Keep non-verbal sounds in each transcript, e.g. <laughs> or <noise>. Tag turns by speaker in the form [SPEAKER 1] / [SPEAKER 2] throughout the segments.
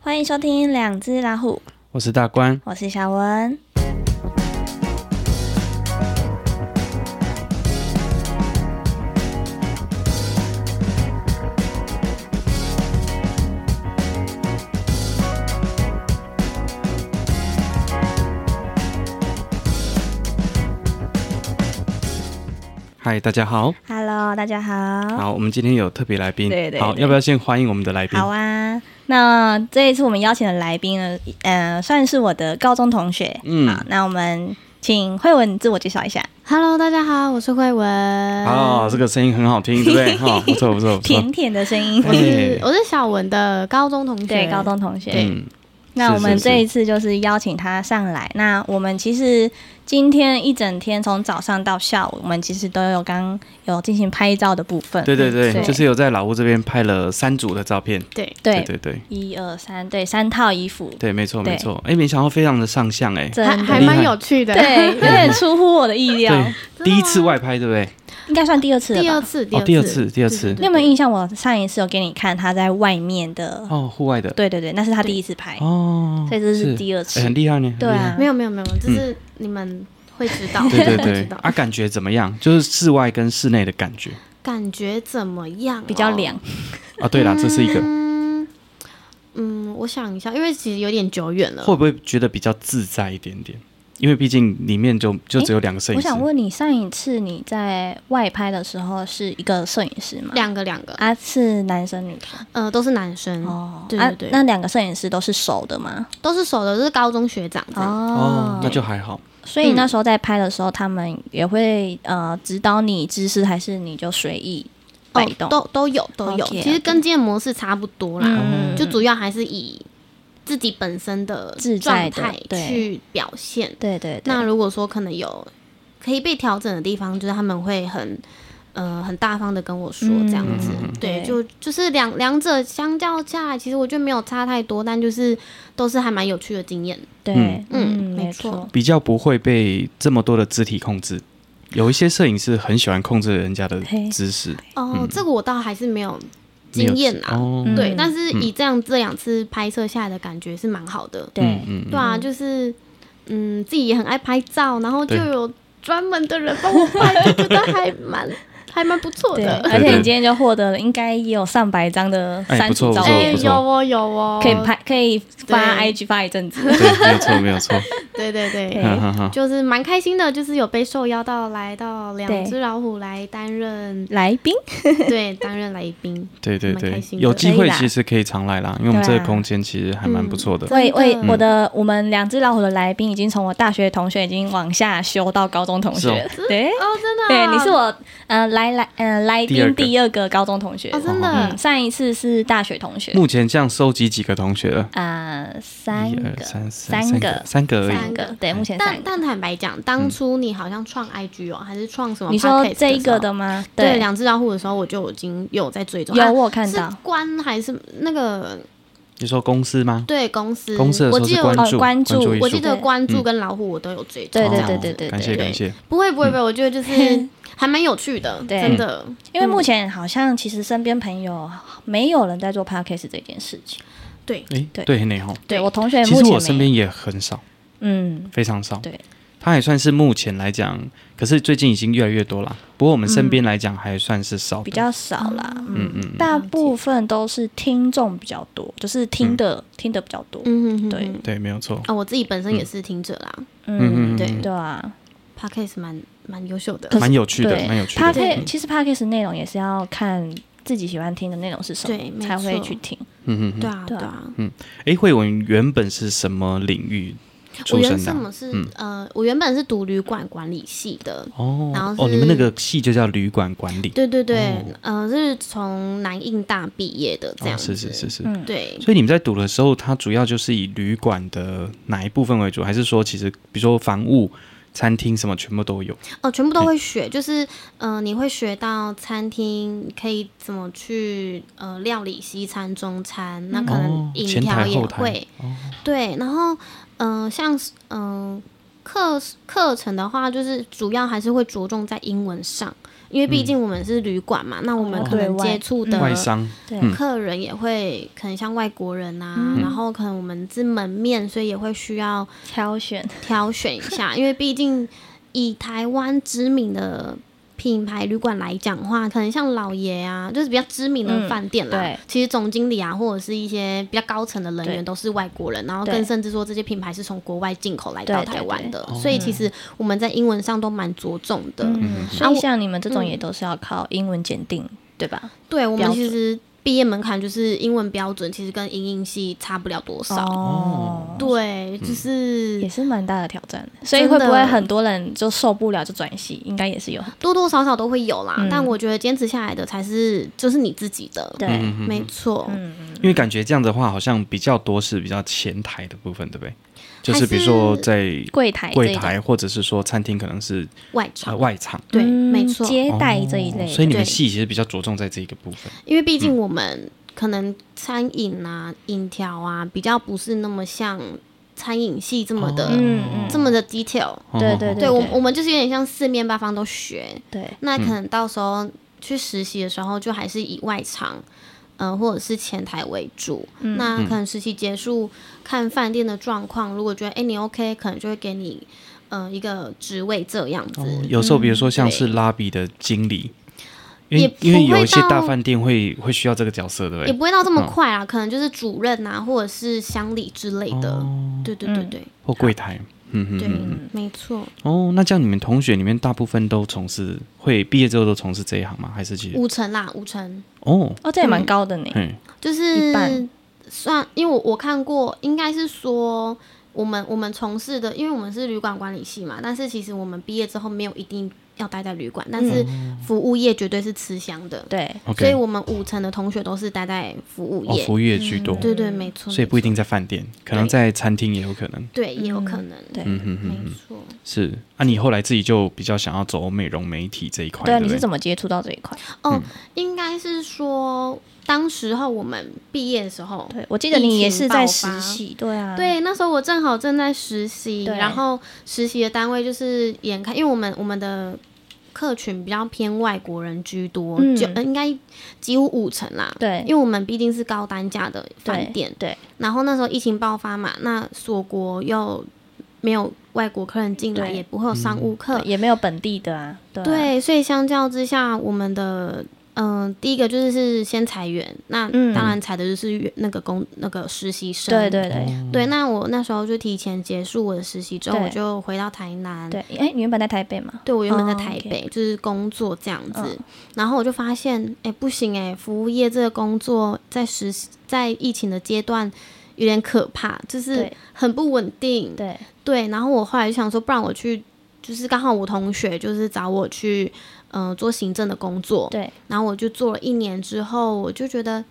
[SPEAKER 1] 欢迎收听《两只老虎》，
[SPEAKER 2] 我是大关。
[SPEAKER 1] 我是小文。
[SPEAKER 2] 嗨，大家好。
[SPEAKER 1] Hello，大家好。
[SPEAKER 2] 好，我们今天有特别来宾。
[SPEAKER 1] 对对
[SPEAKER 2] 好，
[SPEAKER 1] 对
[SPEAKER 2] 要不要先欢迎我们的来宾？
[SPEAKER 1] 好啊，那这一次我们邀请的来宾呢，呃，算是我的高中同学。
[SPEAKER 2] 嗯
[SPEAKER 1] 好，那我们请慧文自我介绍一下，
[SPEAKER 3] Hello，大家好，我是慧
[SPEAKER 1] 啊
[SPEAKER 3] 文。 <laughs>
[SPEAKER 2] 哦，这个声音很好听，对
[SPEAKER 1] <laughs>
[SPEAKER 2] 不对？哈、不错不错不错。
[SPEAKER 1] 甜甜的声
[SPEAKER 3] <laughs>
[SPEAKER 1] 音。
[SPEAKER 3] 我是
[SPEAKER 2] 哎
[SPEAKER 3] 我是小文的高中同学，
[SPEAKER 1] 对，高中同学。
[SPEAKER 2] 嗯，
[SPEAKER 1] 那我们
[SPEAKER 2] 是是
[SPEAKER 1] 这一次就是邀请他上来。那我们其实今天一整天从早上到下午，我们其实都有刚有进行拍照的部分。
[SPEAKER 2] 对对对，
[SPEAKER 1] 对
[SPEAKER 2] 就是有在老屋这边拍了三组的照片。
[SPEAKER 3] 对，
[SPEAKER 1] 对
[SPEAKER 2] 对对
[SPEAKER 1] 一二三，对，三套衣服，
[SPEAKER 2] 对，没错
[SPEAKER 1] 对
[SPEAKER 2] 没错。哎，没想到非常的上相哎。
[SPEAKER 1] 真
[SPEAKER 3] 还
[SPEAKER 1] 的
[SPEAKER 3] 还蛮有趣的。 <laughs>
[SPEAKER 1] 对，有点出乎我的哦意料，
[SPEAKER 2] 对，第一次外拍对不对？
[SPEAKER 1] 应该算第二次了吧
[SPEAKER 3] 第二次，
[SPEAKER 2] 哦，第二次第二次
[SPEAKER 3] 对。
[SPEAKER 1] 你有没有印象？我上一次有给你看他在外面的，
[SPEAKER 2] 哦，户外的。
[SPEAKER 1] 对对对，那是他第一次拍，
[SPEAKER 2] 哦，
[SPEAKER 1] 所以这是第二次
[SPEAKER 2] 哎很厉害呢。很
[SPEAKER 1] 对啊
[SPEAKER 2] 厉害
[SPEAKER 3] 没有没有没有，这是你们会知道，
[SPEAKER 2] 嗯对
[SPEAKER 1] <laughs>
[SPEAKER 2] 对
[SPEAKER 3] 会
[SPEAKER 2] 对
[SPEAKER 3] 知，道
[SPEAKER 2] 啊，感觉怎么样？就是室外跟室内的感觉。
[SPEAKER 3] <laughs> 感觉怎么样哦？
[SPEAKER 1] 比较凉。
[SPEAKER 2] 啊，对啦，这是一个。
[SPEAKER 3] 嗯嗯，我想一下，因为其实有点久远了。
[SPEAKER 2] 会不会觉得比较自在一点点？因为毕竟里面就就只有两个摄影
[SPEAKER 1] 我
[SPEAKER 2] 师，
[SPEAKER 1] 想问你，上一次你在外拍的时候是一个摄影师吗？
[SPEAKER 3] 两个两个，
[SPEAKER 1] 啊，是男生女生
[SPEAKER 3] 呃，都是男
[SPEAKER 2] 嗯
[SPEAKER 3] 生，
[SPEAKER 1] 哦。
[SPEAKER 3] 对
[SPEAKER 1] 啊
[SPEAKER 3] 对对
[SPEAKER 1] 那两个摄影师都是熟的吗？
[SPEAKER 3] 都是熟的，都是高中学长这样。
[SPEAKER 2] 哦，那就还好。
[SPEAKER 1] 所以那时候在拍的时候，他们也会呃指导你姿势，还是你就随意摆动？
[SPEAKER 3] 哦都都有都有
[SPEAKER 1] OK，OK
[SPEAKER 3] 其实跟今天模式差不多啦，
[SPEAKER 1] 嗯
[SPEAKER 3] 就主要还是以自己本身的
[SPEAKER 1] 自在
[SPEAKER 3] 状
[SPEAKER 1] 的
[SPEAKER 3] 态
[SPEAKER 1] 对
[SPEAKER 3] 去表现。
[SPEAKER 1] 对对对。
[SPEAKER 3] 那如果说可能有可以被调整的地方，就是他们会很呃很大方的跟我说
[SPEAKER 1] 嗯
[SPEAKER 3] 这样子，
[SPEAKER 2] 嗯
[SPEAKER 3] 对，
[SPEAKER 1] 对
[SPEAKER 3] 就就是两两者相较下来，其实我觉得没有差太多，但就是都是还蛮有趣的经验。
[SPEAKER 1] 对，
[SPEAKER 2] 嗯
[SPEAKER 3] 嗯
[SPEAKER 1] 没
[SPEAKER 3] 没
[SPEAKER 1] 错
[SPEAKER 3] 错，
[SPEAKER 2] 比较不会被这么多的肢体控制。有一些摄影师很喜欢控制人家的
[SPEAKER 1] 嘿
[SPEAKER 2] 姿势，
[SPEAKER 3] 哦，
[SPEAKER 2] 嗯
[SPEAKER 3] 这个我倒还是没有
[SPEAKER 2] 你有
[SPEAKER 3] 经验啦，
[SPEAKER 2] 哦，
[SPEAKER 1] 嗯
[SPEAKER 3] 对，但是以这样这两次拍摄下来的感觉是蛮好的。
[SPEAKER 1] 对，
[SPEAKER 2] 嗯
[SPEAKER 3] 对啊，
[SPEAKER 1] 嗯
[SPEAKER 3] 就是嗯，自己也很爱拍照，然后就
[SPEAKER 2] 对
[SPEAKER 3] 有专门的人帮我拍，就觉得还蛮 <laughs> 还蛮不错
[SPEAKER 1] 对，
[SPEAKER 3] 的。
[SPEAKER 1] 而且
[SPEAKER 2] 对
[SPEAKER 1] 你今天就获得了，应该也有上百张的
[SPEAKER 2] 哎
[SPEAKER 1] 三
[SPEAKER 2] 不错
[SPEAKER 1] 组照
[SPEAKER 2] 不错
[SPEAKER 3] 哎，
[SPEAKER 1] 片，
[SPEAKER 3] 有哦有哦，
[SPEAKER 1] 可以，拍，可以发
[SPEAKER 3] 对
[SPEAKER 1] IG 发一阵子。
[SPEAKER 3] <laughs>
[SPEAKER 2] 对，没有错，没有
[SPEAKER 1] <laughs>
[SPEAKER 2] 错，
[SPEAKER 3] 对对对，
[SPEAKER 2] 哈哈哈。
[SPEAKER 3] 就是蛮开心的，就是有被受邀到来到
[SPEAKER 1] 对
[SPEAKER 3] 两只老虎来
[SPEAKER 1] <laughs>
[SPEAKER 3] 担任，
[SPEAKER 1] 来宾，
[SPEAKER 3] 对，担任来宾，
[SPEAKER 2] 对对
[SPEAKER 3] 蛮开
[SPEAKER 2] 对，
[SPEAKER 3] 心的
[SPEAKER 2] 有机
[SPEAKER 1] 可以
[SPEAKER 2] 会
[SPEAKER 1] 啦
[SPEAKER 2] 其实可以常来啦，因为我们这
[SPEAKER 1] 对啊
[SPEAKER 2] 个空间其实还蛮不错的。
[SPEAKER 1] 为为
[SPEAKER 3] 嗯
[SPEAKER 1] 我的我们两只老虎的来宾已经从我大学同学已经往下修到高中同学了，对
[SPEAKER 3] 哦，真的哦，
[SPEAKER 1] 对，你是我呃来来呃来
[SPEAKER 2] 第二
[SPEAKER 1] 宾
[SPEAKER 2] 个
[SPEAKER 1] 第二个高中同学
[SPEAKER 3] 哦，，真的
[SPEAKER 1] 嗯，上一次是大学同学，
[SPEAKER 2] 目前这样收集几个同学了？
[SPEAKER 1] 呃三
[SPEAKER 2] 一
[SPEAKER 1] 个
[SPEAKER 2] 二三四
[SPEAKER 1] 三
[SPEAKER 2] 个
[SPEAKER 1] 个，
[SPEAKER 2] 三个而
[SPEAKER 1] 三
[SPEAKER 2] 已。
[SPEAKER 1] 个，对，目前
[SPEAKER 3] 但
[SPEAKER 1] 三个。
[SPEAKER 3] 但坦白讲，当初你好像创 IG 哦，还是创什么？
[SPEAKER 1] 你说这一个的？吗？
[SPEAKER 3] 对，两只老虎的时候，我就已经有在追踪。
[SPEAKER 1] 有
[SPEAKER 3] 啊
[SPEAKER 1] 我有看到
[SPEAKER 3] 是关还是那个
[SPEAKER 2] 你说公司吗？
[SPEAKER 3] 对公司？
[SPEAKER 2] 公司的时
[SPEAKER 3] 我
[SPEAKER 2] 候
[SPEAKER 3] 记
[SPEAKER 2] 是
[SPEAKER 3] 得
[SPEAKER 2] 关
[SPEAKER 3] 我
[SPEAKER 2] 注
[SPEAKER 1] 哦关注
[SPEAKER 2] 注艺
[SPEAKER 3] 我
[SPEAKER 2] 术
[SPEAKER 3] 记得
[SPEAKER 1] 对
[SPEAKER 3] 关注
[SPEAKER 2] 嗯
[SPEAKER 3] 跟老虎我都有追踪。
[SPEAKER 1] 对对
[SPEAKER 3] 这
[SPEAKER 1] 对
[SPEAKER 3] 样
[SPEAKER 1] 对对
[SPEAKER 2] 感
[SPEAKER 1] 对
[SPEAKER 2] 谢感谢。
[SPEAKER 3] 不会不会不会，我觉得就是还蛮有趣的，
[SPEAKER 1] 对
[SPEAKER 3] 真的。
[SPEAKER 1] 因为目前好像其实身边朋友没有人在做 podcast 这件事情。
[SPEAKER 3] 对
[SPEAKER 2] 哎，
[SPEAKER 1] 对
[SPEAKER 2] 对，内吼。
[SPEAKER 1] 对我同学
[SPEAKER 2] 其
[SPEAKER 1] 目
[SPEAKER 2] 实
[SPEAKER 1] 前
[SPEAKER 2] 我身
[SPEAKER 1] 没有，
[SPEAKER 2] 边也很少，
[SPEAKER 1] 嗯，
[SPEAKER 2] 非常少。
[SPEAKER 1] 对，
[SPEAKER 2] 它也算是目前来讲，可是最近已经越来越多了。不过我们身边来讲还算是少的，
[SPEAKER 1] 嗯比较少啦，嗯，
[SPEAKER 2] 哦嗯嗯，
[SPEAKER 1] 大部分都是听众比较多，就是听的、听的比较多，
[SPEAKER 3] 嗯哼哼哼
[SPEAKER 1] 对
[SPEAKER 2] 对，没有错。
[SPEAKER 3] 啊，我自己本身也是听者啦
[SPEAKER 1] 嗯，
[SPEAKER 2] 嗯嗯嗯
[SPEAKER 1] 对
[SPEAKER 2] 嗯
[SPEAKER 1] 对啊，
[SPEAKER 3] ，Podcast 蛮蛮优秀的。
[SPEAKER 2] 蛮有趣的，
[SPEAKER 1] 对
[SPEAKER 2] 蛮有趣
[SPEAKER 1] p o
[SPEAKER 2] 的。
[SPEAKER 1] d c a 其实 podcast 内容也是要看自己喜欢听的内容是什
[SPEAKER 3] 对
[SPEAKER 1] 么，
[SPEAKER 3] 没
[SPEAKER 1] 才会
[SPEAKER 3] 错
[SPEAKER 1] 去听。
[SPEAKER 2] 嗯嗯
[SPEAKER 3] 对
[SPEAKER 2] 嗯。
[SPEAKER 3] 啊，
[SPEAKER 1] 对
[SPEAKER 3] 对
[SPEAKER 1] 啊
[SPEAKER 3] 啊，
[SPEAKER 2] 哎，慧文原本是什么领域
[SPEAKER 3] 我
[SPEAKER 2] 出
[SPEAKER 3] 原
[SPEAKER 2] 身的
[SPEAKER 3] 什么
[SPEAKER 2] 啊？
[SPEAKER 3] 是呃，我原本是读旅馆管理系的，
[SPEAKER 2] 哦
[SPEAKER 3] 然后是
[SPEAKER 2] 哦，你们那个系就叫旅馆管理，
[SPEAKER 3] 对对对，呃，是从南印大毕业的这
[SPEAKER 2] 哦，
[SPEAKER 3] 样子，
[SPEAKER 2] 是是是是。
[SPEAKER 1] 嗯，
[SPEAKER 3] 对，
[SPEAKER 2] 所以你们在读的时候，它主要就是以旅馆的哪一部分为主，还是说其实比如说房务、餐厅什么全部都有？
[SPEAKER 3] 哦，全部都会学，就是呃，你会学到餐厅可以怎么去呃料理西餐、中餐，那可能
[SPEAKER 2] 哦
[SPEAKER 3] 饮
[SPEAKER 2] 前
[SPEAKER 3] 调
[SPEAKER 2] 台
[SPEAKER 3] 也
[SPEAKER 2] 后台哦
[SPEAKER 3] 会，对，然后嗯、呃像是呃嗯、课课程的话，就是主要还是会着重在英文上，因为毕竟我们是旅馆嘛，那我们
[SPEAKER 1] 哦
[SPEAKER 3] 可能
[SPEAKER 1] 对外
[SPEAKER 3] 接触的
[SPEAKER 1] 嗯
[SPEAKER 2] 外商
[SPEAKER 1] 对，
[SPEAKER 2] 嗯
[SPEAKER 3] 客人也会可能像外国人啊，
[SPEAKER 1] 嗯
[SPEAKER 3] 然后可能我们是门面，所以也会需要
[SPEAKER 1] 挑选
[SPEAKER 3] 挑选一下， <laughs> 因为毕竟以台湾知名的。品牌旅馆来讲的话，可能像老爷啊，就是比较知名的
[SPEAKER 1] 嗯
[SPEAKER 3] 饭店啦。
[SPEAKER 1] 对
[SPEAKER 3] 其实总经理啊，或者是一些比较高层的人员
[SPEAKER 1] 对
[SPEAKER 3] 都是外国人，然后
[SPEAKER 1] 对
[SPEAKER 3] 更甚至说这些品牌是从国外进口来
[SPEAKER 1] 对
[SPEAKER 3] 到
[SPEAKER 1] 对哦
[SPEAKER 3] 台湾的，
[SPEAKER 2] 对
[SPEAKER 3] 所以其实我们在英文上都蛮着重的。
[SPEAKER 1] 嗯，所
[SPEAKER 3] 啊
[SPEAKER 1] 以
[SPEAKER 3] 我
[SPEAKER 1] 像你们这种
[SPEAKER 3] 嗯
[SPEAKER 1] 也都是要靠英文检定，对吧？
[SPEAKER 3] 对我
[SPEAKER 1] 标
[SPEAKER 3] 们
[SPEAKER 1] 准
[SPEAKER 3] 其实毕业门槛就是英文标准，其实跟英英系差不了多少。
[SPEAKER 1] 哦，
[SPEAKER 3] 对，就是
[SPEAKER 1] 也是蛮大的挑战，所以会不会很多人就受不了就转系？应该也是有，
[SPEAKER 3] 多多少少都会有啦，
[SPEAKER 1] 嗯
[SPEAKER 3] 但我觉得坚持下来的才是就是你自己的，
[SPEAKER 1] 对，
[SPEAKER 2] 嗯嗯嗯
[SPEAKER 3] 哎没错，
[SPEAKER 1] 嗯，
[SPEAKER 2] 因为感觉这样的话，好像比较多是比较前台的部分，对不对？就是比如
[SPEAKER 3] 还
[SPEAKER 2] 说
[SPEAKER 3] 是
[SPEAKER 2] 在
[SPEAKER 1] 柜台这一
[SPEAKER 2] 柜
[SPEAKER 1] 种
[SPEAKER 2] 台，或者是说餐厅，可能是
[SPEAKER 3] 外
[SPEAKER 2] 呃
[SPEAKER 3] 场，
[SPEAKER 2] 外场
[SPEAKER 3] 对，
[SPEAKER 1] 嗯
[SPEAKER 3] 没错，
[SPEAKER 1] 接待这一
[SPEAKER 2] 哦
[SPEAKER 1] 类的，
[SPEAKER 2] 所以你们
[SPEAKER 3] 对
[SPEAKER 2] 戏其实比较着重在这一个部分。
[SPEAKER 3] 因为毕
[SPEAKER 2] 嗯
[SPEAKER 3] 竟我们可能餐饮啊、饮调啊，比较不是那么像餐饮系这么的、
[SPEAKER 1] 嗯嗯
[SPEAKER 3] 这么的 detail，
[SPEAKER 1] 对
[SPEAKER 2] 哦
[SPEAKER 1] 对
[SPEAKER 2] 哦
[SPEAKER 3] 对我我们就是有点像四面八方都学，
[SPEAKER 1] 对，
[SPEAKER 2] 嗯
[SPEAKER 3] 那可能到时候去实习的时候，就还是以外场，呃，或者是前台为主。
[SPEAKER 1] 嗯
[SPEAKER 3] 那
[SPEAKER 2] 嗯
[SPEAKER 3] 可能实习结束，看饭店的状况，如果觉得哎、诶你 OK，可能就会给你呃一个职位这样子。
[SPEAKER 2] 哦有时候比如说像是拉比的经理，因为因为
[SPEAKER 3] 嗯也不会
[SPEAKER 2] 有一些大
[SPEAKER 3] 到
[SPEAKER 2] 饭店会会需要这个角色，对嗯不
[SPEAKER 3] 也
[SPEAKER 2] 对？
[SPEAKER 3] 不会到这么快啊，可能就是主任啊，或者是乡里之类的。对对对对、
[SPEAKER 2] 或柜台，嗯哦嗯
[SPEAKER 3] 对，
[SPEAKER 2] 嗯。
[SPEAKER 3] 没错。
[SPEAKER 2] 哦，那这样你们同学里面大部分都从事会毕业之后都从事这一行吗？还是其实
[SPEAKER 3] 五成啦，五成
[SPEAKER 2] 哦，
[SPEAKER 1] 哦，这也蛮高的呢，
[SPEAKER 2] 嗯，
[SPEAKER 3] 就
[SPEAKER 1] 一
[SPEAKER 3] 是
[SPEAKER 1] 半
[SPEAKER 3] 算，因为我我看过，应该是说我们我们从事的，因为我们是旅馆管理系嘛，但是其实我们毕业之后没有一定要待在旅馆，但是服务业绝对是吃香的，
[SPEAKER 1] 对，
[SPEAKER 2] 嗯 OK
[SPEAKER 3] 所以我们五成的同学都是待在服务
[SPEAKER 2] 哦，
[SPEAKER 3] 业，
[SPEAKER 2] 服务业居多，
[SPEAKER 3] 嗯对对，没错，
[SPEAKER 2] 所以不一
[SPEAKER 3] 哦没
[SPEAKER 2] 定在饭店，可能在餐厅也有可能。
[SPEAKER 3] 错，对，也有可能，
[SPEAKER 1] 对
[SPEAKER 2] 嗯哼
[SPEAKER 3] 没
[SPEAKER 2] 哼哼，
[SPEAKER 3] 错。
[SPEAKER 2] 是啊，你后来自己就比较想要走美容媒体这一块，
[SPEAKER 1] 对啊，
[SPEAKER 2] 不
[SPEAKER 1] 你是
[SPEAKER 2] 对？
[SPEAKER 1] 怎么接触到这一块？
[SPEAKER 3] 哦，应该是说当时候我们毕业的时候，
[SPEAKER 1] 对我记得你也是在实习，对啊，
[SPEAKER 3] 对，那时候我正好正在实习，
[SPEAKER 1] 对
[SPEAKER 3] 然后实习的单位就是眼看，因为我们我们的客群比较偏外国人居多，
[SPEAKER 1] 嗯
[SPEAKER 3] 就、呃应该几乎五成啦。
[SPEAKER 1] 对
[SPEAKER 3] 因为我们毕竟是高单价的
[SPEAKER 1] 对
[SPEAKER 3] 饭店，
[SPEAKER 1] 对
[SPEAKER 3] 然后那时候疫情爆发嘛，那锁国又没有外国客人进来，
[SPEAKER 1] 对嗯
[SPEAKER 3] 也不会有商务客，
[SPEAKER 1] 对也没有本地的啊，对啊
[SPEAKER 3] 嗯对，所以相较之下，我们的。嗯，第一个就是是先裁员，那
[SPEAKER 1] 嗯
[SPEAKER 3] 当然裁的就是员那个工那个实习生，
[SPEAKER 1] 对对
[SPEAKER 2] 哦
[SPEAKER 1] 对
[SPEAKER 3] 对，那我那时候就提前结束我的实习之后，
[SPEAKER 1] 嗯对
[SPEAKER 3] 我就回到台南。
[SPEAKER 1] 对，哎，你原本在台北嘛？
[SPEAKER 3] 对，我原本在
[SPEAKER 1] 哦
[SPEAKER 3] 台
[SPEAKER 1] OK
[SPEAKER 3] 北，就是工作这样子。
[SPEAKER 1] 嗯
[SPEAKER 3] 然后我就发现，哎、不行哎、服务业这个工作在实习在疫情的阶段有点可怕，就是
[SPEAKER 1] 对
[SPEAKER 3] 很不稳定。
[SPEAKER 1] 对，
[SPEAKER 3] 对，然后我后来就想说，不然我去，就是刚好我同学就是找我去，嗯、做行政的工作。
[SPEAKER 1] 对，
[SPEAKER 3] 然后我就做了一年之后，我就觉得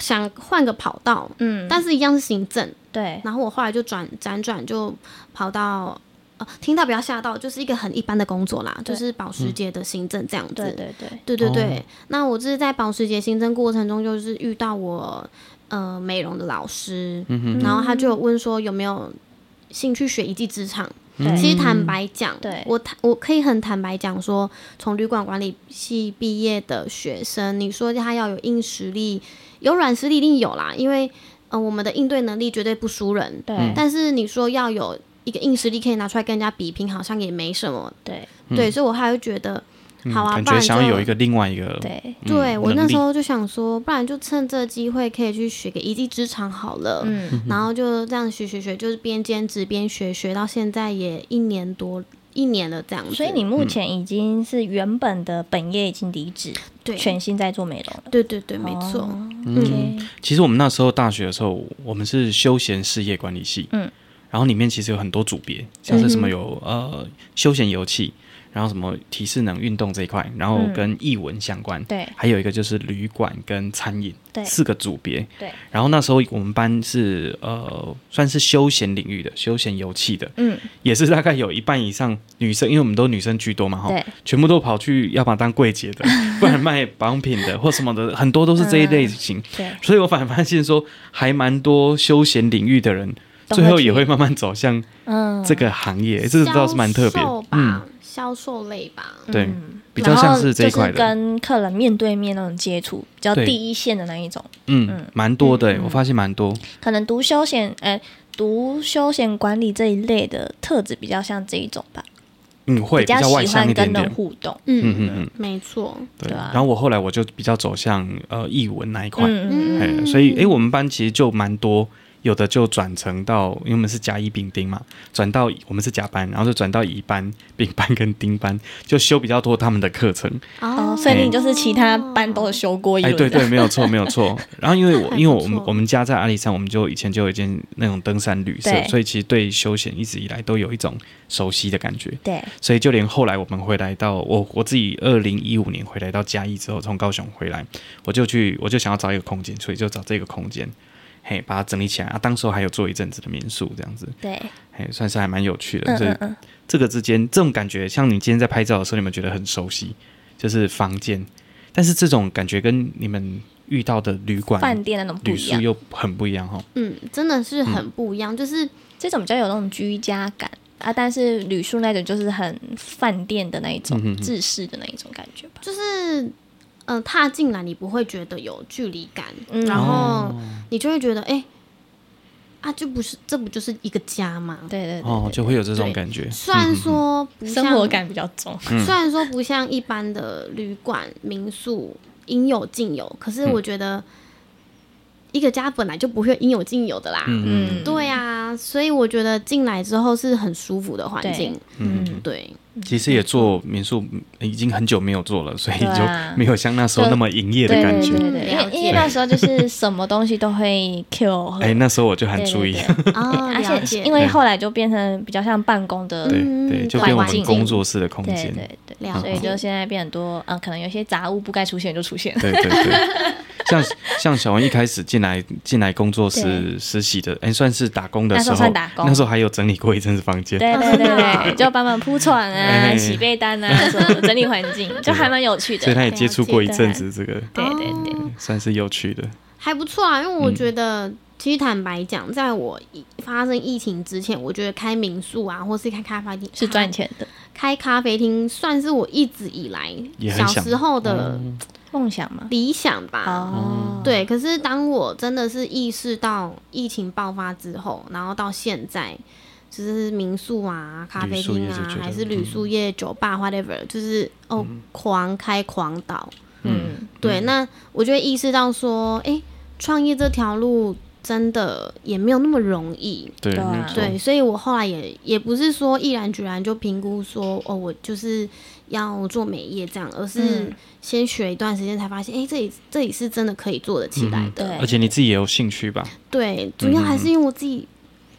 [SPEAKER 3] 想换个跑道，
[SPEAKER 1] 嗯，
[SPEAKER 3] 但是一样是行政。
[SPEAKER 1] 对
[SPEAKER 3] 然后我后来就转辗转就跑到，呃，听到不要吓到，就是一个很一般的工作啦，
[SPEAKER 1] 对嗯
[SPEAKER 3] 就
[SPEAKER 1] 哦
[SPEAKER 3] 是保时捷的行政这样子。
[SPEAKER 1] 对对对，
[SPEAKER 3] 对对对那我就是在保时捷行政过程中，就是遇到我呃美容的老师，
[SPEAKER 1] 嗯
[SPEAKER 3] 然后他就有问说有没有兴趣学一技之长。
[SPEAKER 2] 嗯
[SPEAKER 1] 对
[SPEAKER 3] 其实坦白讲，
[SPEAKER 1] 嗯对
[SPEAKER 3] 我坦我可以很坦白讲说，从旅馆管理系毕业的学生，你说他要有硬实力，有软实力一定有啦，因为呃我们的应对能力绝对不输人，
[SPEAKER 2] 嗯
[SPEAKER 1] 对
[SPEAKER 3] 但是你说要有一个硬实力可以拿出来跟人家比拼，好像也没什么。
[SPEAKER 1] 对
[SPEAKER 3] 对，所以我还会觉得，好啊，
[SPEAKER 2] 嗯感
[SPEAKER 3] 不然
[SPEAKER 2] 觉想要
[SPEAKER 3] 就
[SPEAKER 2] 有一个另外一个，
[SPEAKER 1] 对，
[SPEAKER 2] 嗯
[SPEAKER 3] 对我那
[SPEAKER 2] 能
[SPEAKER 3] 时，
[SPEAKER 2] 力
[SPEAKER 3] 候就想说，不然就趁这机会可以去学个一技之长好了。
[SPEAKER 1] 嗯，
[SPEAKER 3] 然后就这样学学学，就是边兼职边学，学到现在也一年多一年了这样子。
[SPEAKER 1] 所以你
[SPEAKER 2] 嗯
[SPEAKER 1] 目前已经是原本的本业已经离职，
[SPEAKER 3] 对
[SPEAKER 1] 全心在做美容了。哦
[SPEAKER 3] 对对对，没错。
[SPEAKER 2] 哦
[SPEAKER 1] OK，
[SPEAKER 2] 其实我们那时候大学的时候，我们是休闲事业管理系，
[SPEAKER 1] 嗯，
[SPEAKER 2] 然后里面其实有很多组别，像是什么有、呃休闲游戏，然后什么体适能运动这一块，然后跟艺文相关，
[SPEAKER 1] 对
[SPEAKER 2] 还有一个就是旅馆跟餐饮，
[SPEAKER 1] 对
[SPEAKER 2] 四个组别。
[SPEAKER 1] 对，
[SPEAKER 2] 然后那时候我们班是呃算是休闲领域的，休闲游戏的，
[SPEAKER 1] 嗯，
[SPEAKER 2] 也是大概有一半以上女生，因为我们都女生居多嘛，哈
[SPEAKER 1] 对，
[SPEAKER 2] 全部都跑去要么当柜
[SPEAKER 1] <laughs>
[SPEAKER 2] 姐的，不然卖保养品的或什么的，很多都是这一类型。
[SPEAKER 1] 对，
[SPEAKER 2] 所以我反而发现说，还蛮多休闲领域的人，
[SPEAKER 1] 都会
[SPEAKER 2] 最后
[SPEAKER 1] 去
[SPEAKER 2] 也会慢慢走向
[SPEAKER 1] 嗯，
[SPEAKER 2] 这个行业，这个倒是蛮特别。
[SPEAKER 3] 销售吧，
[SPEAKER 2] 嗯，
[SPEAKER 3] 销售类吧。
[SPEAKER 2] 对，
[SPEAKER 1] 嗯
[SPEAKER 2] 比较像是这一块
[SPEAKER 1] 然后就
[SPEAKER 2] 的，
[SPEAKER 1] 是跟客人面对面那种接触，比较
[SPEAKER 2] 对
[SPEAKER 1] 第一线的那一种。
[SPEAKER 2] 嗯，蛮多的、我发现蛮多，
[SPEAKER 1] 可能读休闲，呃，读休闲管理这一类的特质比较像这一种吧，
[SPEAKER 2] 嗯，会
[SPEAKER 1] 比较
[SPEAKER 2] 较外
[SPEAKER 1] 喜
[SPEAKER 2] 向
[SPEAKER 1] 欢
[SPEAKER 2] 一点
[SPEAKER 1] 跟人
[SPEAKER 2] 点，
[SPEAKER 1] 互动。
[SPEAKER 3] 嗯
[SPEAKER 2] 嗯嗯，
[SPEAKER 3] 没错，
[SPEAKER 2] 对。
[SPEAKER 1] 对啊
[SPEAKER 2] 然后我后来我就比较走向呃译文那一块，
[SPEAKER 1] 嗯嗯
[SPEAKER 2] 哎，所以哎、我们班其实就蛮多，有的就转成到，因为我们是甲乙丙丁嘛，转到我们是甲班，然后就转到乙班、丙班跟丁班，就修比较多他们的课程。
[SPEAKER 1] 嗯。哦哦，所以你就是其他班都有修过一
[SPEAKER 2] 哎，
[SPEAKER 1] 轮。
[SPEAKER 2] 对对，没有错，没有
[SPEAKER 3] <laughs>
[SPEAKER 2] 错。然后因为我
[SPEAKER 3] 还不
[SPEAKER 2] 因为我们
[SPEAKER 3] 错
[SPEAKER 2] 我们家在阿里山，我们就以前就有一间那种登山旅社
[SPEAKER 1] 对，
[SPEAKER 2] 所以其实对休闲一直以来都有一种熟悉的感觉。
[SPEAKER 1] 对
[SPEAKER 2] 所以就连后来我们回来到我我自己二零一五年回来到嘉义之后，从高雄回来，我就去我就想要找一个空间，所以就找这个空间，嘿，把它整理起来啊。当时候还有做一阵子的民宿这样子，
[SPEAKER 1] 对，
[SPEAKER 2] 嘿，算是还蛮有趣的。
[SPEAKER 1] 嗯
[SPEAKER 2] 所以
[SPEAKER 1] 嗯嗯，
[SPEAKER 2] 这个之间这种感觉，像你今天在拍照的时候，你们觉得很熟悉，就是房间，但是这种感觉跟你们遇到的旅
[SPEAKER 1] 饭
[SPEAKER 2] 馆、
[SPEAKER 1] 店那种不
[SPEAKER 2] 旅
[SPEAKER 1] 一
[SPEAKER 2] 宿
[SPEAKER 1] 样，
[SPEAKER 2] 又很不一样哈。
[SPEAKER 3] 嗯，真的是很不一样，就是
[SPEAKER 1] 这种比较有那种居家感啊，但是旅宿那种就是很饭店的那一种、
[SPEAKER 2] 嗯哼
[SPEAKER 1] 制式的那一种感觉吧。
[SPEAKER 3] 就是，嗯、踏进来你不会觉得有距离感，
[SPEAKER 1] 嗯
[SPEAKER 3] 然后
[SPEAKER 2] 哦
[SPEAKER 3] 你就会觉得，哎、啊，这不是这不就是一个家吗？
[SPEAKER 1] 对对对
[SPEAKER 2] 哦，就会有这种感觉。
[SPEAKER 3] 虽然说不
[SPEAKER 1] 对
[SPEAKER 3] 像
[SPEAKER 1] 生活感比较重。
[SPEAKER 2] 嗯
[SPEAKER 3] 虽然说不像一般的旅馆、民宿应有尽有，
[SPEAKER 2] 嗯
[SPEAKER 3] 可是我觉得一个家本来就不会应有尽有的啦。
[SPEAKER 2] 嗯
[SPEAKER 1] 嗯，
[SPEAKER 3] 对啊，所以我觉得进来之后是很舒服的环境。
[SPEAKER 1] 嗯，
[SPEAKER 3] 对，
[SPEAKER 2] <laughs> 其实也做民宿嗯已经很久没有做了，所以
[SPEAKER 1] 对
[SPEAKER 2] 就
[SPEAKER 1] 啊
[SPEAKER 2] 没有像那时候那么营业的
[SPEAKER 1] 对
[SPEAKER 2] 感
[SPEAKER 1] 对
[SPEAKER 2] 觉。
[SPEAKER 1] 对对，因
[SPEAKER 3] 了
[SPEAKER 1] 为
[SPEAKER 3] 解
[SPEAKER 1] 因为那时候就是什么东西都会 Q 和
[SPEAKER 2] <laughs> 哎，那时候我就很
[SPEAKER 1] 对
[SPEAKER 2] 注
[SPEAKER 1] 对
[SPEAKER 2] 意，
[SPEAKER 1] 对
[SPEAKER 3] 哦，
[SPEAKER 1] 而
[SPEAKER 3] 了
[SPEAKER 1] 且
[SPEAKER 3] 解，
[SPEAKER 1] 因为后来就变成比较像办公的，
[SPEAKER 2] 对嗯
[SPEAKER 1] 对
[SPEAKER 3] 嗯
[SPEAKER 2] 对，就
[SPEAKER 3] 对
[SPEAKER 2] 变我
[SPEAKER 3] 环境
[SPEAKER 2] 们工作室的空
[SPEAKER 1] 对
[SPEAKER 2] 间。
[SPEAKER 1] 对对，
[SPEAKER 3] 了
[SPEAKER 1] 所以
[SPEAKER 3] 解，
[SPEAKER 1] 就现在变很多，嗯，可能有些杂物不该出现就出现了，
[SPEAKER 2] 对对对，像像小文一开始进来进来工作室实习的，哎，算是打工的
[SPEAKER 1] 那
[SPEAKER 2] 时
[SPEAKER 1] 时候
[SPEAKER 2] 候
[SPEAKER 1] 算打，工
[SPEAKER 2] 那时候还有整理过一阵子房间。
[SPEAKER 1] <laughs> 对对对对，就帮忙铺床啊、
[SPEAKER 2] 哎
[SPEAKER 1] 洗被单啊什么，整理环境，就还蛮有趣的
[SPEAKER 2] 所以。他也
[SPEAKER 3] 了
[SPEAKER 2] 接触过一
[SPEAKER 1] 解
[SPEAKER 2] 阵子，这个
[SPEAKER 1] 对对对，
[SPEAKER 2] 算是有趣的。
[SPEAKER 3] 还不错啊，因为我
[SPEAKER 2] 嗯
[SPEAKER 3] 觉得。其实坦白讲，在我疫发生疫情之前，我觉得开民宿啊，或是开咖啡厅
[SPEAKER 1] 是赚钱的
[SPEAKER 3] 开咖啡厅，算是我一直以来
[SPEAKER 2] 也很
[SPEAKER 3] 小
[SPEAKER 2] 想嗯
[SPEAKER 3] 时候的
[SPEAKER 1] 梦想嘛。
[SPEAKER 3] 理想吧。
[SPEAKER 1] 哦，
[SPEAKER 3] 对，可是当我真的是意识到疫情爆发之后，然后到现在，就是民宿啊、咖啡厅
[SPEAKER 2] 旅宿业就
[SPEAKER 3] 啊
[SPEAKER 2] 觉，得嗯
[SPEAKER 3] 还是旅宿业、酒吧，whatever，就是哦，狂开狂倒。
[SPEAKER 1] 嗯，
[SPEAKER 3] 对，那我就会意识到说，哎、创业这条路真的也没有那么容易。
[SPEAKER 2] 对，
[SPEAKER 1] 对啊
[SPEAKER 2] 没有错
[SPEAKER 3] 对，所以我后来也也不是说毅然决然就评估说哦，我就是要做美业这样，而是
[SPEAKER 1] 嗯
[SPEAKER 3] 先学一段时间才发现，哎、这里这里是真的可以做得起来的。
[SPEAKER 1] 嗯对嗯
[SPEAKER 2] 而且你自己也有兴趣吧？
[SPEAKER 3] 对，主要还是因为我自己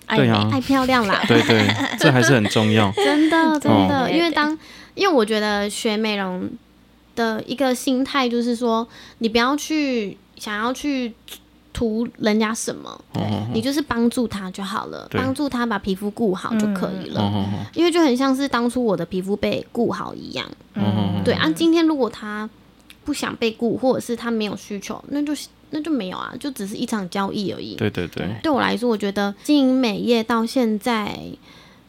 [SPEAKER 1] 爱
[SPEAKER 2] 对
[SPEAKER 1] 美
[SPEAKER 2] 啊
[SPEAKER 3] 爱漂亮啦，
[SPEAKER 2] 对对，这还是很重 <laughs> 要。
[SPEAKER 3] <laughs> 真的真
[SPEAKER 1] 哦
[SPEAKER 3] 的，因为当因为我觉得学美容的一个心态就是说，你不要去想要去图人家什么，
[SPEAKER 2] 哦
[SPEAKER 3] 你就是帮助他就好了，
[SPEAKER 2] 对
[SPEAKER 3] 帮助他把皮肤顾好就可以
[SPEAKER 2] 哦
[SPEAKER 3] 了。
[SPEAKER 2] 哦
[SPEAKER 3] 因为就很像是当初我的皮肤被顾好一样，
[SPEAKER 1] 嗯
[SPEAKER 2] 哦哦，
[SPEAKER 3] 对啊。今天如果他不想被顾，或者是他没有需求，那就那就没有啊，就只是一场交易而已。
[SPEAKER 2] 对对对，
[SPEAKER 3] 对我来说，我觉得经营美业到现在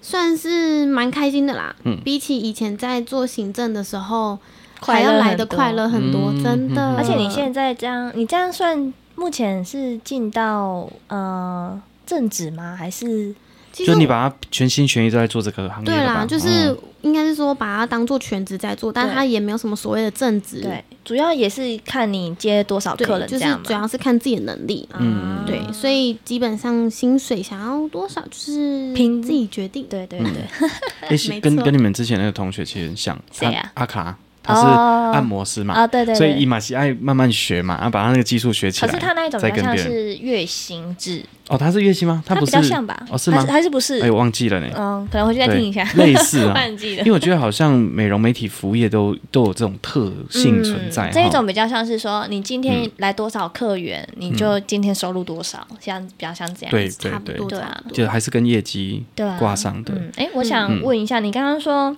[SPEAKER 3] 算是蛮开心的啦。
[SPEAKER 2] 嗯
[SPEAKER 3] 比起以前在做行政的时候，还
[SPEAKER 1] 快乐
[SPEAKER 3] 要
[SPEAKER 1] 很
[SPEAKER 3] 来的
[SPEAKER 1] 多
[SPEAKER 3] 快乐很多，
[SPEAKER 2] 嗯
[SPEAKER 3] 真的。
[SPEAKER 1] 而且你现在这样，你这样算目前是进到呃正职吗？还是
[SPEAKER 3] 其实
[SPEAKER 2] 就你
[SPEAKER 3] 我
[SPEAKER 2] 把它全心全意都在做这个行业
[SPEAKER 3] 对
[SPEAKER 2] 了
[SPEAKER 3] 啦，
[SPEAKER 2] 吧
[SPEAKER 3] 就是
[SPEAKER 2] 哦
[SPEAKER 3] 应该是说把它当做全职在做，但
[SPEAKER 1] 对
[SPEAKER 3] 它也没有什么所谓的正职。
[SPEAKER 1] 对，主要也是看你接多少
[SPEAKER 3] 对，
[SPEAKER 1] 客人
[SPEAKER 3] 就
[SPEAKER 1] 这
[SPEAKER 3] 是
[SPEAKER 1] 样
[SPEAKER 3] 主
[SPEAKER 1] 嘛。
[SPEAKER 3] 要是看自己的能力。
[SPEAKER 2] 嗯
[SPEAKER 3] 对，所以基本上薪水想要多少就是
[SPEAKER 1] 凭
[SPEAKER 3] 自己决定。
[SPEAKER 1] 对
[SPEAKER 2] 嗯
[SPEAKER 1] 对对，
[SPEAKER 2] 诶是
[SPEAKER 3] 没
[SPEAKER 2] 跟
[SPEAKER 3] 错
[SPEAKER 2] 跟你们之前那个同学其实很像，
[SPEAKER 1] 嗯谁啊
[SPEAKER 2] 阿阿卡，他是
[SPEAKER 1] 哦
[SPEAKER 2] 按摩师嘛，
[SPEAKER 1] 啊对对
[SPEAKER 2] 所以伊
[SPEAKER 1] 对。
[SPEAKER 2] 玛西爱慢慢学嘛，啊，把他那个技术学起
[SPEAKER 1] 可
[SPEAKER 2] 来。
[SPEAKER 1] 是他那一种
[SPEAKER 2] 再
[SPEAKER 1] 比较像
[SPEAKER 2] 跟别人
[SPEAKER 1] 是月薪制，
[SPEAKER 2] 哦，他是乐器吗？他不
[SPEAKER 1] 比
[SPEAKER 2] 是
[SPEAKER 1] 较像吧？
[SPEAKER 2] 哦，是
[SPEAKER 1] 还
[SPEAKER 2] 吗
[SPEAKER 1] 是？还是不是
[SPEAKER 2] 哎，？我忘记了呢。
[SPEAKER 1] 嗯，可能回去再听一下。
[SPEAKER 2] 对类似
[SPEAKER 1] <laughs>
[SPEAKER 2] 啊
[SPEAKER 1] 忘记了
[SPEAKER 2] 因为。我觉得好像美容美体服务业都都有这种特性存在，
[SPEAKER 1] 嗯这一
[SPEAKER 2] 哈嗯
[SPEAKER 1] 种比较像是说，你今天来多少客源，你就今天收入多少，像比较像这样。
[SPEAKER 2] 对对
[SPEAKER 3] 差不
[SPEAKER 2] 对，
[SPEAKER 3] 多，
[SPEAKER 1] 对
[SPEAKER 3] 差
[SPEAKER 1] 啊
[SPEAKER 3] 不多。
[SPEAKER 2] 就还是跟业绩
[SPEAKER 1] 对啊，
[SPEAKER 2] 挂上的。
[SPEAKER 1] 嗯，哎，我想问一下，你刚刚说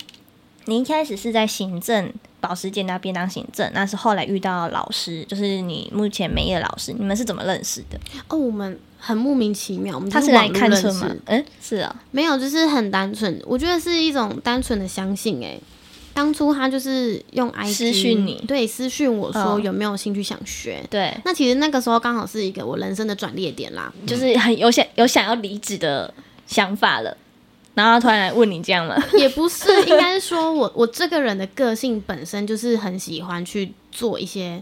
[SPEAKER 1] 你一开始是在行政保时捷那边当行政，那是后来遇到老师，就是你目前美业的老师，你们是怎么认识的？
[SPEAKER 3] 哦，我们很莫名其妙，我们
[SPEAKER 1] 他
[SPEAKER 3] 就是
[SPEAKER 1] 来
[SPEAKER 3] 网络
[SPEAKER 1] 看
[SPEAKER 3] 认
[SPEAKER 1] 村
[SPEAKER 3] 识
[SPEAKER 1] 吗？嗯，是啊，
[SPEAKER 3] 没有，就是很单纯，我觉得是一种单纯的相信、欸。当初他就是用 IG
[SPEAKER 1] 私讯你
[SPEAKER 3] 对，私讯我说
[SPEAKER 1] 嗯
[SPEAKER 3] 有没有兴趣想学。
[SPEAKER 1] 对，
[SPEAKER 3] 那其实那个时候刚好是一个我人生的转捩点啦，
[SPEAKER 1] 就是很有想有想要离职的想法了，然后他突然来问你这样了，
[SPEAKER 3] <laughs> 也不是，应该是说我我这个人的个性本身就是很喜欢去做一些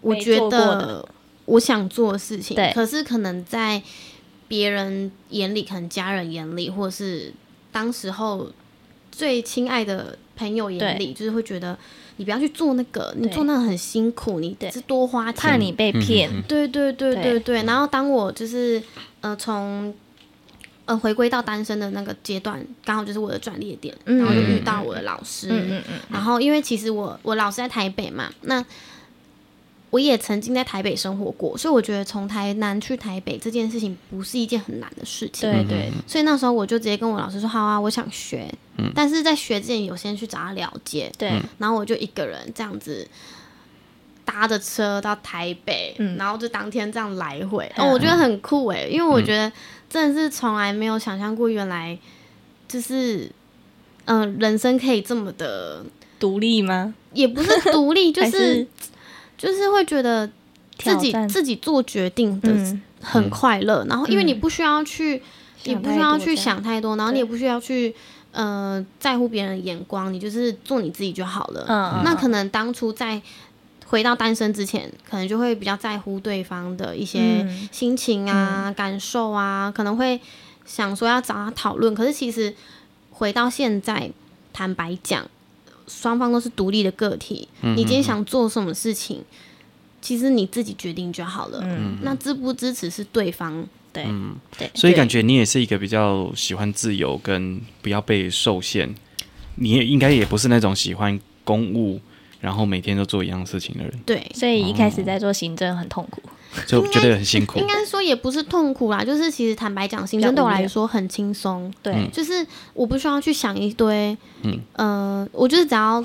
[SPEAKER 3] 我
[SPEAKER 1] 没
[SPEAKER 3] 觉
[SPEAKER 1] 做过
[SPEAKER 3] 得
[SPEAKER 1] 的
[SPEAKER 3] 我想做的事情
[SPEAKER 1] 对，
[SPEAKER 3] 可是可能在别人眼里，可能家人眼里，或是当时候最亲爱的朋友眼里，就是会觉得你不要去做那个，你
[SPEAKER 1] 对
[SPEAKER 3] 做那个很辛苦，你
[SPEAKER 1] 对
[SPEAKER 3] 是多花
[SPEAKER 1] 怕
[SPEAKER 3] 钱，
[SPEAKER 1] 你
[SPEAKER 2] 嗯
[SPEAKER 1] 被骗，
[SPEAKER 3] 对对对
[SPEAKER 1] 对
[SPEAKER 3] 对对。然后当我就是呃从呃回归到单身的那个阶段，刚好就是我的转捩点，
[SPEAKER 1] 嗯
[SPEAKER 3] 然后就遇到我的老师。
[SPEAKER 1] 嗯嗯嗯，
[SPEAKER 3] 然后因为其实我我老师在台北嘛，那我也曾经在台北生活过，所以我觉得从台南去台北这件事情不是一件很难的事情。
[SPEAKER 1] 对
[SPEAKER 2] 嗯
[SPEAKER 1] 对
[SPEAKER 3] 所以那时候我就直接跟我老师说：“好啊，我想学。
[SPEAKER 1] 嗯
[SPEAKER 3] 但是在学之前，有先去找他了解，
[SPEAKER 1] 对，
[SPEAKER 2] 嗯
[SPEAKER 3] 然后我就一个人这样子搭着车到台北，
[SPEAKER 1] 嗯
[SPEAKER 3] 然后就当天这样来回，
[SPEAKER 1] 嗯
[SPEAKER 3] 哦，我觉得很酷诶，因为我觉得真的是从来没有想象过，原来就是嗯、呃人生可以这么的，
[SPEAKER 1] 独立吗？
[SPEAKER 3] 也不是
[SPEAKER 1] <laughs>
[SPEAKER 3] 独立，就
[SPEAKER 1] 还
[SPEAKER 3] 是就是会觉得自己
[SPEAKER 1] 挑战
[SPEAKER 3] 自己做决定的
[SPEAKER 1] 嗯，
[SPEAKER 3] 很快乐，然后因为
[SPEAKER 1] 嗯
[SPEAKER 3] 你不需要去，你
[SPEAKER 1] 想
[SPEAKER 3] 不
[SPEAKER 1] 太
[SPEAKER 3] 需要
[SPEAKER 1] 多
[SPEAKER 3] 去
[SPEAKER 1] 这样
[SPEAKER 3] 想太多，然后
[SPEAKER 1] 对
[SPEAKER 3] 你也不需要去呃在乎别人的眼光，你就是做你自己就好了。
[SPEAKER 1] 嗯，
[SPEAKER 3] 那可能当初在回到单身之前，可能就会比较在乎对方的一些
[SPEAKER 1] 嗯
[SPEAKER 3] 心情啊、感受啊，可能会想说要找他讨论。可是其实回到现在，坦白讲，双方都是独立的个体。
[SPEAKER 1] 嗯
[SPEAKER 3] 你今天想做什么事情，其实你自己决定就好了。
[SPEAKER 1] 嗯
[SPEAKER 3] 那支不支持是对方。
[SPEAKER 1] 对
[SPEAKER 2] 嗯
[SPEAKER 1] 对，
[SPEAKER 2] 所以
[SPEAKER 3] 对
[SPEAKER 2] 感觉你也是一个比较喜欢自由跟不要被受限，你也应该也不是那种喜欢公务，然后每天都做一样事
[SPEAKER 1] <laughs>
[SPEAKER 2] 情的人，
[SPEAKER 3] 对，
[SPEAKER 1] 所以一开
[SPEAKER 2] 哦
[SPEAKER 1] 始在做行政很痛苦，
[SPEAKER 2] 就觉得很辛苦
[SPEAKER 3] 应。该说也不是痛苦啦，就是其实坦白讲，行
[SPEAKER 1] 比较
[SPEAKER 3] 政对我
[SPEAKER 1] 无
[SPEAKER 3] 来
[SPEAKER 1] 聊嗯
[SPEAKER 3] 说很轻松。
[SPEAKER 2] 嗯
[SPEAKER 1] 对，
[SPEAKER 3] 就是我不需要去想一堆，
[SPEAKER 1] 嗯
[SPEAKER 3] 呃，我就是只要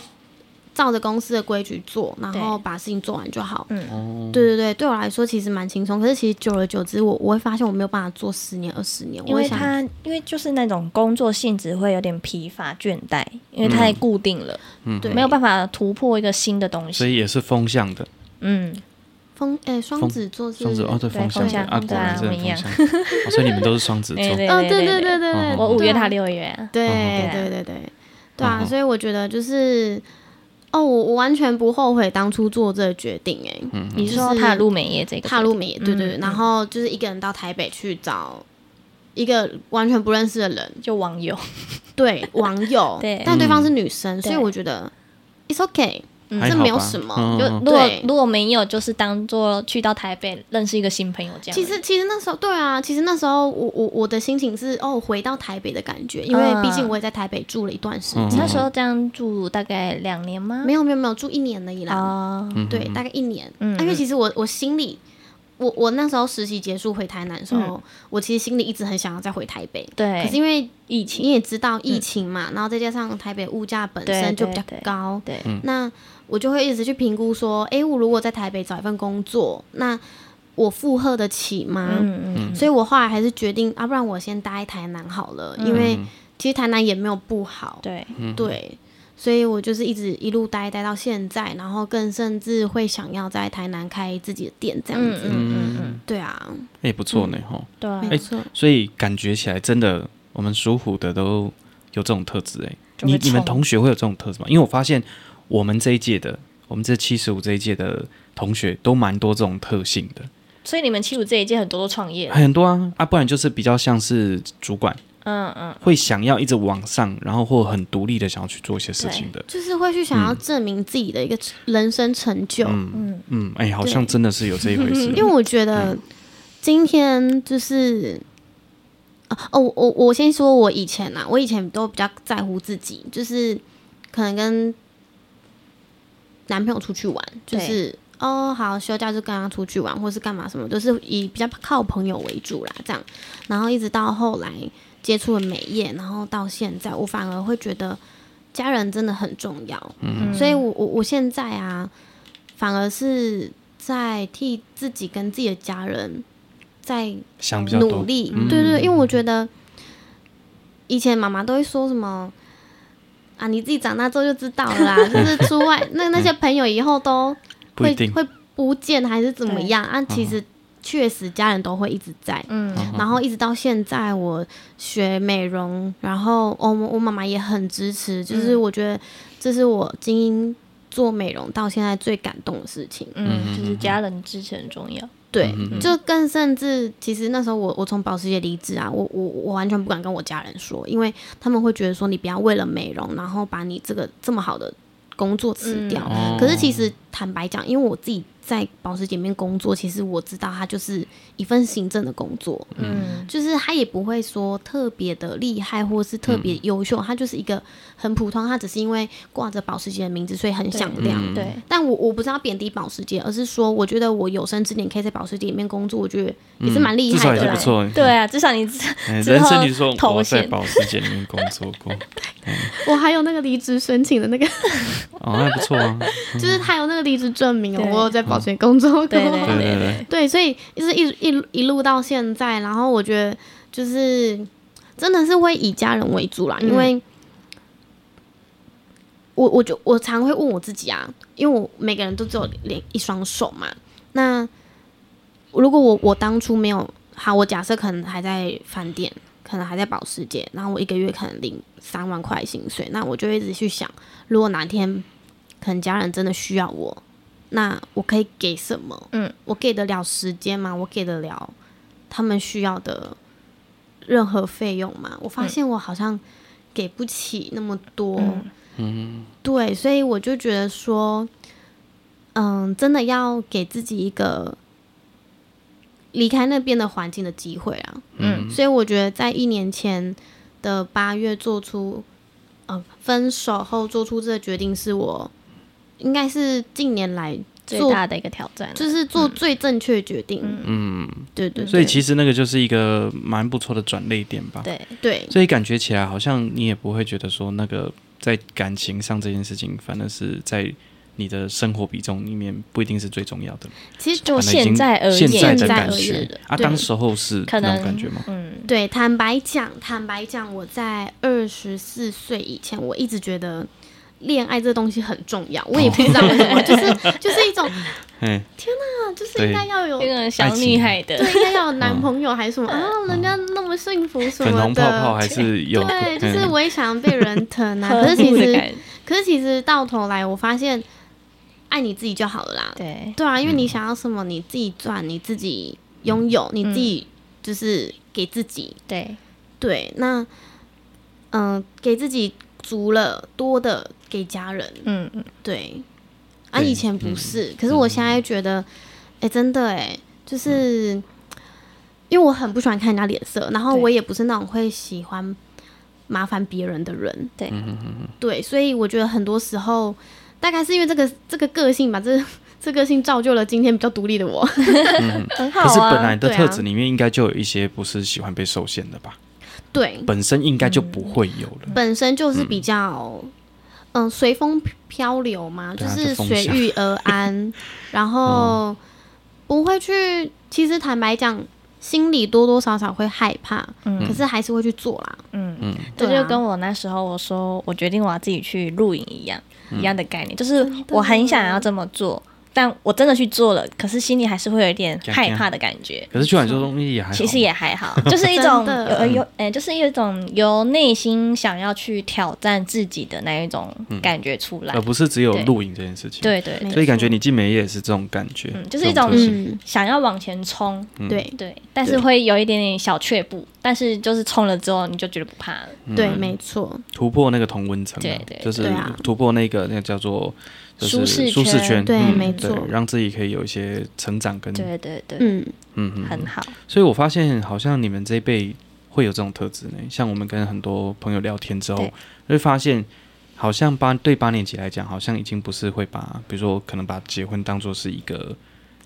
[SPEAKER 3] 照着公司的规矩做，然后把事情做完就好。
[SPEAKER 1] 嗯
[SPEAKER 2] 哦，
[SPEAKER 3] 对对对，对我来说其实蛮轻松，可是其实久而久之我，我会发现我没有办法做十年、二十年，我
[SPEAKER 1] 因
[SPEAKER 3] 会
[SPEAKER 1] 为
[SPEAKER 3] 想，
[SPEAKER 1] 他因为就是那种工作性质会有点疲乏倦怠，因为
[SPEAKER 2] 嗯
[SPEAKER 1] 太固定了，
[SPEAKER 3] 对，
[SPEAKER 1] 没有办法突破一个新的东
[SPEAKER 2] 所
[SPEAKER 1] 西，
[SPEAKER 2] 以也是风向的，
[SPEAKER 1] 嗯，
[SPEAKER 3] 风，哎、双
[SPEAKER 2] 风
[SPEAKER 3] 子座是，
[SPEAKER 2] 双子哦，
[SPEAKER 1] 对
[SPEAKER 2] 对风向
[SPEAKER 1] 风
[SPEAKER 2] 的
[SPEAKER 1] 向
[SPEAKER 2] 啊，
[SPEAKER 1] 对
[SPEAKER 2] 果然
[SPEAKER 1] 啊
[SPEAKER 2] 是
[SPEAKER 1] 我们
[SPEAKER 2] 很
[SPEAKER 1] 一
[SPEAKER 2] 风
[SPEAKER 1] 样
[SPEAKER 2] 向、哦所以你们都是双子
[SPEAKER 1] <laughs>
[SPEAKER 2] 座
[SPEAKER 1] 对，对
[SPEAKER 3] 哦，对对对
[SPEAKER 1] 对
[SPEAKER 3] 对
[SPEAKER 2] 哦
[SPEAKER 3] 对，
[SPEAKER 1] 我五
[SPEAKER 3] 对
[SPEAKER 1] 月
[SPEAKER 3] 啊
[SPEAKER 1] 他六月啊，
[SPEAKER 3] 对
[SPEAKER 1] 对
[SPEAKER 3] 对对对，对啊，
[SPEAKER 2] 嗯
[SPEAKER 3] 所以我觉得就是，哦，我我完全不后悔当初做这个决定、哎、
[SPEAKER 2] 嗯
[SPEAKER 1] 你说
[SPEAKER 3] 就是
[SPEAKER 1] 踏入美业这个
[SPEAKER 3] 踏入美业，对对对，
[SPEAKER 1] 嗯
[SPEAKER 3] 然后就是一个人到台北去找一个完全不认识的人，
[SPEAKER 1] 就网
[SPEAKER 3] <laughs>
[SPEAKER 1] 友，
[SPEAKER 3] 对网友，
[SPEAKER 1] <laughs> 对
[SPEAKER 2] 嗯
[SPEAKER 1] 嗯
[SPEAKER 3] 但对方是女生，所以
[SPEAKER 1] 对
[SPEAKER 3] 我觉得 it's okay，
[SPEAKER 1] 嗯
[SPEAKER 2] 还
[SPEAKER 3] 这
[SPEAKER 2] 好
[SPEAKER 3] 没有
[SPEAKER 2] 吧
[SPEAKER 3] 什么
[SPEAKER 2] 嗯
[SPEAKER 1] 就
[SPEAKER 2] 嗯嗯
[SPEAKER 1] 如果
[SPEAKER 3] 对
[SPEAKER 1] 如果没有，就是当做去到台北认识一个新朋友 <laughs> 这样。
[SPEAKER 3] 其实其实那时候对啊，其实那时候我我我的心情是哦回到台北的感觉，因为
[SPEAKER 1] 嗯
[SPEAKER 3] 毕竟我也在台北住了一段时
[SPEAKER 1] 你
[SPEAKER 2] 嗯
[SPEAKER 3] 间，
[SPEAKER 1] 那时候这样住大概两年吗？
[SPEAKER 3] 没有没有没有住一年的以来，
[SPEAKER 1] 啊，
[SPEAKER 3] 对，大概一年，
[SPEAKER 1] 嗯
[SPEAKER 3] 啊因为其实我我心里。我我那时候实习结束回台南的时
[SPEAKER 1] 嗯
[SPEAKER 3] 候，我其实心里一直很想要再回台北，
[SPEAKER 1] 对，
[SPEAKER 3] 可是因为
[SPEAKER 1] 疫情，
[SPEAKER 3] 你也知道疫情嘛，然后再加上台北物价本
[SPEAKER 1] 嗯对
[SPEAKER 3] 身就比较
[SPEAKER 1] 对对嗯
[SPEAKER 3] 高，
[SPEAKER 1] 对，
[SPEAKER 2] 嗯
[SPEAKER 3] 那我就会一直去评估说，诶，我如果在台北找一份工作，那我负荷得起吗？
[SPEAKER 1] 嗯嗯，
[SPEAKER 3] 所以我后来还是决定，啊，不然我先待在台南好了，因为其实台南也没有不好，
[SPEAKER 1] 嗯对，
[SPEAKER 3] 对所以我就是一直一路待待到现在，然后更甚至会想要在台南开自己的店这
[SPEAKER 1] 嗯
[SPEAKER 3] 样子，
[SPEAKER 1] 嗯嗯嗯，
[SPEAKER 3] 对啊，
[SPEAKER 2] 也不错呢吼。
[SPEAKER 1] 对啊，
[SPEAKER 3] 没错，
[SPEAKER 2] 所以感觉起来真的，我们属虎的都有这种特质哎、
[SPEAKER 1] 就会
[SPEAKER 2] 你你们
[SPEAKER 1] 冲
[SPEAKER 2] 同学会有这种特质吗？因为我发现我们这一届的，我们这七十五这一届的同学都蛮多这种特性的，
[SPEAKER 1] 所以你们七五这一届很多都创业了，
[SPEAKER 2] 很多啊啊，不然就是比较像是主管
[SPEAKER 1] 嗯嗯，
[SPEAKER 2] 会想要一直往上，然后或很独立的想要去做一些事情的。
[SPEAKER 3] 就是会去想要
[SPEAKER 1] 嗯
[SPEAKER 3] 证明自己的一个人生成就，
[SPEAKER 2] 嗯嗯，哎、好像真的是有这一回事。
[SPEAKER 1] <laughs>
[SPEAKER 3] 因为我觉得今天就是，啊哦，我我我先说，我以前啊，我以前都比较在乎自己，就是可能跟男朋友出去玩，就
[SPEAKER 1] 对
[SPEAKER 3] 是哦好休假就跟他出去玩，或是干嘛什么，都、是以比较靠朋友为主啦，这样。然后一直到后来接触了美业，然后到现在，我反而会觉得家人真的很重要。
[SPEAKER 1] 嗯
[SPEAKER 3] 所以我我我现在啊，反而是在替自己跟自己的家人在
[SPEAKER 2] 想比较多
[SPEAKER 3] 努，力，
[SPEAKER 2] 嗯
[SPEAKER 3] 对对，因为我觉得以前妈妈都会说什么。啊，你自己长大之后就知道了
[SPEAKER 2] <laughs>
[SPEAKER 3] 啦。就是出外那那些朋友以后都
[SPEAKER 2] 不
[SPEAKER 3] 会
[SPEAKER 2] 一定。嗯
[SPEAKER 3] 会不见还是怎么样啊？其实确实家人都会一直在，
[SPEAKER 1] 嗯
[SPEAKER 2] 哦
[SPEAKER 3] 然后一直到现在我学美容，然后哦我我妈妈也很支持，就是我觉得这是我精英做美容到现在最感动的事情。
[SPEAKER 1] 嗯，就是家人支持很重要。
[SPEAKER 3] 对，
[SPEAKER 2] 嗯
[SPEAKER 3] 就更甚至，其实那时候我我从保时捷离职啊，我我我完全不敢跟我家人说，因为他们会觉得说你不要为了美容，然后把你这个这么好的工作辞掉。
[SPEAKER 2] 嗯哦
[SPEAKER 3] 可是其实坦白讲，因为我自己在保时捷里面工作，其实我知道它就是一份行政的工作，
[SPEAKER 1] 嗯
[SPEAKER 3] 就是他也不会说特别的厉害或是特
[SPEAKER 2] 嗯
[SPEAKER 3] 别优秀，他就是一个很普通，他只是因为挂着保时捷的名字，所以很响亮。
[SPEAKER 2] 嗯
[SPEAKER 1] 对，
[SPEAKER 3] 但我我不是要贬低保时捷，而是说我觉得我有生之年可以在保时捷里面工作，我觉得也是蛮厉
[SPEAKER 2] 嗯至
[SPEAKER 3] 害
[SPEAKER 2] 少
[SPEAKER 3] 的
[SPEAKER 2] 也是
[SPEAKER 3] 啦。
[SPEAKER 2] 不错。
[SPEAKER 1] 对啊，至少你知
[SPEAKER 2] 哎
[SPEAKER 1] 之
[SPEAKER 2] 人
[SPEAKER 1] 后
[SPEAKER 2] 生你说
[SPEAKER 1] 头
[SPEAKER 2] 我在
[SPEAKER 1] 衔
[SPEAKER 2] 保时捷里面工作过，
[SPEAKER 3] <laughs> 我还有那个离职申请的那个， <laughs>
[SPEAKER 2] 哦，那不
[SPEAKER 1] <laughs>
[SPEAKER 2] 错啊。
[SPEAKER 3] 就是还有那个离职证明哦，
[SPEAKER 1] 对
[SPEAKER 3] 我有在保时捷工作过。
[SPEAKER 1] 对对
[SPEAKER 2] 对对对，
[SPEAKER 3] 对，所以就是一一一路到现在，然后我觉得就是真的是会以家人为主啦，
[SPEAKER 1] 嗯
[SPEAKER 3] 因为我我就我常会问我自己啊，因为我每个人都只有两一双手嘛，那如果我我当初没有好，我假设可能还在饭店，可能还在保时捷，然后我一个月可能领三万块薪水，那我就一直去想，如果哪天可能家人真的需要我，那我可以给什么？
[SPEAKER 1] 嗯，
[SPEAKER 3] 我给得了时间吗？我给得了他们需要的任何费用吗？我发现我好像给不起那么多，
[SPEAKER 1] 嗯
[SPEAKER 3] 对，所以我就觉得说，嗯，真的要给自己一个离开那边的环境的机会啊。
[SPEAKER 1] 嗯
[SPEAKER 3] 所以我觉得在一年前的八月做出，呃，分手后做出这个决定，是我应该是近年来
[SPEAKER 1] 最
[SPEAKER 3] 做
[SPEAKER 1] 大的一个挑战了，啊
[SPEAKER 3] 就是做最正确的决定。嗯，对对对
[SPEAKER 2] 所以其实那个就是一个蛮不错的转捩点吧。
[SPEAKER 1] 对
[SPEAKER 3] 对
[SPEAKER 2] 所以感觉起来好像你也不会觉得说那个在感情上这件事情，反而是在你的生活比重里面不一定是最重要的。
[SPEAKER 3] 其实
[SPEAKER 1] 就
[SPEAKER 2] 反正已
[SPEAKER 1] 现
[SPEAKER 2] 经
[SPEAKER 1] 在而言，
[SPEAKER 2] 现在的
[SPEAKER 3] 在
[SPEAKER 2] 感
[SPEAKER 3] 而言
[SPEAKER 2] 觉
[SPEAKER 3] 的
[SPEAKER 2] 啊，
[SPEAKER 3] 对
[SPEAKER 2] 当时候是
[SPEAKER 1] 可
[SPEAKER 2] 那
[SPEAKER 1] 能
[SPEAKER 2] 种
[SPEAKER 1] <laughs>
[SPEAKER 2] 感觉吗？
[SPEAKER 1] 嗯
[SPEAKER 3] 对，坦白讲，坦白讲，我在二十四岁以前，我一直觉得恋爱这东西很重要，我也不知道为什么，就是就是一种
[SPEAKER 2] 嗯，
[SPEAKER 3] 啊，就是应该要有
[SPEAKER 1] 那个小女孩的，
[SPEAKER 3] 对，应该要有男朋友还是什么、啊？人家那么幸福什么
[SPEAKER 2] 粉
[SPEAKER 3] 的，
[SPEAKER 2] 红泡泡还是有，
[SPEAKER 3] 对，就是
[SPEAKER 2] 嗯
[SPEAKER 3] 我也想被人疼
[SPEAKER 1] <laughs>
[SPEAKER 3] 啊。
[SPEAKER 1] 呵护
[SPEAKER 3] 可是其
[SPEAKER 1] 的
[SPEAKER 3] 实，
[SPEAKER 1] 感觉
[SPEAKER 3] 可是其实到头来，我发现爱你自己就好了啦。
[SPEAKER 1] 对
[SPEAKER 3] 对啊，因为你想要什么，你自己赚，你自己拥有，你自己就是给自己。
[SPEAKER 1] 对
[SPEAKER 3] 对，那嗯、呃给自己足了多的给家人。
[SPEAKER 1] 嗯嗯
[SPEAKER 3] 对，啊，
[SPEAKER 2] 对
[SPEAKER 3] 以前不是，可是我现在觉得，哎、真的哎、就是、因为我很不喜欢看人家脸色，然后
[SPEAKER 1] 对
[SPEAKER 3] 我也不是那种会喜欢麻烦别人的人，
[SPEAKER 1] 对
[SPEAKER 2] 嗯
[SPEAKER 3] 对，所以我觉得很多时候，大概是因为这个这个个性吧，这这个性造就了今天比较独立的我。
[SPEAKER 1] 很好
[SPEAKER 2] 可是本
[SPEAKER 1] 啊
[SPEAKER 2] 来，的
[SPEAKER 3] 对啊
[SPEAKER 2] 特质里面应该就有一些不是喜欢被受限的吧，
[SPEAKER 3] 对，
[SPEAKER 2] 本身应该就不会有了。
[SPEAKER 3] 本身就是比较。嗯，随风漂流嘛，就
[SPEAKER 2] 对啊
[SPEAKER 3] 是
[SPEAKER 2] 这风
[SPEAKER 3] 随
[SPEAKER 2] 向
[SPEAKER 3] 遇而
[SPEAKER 2] <laughs>
[SPEAKER 3] 安，然后不会去。其实坦白讲，心里多多少少会害怕，可是还是会去做啦。
[SPEAKER 1] 嗯，
[SPEAKER 2] 嗯，
[SPEAKER 1] 这
[SPEAKER 3] 对啊
[SPEAKER 1] 就跟我那时候我说我决定我要自己去露营一样
[SPEAKER 2] 嗯
[SPEAKER 1] 一样的概念，就是我很想要这么做，但我真的去做了，可是心里还是会有一点
[SPEAKER 2] 怕
[SPEAKER 1] 害怕的感觉。
[SPEAKER 2] 可是去完这东嗯西也还好
[SPEAKER 1] 其实也还好， <laughs> 就是一种
[SPEAKER 3] 真的
[SPEAKER 1] 有呃有诶、就是有一种由内心想要去挑战自己的那一种
[SPEAKER 2] 嗯
[SPEAKER 1] 感觉出来。
[SPEAKER 2] 而不是只有
[SPEAKER 1] 对
[SPEAKER 2] 露营这件事情。，
[SPEAKER 1] 对对
[SPEAKER 3] 没
[SPEAKER 1] 对，
[SPEAKER 2] 所以感觉你进美业也是这种感觉
[SPEAKER 1] 嗯，就是一
[SPEAKER 2] 这
[SPEAKER 1] 种
[SPEAKER 2] 特性嗯
[SPEAKER 3] 嗯，
[SPEAKER 1] 想要往前冲，
[SPEAKER 3] 对
[SPEAKER 1] 对，但是会有一点点小却步，但是就是冲了之后你就觉得不怕了。
[SPEAKER 2] 嗯
[SPEAKER 3] 对，没错，
[SPEAKER 2] 突破那个同温层啊，
[SPEAKER 1] 对对
[SPEAKER 2] 就是
[SPEAKER 3] 对啊
[SPEAKER 2] 突破那个那个叫做就是
[SPEAKER 1] 舒适
[SPEAKER 2] 舒适
[SPEAKER 1] 圈
[SPEAKER 2] 圈，
[SPEAKER 3] 对，
[SPEAKER 2] 嗯
[SPEAKER 3] 没
[SPEAKER 2] 对
[SPEAKER 3] 错，，
[SPEAKER 2] 让自己可以有一些成长跟
[SPEAKER 1] 对对对，
[SPEAKER 3] 嗯，
[SPEAKER 2] 嗯嗯，
[SPEAKER 1] 很好。
[SPEAKER 2] 所以我发现好像你们这一辈会有这种特质呢。像我们跟很多朋友聊天之后
[SPEAKER 1] 对，
[SPEAKER 2] 会发现好像八对八年级来讲，好像已经不是会把，比如说可能把结婚当做是一个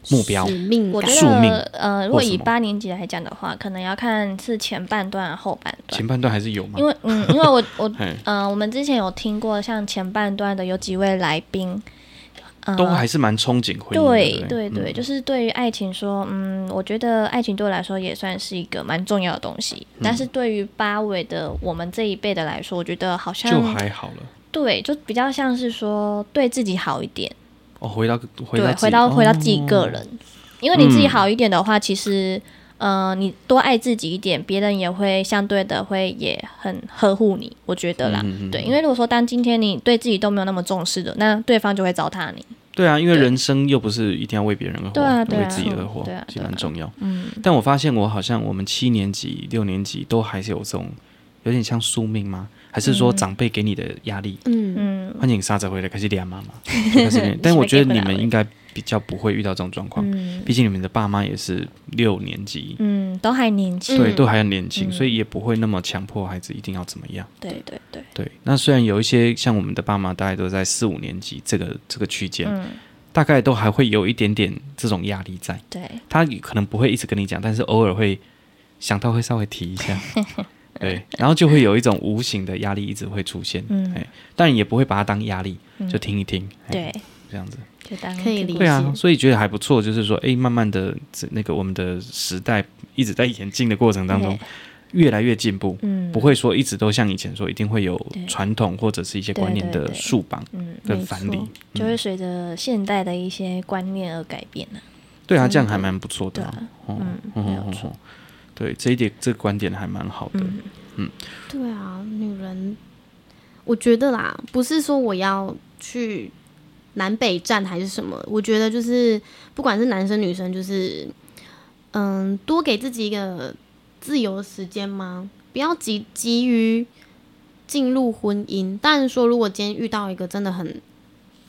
[SPEAKER 2] 目标
[SPEAKER 3] 使，命
[SPEAKER 1] 我
[SPEAKER 3] 感
[SPEAKER 1] 觉
[SPEAKER 2] 宿命
[SPEAKER 1] 得，呃，如果
[SPEAKER 2] 或什
[SPEAKER 1] 以
[SPEAKER 2] 么
[SPEAKER 1] 八年级来讲的话，可能要看是前半段后半段
[SPEAKER 2] 前，半段还是有嘛
[SPEAKER 1] 因。为嗯，因为我我
[SPEAKER 2] 嘿
[SPEAKER 1] 呃，我们之前有听过像前半段的有几位来宾，呃，
[SPEAKER 2] 都还是蛮憧憬婚姻的，
[SPEAKER 1] 对
[SPEAKER 2] 不
[SPEAKER 1] 对对，
[SPEAKER 2] 嗯
[SPEAKER 1] 就是对于爱情说，嗯，我觉得爱情对我来说也算是一个蛮重
[SPEAKER 2] 嗯
[SPEAKER 1] 要的东西，但是对于八尾的我们这一辈的来说，我觉得好像
[SPEAKER 2] 就还好了。
[SPEAKER 1] 对，就比较像是说对自己好一点，
[SPEAKER 2] 哦，回到回到
[SPEAKER 1] 对，
[SPEAKER 2] 自己
[SPEAKER 1] 回到回到自己个
[SPEAKER 2] 哦
[SPEAKER 1] 人，因为你自己
[SPEAKER 2] 嗯
[SPEAKER 1] 好一点的话，其实。呃，你多爱自己一点，别人也会相对的会也很呵护你，我觉得啦。
[SPEAKER 2] 嗯嗯嗯
[SPEAKER 1] 对，因为如果说当今天你对自己都没有那么重视的，那对方就会糟蹋你。
[SPEAKER 2] 对啊，因为
[SPEAKER 1] 对
[SPEAKER 2] 人生又不是一定要为别人而活，
[SPEAKER 1] 对啊对啊
[SPEAKER 2] 为自己而活，
[SPEAKER 1] 对啊
[SPEAKER 2] 其实
[SPEAKER 1] 对啊
[SPEAKER 2] 蛮重要。
[SPEAKER 1] 嗯，
[SPEAKER 2] 但我发现我好像我们七年级、六年级都还是有这种，有点像宿命吗？还是说
[SPEAKER 1] 嗯
[SPEAKER 2] 长辈给你的压力？
[SPEAKER 3] 嗯，
[SPEAKER 1] 嗯
[SPEAKER 2] 欢迎沙子回来，开始
[SPEAKER 1] <laughs>
[SPEAKER 2] 俩妈妈。就开始念但我觉得你们应该比较不会遇到这种状况，
[SPEAKER 1] 嗯
[SPEAKER 2] 毕竟你们的爸妈也是六年级，
[SPEAKER 1] 嗯，都还年轻。
[SPEAKER 2] 对，
[SPEAKER 3] 嗯
[SPEAKER 2] 都还很年轻，
[SPEAKER 1] 嗯
[SPEAKER 2] 所以也不会那么强迫孩子一定要怎么样。
[SPEAKER 1] 对对对，
[SPEAKER 2] 对，那虽然有一些像我们的爸妈，大概都在四五年级这个这个区间，
[SPEAKER 1] 嗯，
[SPEAKER 2] 大概都还会有一点点这种压力在。
[SPEAKER 1] 对，
[SPEAKER 2] 他可能不会一直跟你讲，但是偶尔会想到会稍微提
[SPEAKER 1] <laughs>
[SPEAKER 2] 一下，对，然后就会有一种无形的压力一直会出现，
[SPEAKER 1] 嗯
[SPEAKER 2] 哎，但也不会把它当压力，
[SPEAKER 1] 嗯
[SPEAKER 2] 就听一听，哎，
[SPEAKER 1] 对，
[SPEAKER 2] 这样子，
[SPEAKER 1] 就当
[SPEAKER 3] 可以理
[SPEAKER 2] 对啊
[SPEAKER 3] 解，
[SPEAKER 2] 所以觉得还不错，就是说，哎，慢慢的那个我们的时代一直在演进的过程当中
[SPEAKER 1] 对，
[SPEAKER 2] 越来越进步。
[SPEAKER 1] 嗯，
[SPEAKER 2] 不会说一直都像以前说一定会有
[SPEAKER 1] 对
[SPEAKER 2] 传统或者是一些观念
[SPEAKER 1] 对对
[SPEAKER 2] 的
[SPEAKER 1] 对
[SPEAKER 2] 束绑
[SPEAKER 1] 嗯，
[SPEAKER 2] 跟
[SPEAKER 3] 没
[SPEAKER 2] 藩篱
[SPEAKER 3] 错，
[SPEAKER 1] 就会随着现代的一些观念而改变呢、
[SPEAKER 2] 对啊，
[SPEAKER 1] 真
[SPEAKER 2] 这样还
[SPEAKER 1] 的
[SPEAKER 2] 蛮不错的
[SPEAKER 1] 对
[SPEAKER 2] 啊、
[SPEAKER 1] 啊
[SPEAKER 2] 哦，
[SPEAKER 1] 嗯
[SPEAKER 2] 哦
[SPEAKER 1] 没有
[SPEAKER 2] 哦
[SPEAKER 1] 错
[SPEAKER 2] 哦对这一点这个观点还蛮好的，
[SPEAKER 1] 嗯
[SPEAKER 3] 对啊，女人，我觉得啦，不是说我要去南北站还是什么，我觉得就是不管是男生女生，就是嗯，多给自己一个自由的时间嘛，不要急急于进入婚姻。但是说，如果今天遇到一个真的很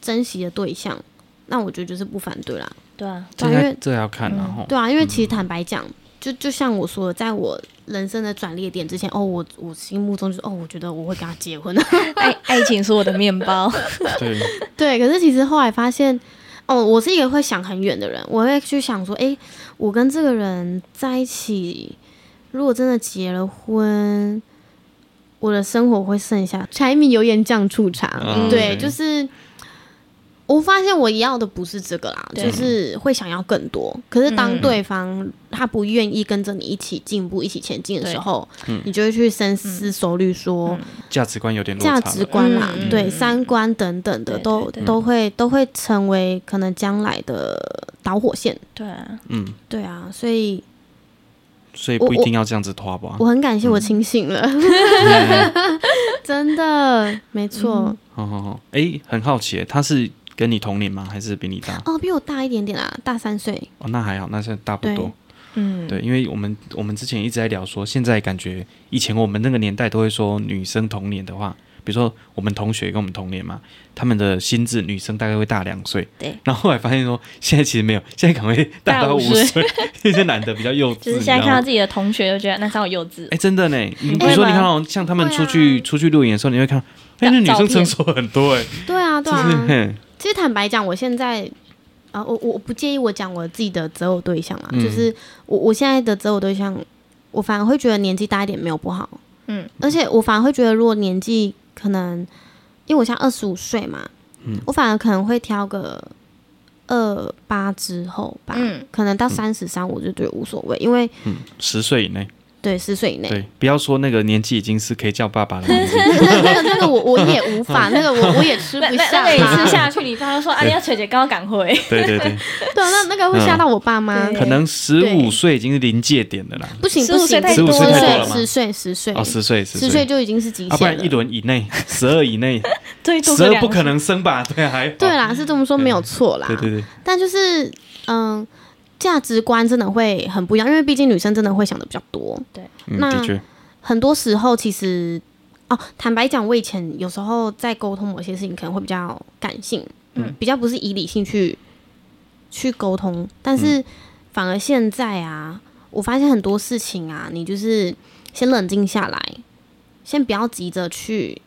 [SPEAKER 3] 珍惜的对象，那我觉得就是不反对啦。
[SPEAKER 1] 对啊，
[SPEAKER 2] 这
[SPEAKER 3] 对啊因
[SPEAKER 2] 要
[SPEAKER 3] 为
[SPEAKER 2] 这要看哦然、
[SPEAKER 1] 嗯
[SPEAKER 2] 后、
[SPEAKER 3] 对啊，因为其实坦白讲，就就像我说的，在我人生的转捩点之前，哦，我我心目中就是哦，我觉得我会跟他结婚。
[SPEAKER 1] <laughs> 爱爱情是我的面包。
[SPEAKER 2] <laughs> 对，
[SPEAKER 3] 对，可是其实后来发现，哦，我是一个会想很远的人，我会去想说，诶，我跟这个人在一起，如果真的结了婚，我的生活会剩下柴米油盐酱醋茶。
[SPEAKER 2] 嗯
[SPEAKER 3] 对，
[SPEAKER 2] 嗯
[SPEAKER 3] 就是我发现我要的不是这个啦，
[SPEAKER 1] 对
[SPEAKER 3] 就是会想要更多。可是当
[SPEAKER 1] 嗯
[SPEAKER 3] 对方他不愿意跟着你一起进步、一起前进的时
[SPEAKER 1] 对嗯
[SPEAKER 3] 候，你就会去深思熟虑说。
[SPEAKER 2] 价值观有点落
[SPEAKER 3] 价
[SPEAKER 2] 差
[SPEAKER 3] 值
[SPEAKER 2] 了，
[SPEAKER 3] 观啦，
[SPEAKER 1] 嗯
[SPEAKER 3] 对
[SPEAKER 1] 嗯
[SPEAKER 3] 三观等等的
[SPEAKER 1] 对
[SPEAKER 3] 都
[SPEAKER 1] 对对
[SPEAKER 3] 都会都会成为可能将来的导火线。
[SPEAKER 1] 对啊，
[SPEAKER 2] 嗯，
[SPEAKER 3] 对啊，所以
[SPEAKER 2] 所以
[SPEAKER 3] 我
[SPEAKER 2] 不一
[SPEAKER 3] 我
[SPEAKER 2] 定要这样子拖吧哦
[SPEAKER 3] 我，很感谢我
[SPEAKER 1] 嗯
[SPEAKER 3] 清
[SPEAKER 1] <laughs>
[SPEAKER 3] 醒了，
[SPEAKER 2] 哎
[SPEAKER 3] 真的没
[SPEAKER 1] 嗯
[SPEAKER 3] 错、
[SPEAKER 2] 好好好，哎，很好奇，他是跟你同龄吗？还是比你大？
[SPEAKER 3] 哦，比我大一点点啦，大三岁。
[SPEAKER 2] 哦，那还好，那是大不多。
[SPEAKER 1] 嗯，
[SPEAKER 2] 对，因为我们我们之前一直在聊说，现在感觉以前我们那个年代都会说，女生同年的话，比如说我们同学跟我们同年嘛，他们的心智女生大概会大两岁。
[SPEAKER 1] 对。
[SPEAKER 2] 然后后来发现说，现在其实没有，现在可能会大
[SPEAKER 1] 大
[SPEAKER 2] 到
[SPEAKER 1] 五
[SPEAKER 2] 五
[SPEAKER 1] 岁
[SPEAKER 2] 岁， <laughs> 因为这男的比较幼稚。
[SPEAKER 1] 就是
[SPEAKER 2] 你
[SPEAKER 1] 现在
[SPEAKER 2] 知道
[SPEAKER 1] 看
[SPEAKER 2] 吗
[SPEAKER 1] 到自己的同学，就觉得那超幼稚
[SPEAKER 2] 哎、。真的呢！你比
[SPEAKER 1] 会
[SPEAKER 2] 如说，
[SPEAKER 1] 吗
[SPEAKER 2] 你看到像他们
[SPEAKER 3] 会啊
[SPEAKER 2] 出去、出去露营的时候，你会看到，哎、
[SPEAKER 1] 照
[SPEAKER 2] 那女
[SPEAKER 1] 照
[SPEAKER 2] 生
[SPEAKER 1] 片
[SPEAKER 2] 成熟很多哎、
[SPEAKER 3] 对啊，对
[SPEAKER 2] 就是
[SPEAKER 3] 啊。
[SPEAKER 2] 嘿，
[SPEAKER 3] 其实坦白讲，我现在。啊，我我我不介意我讲我自己的择偶对象啊，
[SPEAKER 2] 嗯
[SPEAKER 3] 就是我我现在的择偶对象，我反而会觉得年纪大一点没有不好，
[SPEAKER 1] 嗯，
[SPEAKER 3] 而且我反而会觉得，如果年纪可能，因为我现在二十五岁嘛，
[SPEAKER 2] 嗯
[SPEAKER 3] 我反而可能会挑个二八之后吧，
[SPEAKER 1] 嗯
[SPEAKER 3] 可能到三十三我就觉得无所谓，因为
[SPEAKER 2] 嗯，十岁以内，
[SPEAKER 3] 对十岁以内，
[SPEAKER 2] 对，不要说那个年纪已经是可以叫爸爸了，<laughs>
[SPEAKER 3] <laughs> 那个那个那个我我也无
[SPEAKER 2] 嗯
[SPEAKER 3] 法，那个我我也吃
[SPEAKER 1] 那
[SPEAKER 3] 不
[SPEAKER 1] 那
[SPEAKER 3] 下
[SPEAKER 1] 那你吃
[SPEAKER 3] 嘛，
[SPEAKER 1] 下去，你爸就说：“啊，你要捶姐刚赶回。
[SPEAKER 2] 对
[SPEAKER 1] <laughs>
[SPEAKER 2] 对对，
[SPEAKER 3] <laughs> 对，那那个会吓到我爸妈
[SPEAKER 1] 嗯，对
[SPEAKER 2] 可能十五岁已经是临界点了啦，
[SPEAKER 3] 不行
[SPEAKER 1] 15
[SPEAKER 3] 不行
[SPEAKER 1] 岁，太
[SPEAKER 2] 多了15岁太多了吗
[SPEAKER 3] 十岁十岁
[SPEAKER 2] 哦，十岁十
[SPEAKER 3] 十岁
[SPEAKER 2] 岁，
[SPEAKER 3] 就已经是极
[SPEAKER 2] 啊，不
[SPEAKER 3] 限
[SPEAKER 2] 然
[SPEAKER 3] 了哎
[SPEAKER 2] 一。轮以
[SPEAKER 3] <laughs>
[SPEAKER 2] 内，十二以内，”
[SPEAKER 1] 最多
[SPEAKER 2] 十
[SPEAKER 1] 是
[SPEAKER 2] 二
[SPEAKER 1] 两
[SPEAKER 2] 不可能生吧？对，还好
[SPEAKER 3] 对，啦，是这么说没有错啦。
[SPEAKER 2] 哦对对对，
[SPEAKER 3] 但就是嗯，价值观真的会很不一样，因为毕竟女生真的会想的比较多。
[SPEAKER 2] 嗯，
[SPEAKER 3] 那
[SPEAKER 2] 的确，
[SPEAKER 3] 很多时候其实哦，坦白讲，我以前有时候在沟通某些事情可能会比较感性，
[SPEAKER 1] 嗯
[SPEAKER 3] 比较不是以理性去去沟通，但是反而现在啊，我发现很多事情啊，你就是先冷静下来，先不要急着去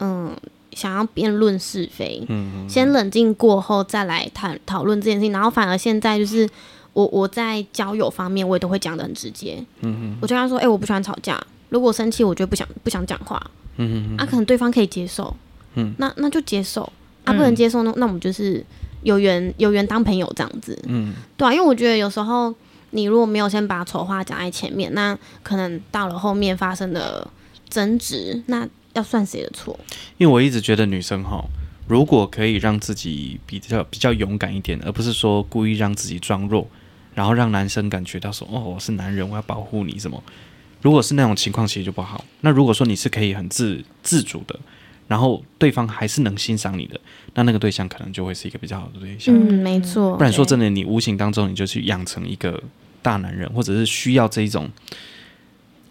[SPEAKER 3] 嗯想要辩论是非，
[SPEAKER 2] 嗯，嗯
[SPEAKER 3] 先冷静过后再来谈讨论这件事情，然后反而现在就是我我在交友方面，我也都会讲的很直接。嗯嗯，我就跟他说，哎、我不喜欢吵架，如果我生气，我就不想不想讲话。嗯嗯，啊，可能对方可以接受，嗯，那那就接受，啊，不能接受呢，那我们就是有缘有缘当朋友这样子。
[SPEAKER 2] 嗯，
[SPEAKER 3] 对啊，因为我觉得有时候你如果没有先把丑话讲在前面，那可能到了后面发生的争执，那要算谁的错？
[SPEAKER 2] 因为我一直觉得女生哈，如果可以让自己比较比较勇敢一点，而不是说故意让自己装弱，然后让男生感觉到说哦我是男人，我要保护你什么。如果是那种情况，其实就不好。那如果说你是可以很自自主的，然后对方还是能欣赏你的，那那个对象可能就会是一个比较好的对象。
[SPEAKER 3] 嗯，没错
[SPEAKER 2] 不。然说
[SPEAKER 1] 对
[SPEAKER 2] 真的，你无形当中你就去养成一个大男人，或者是需要这一种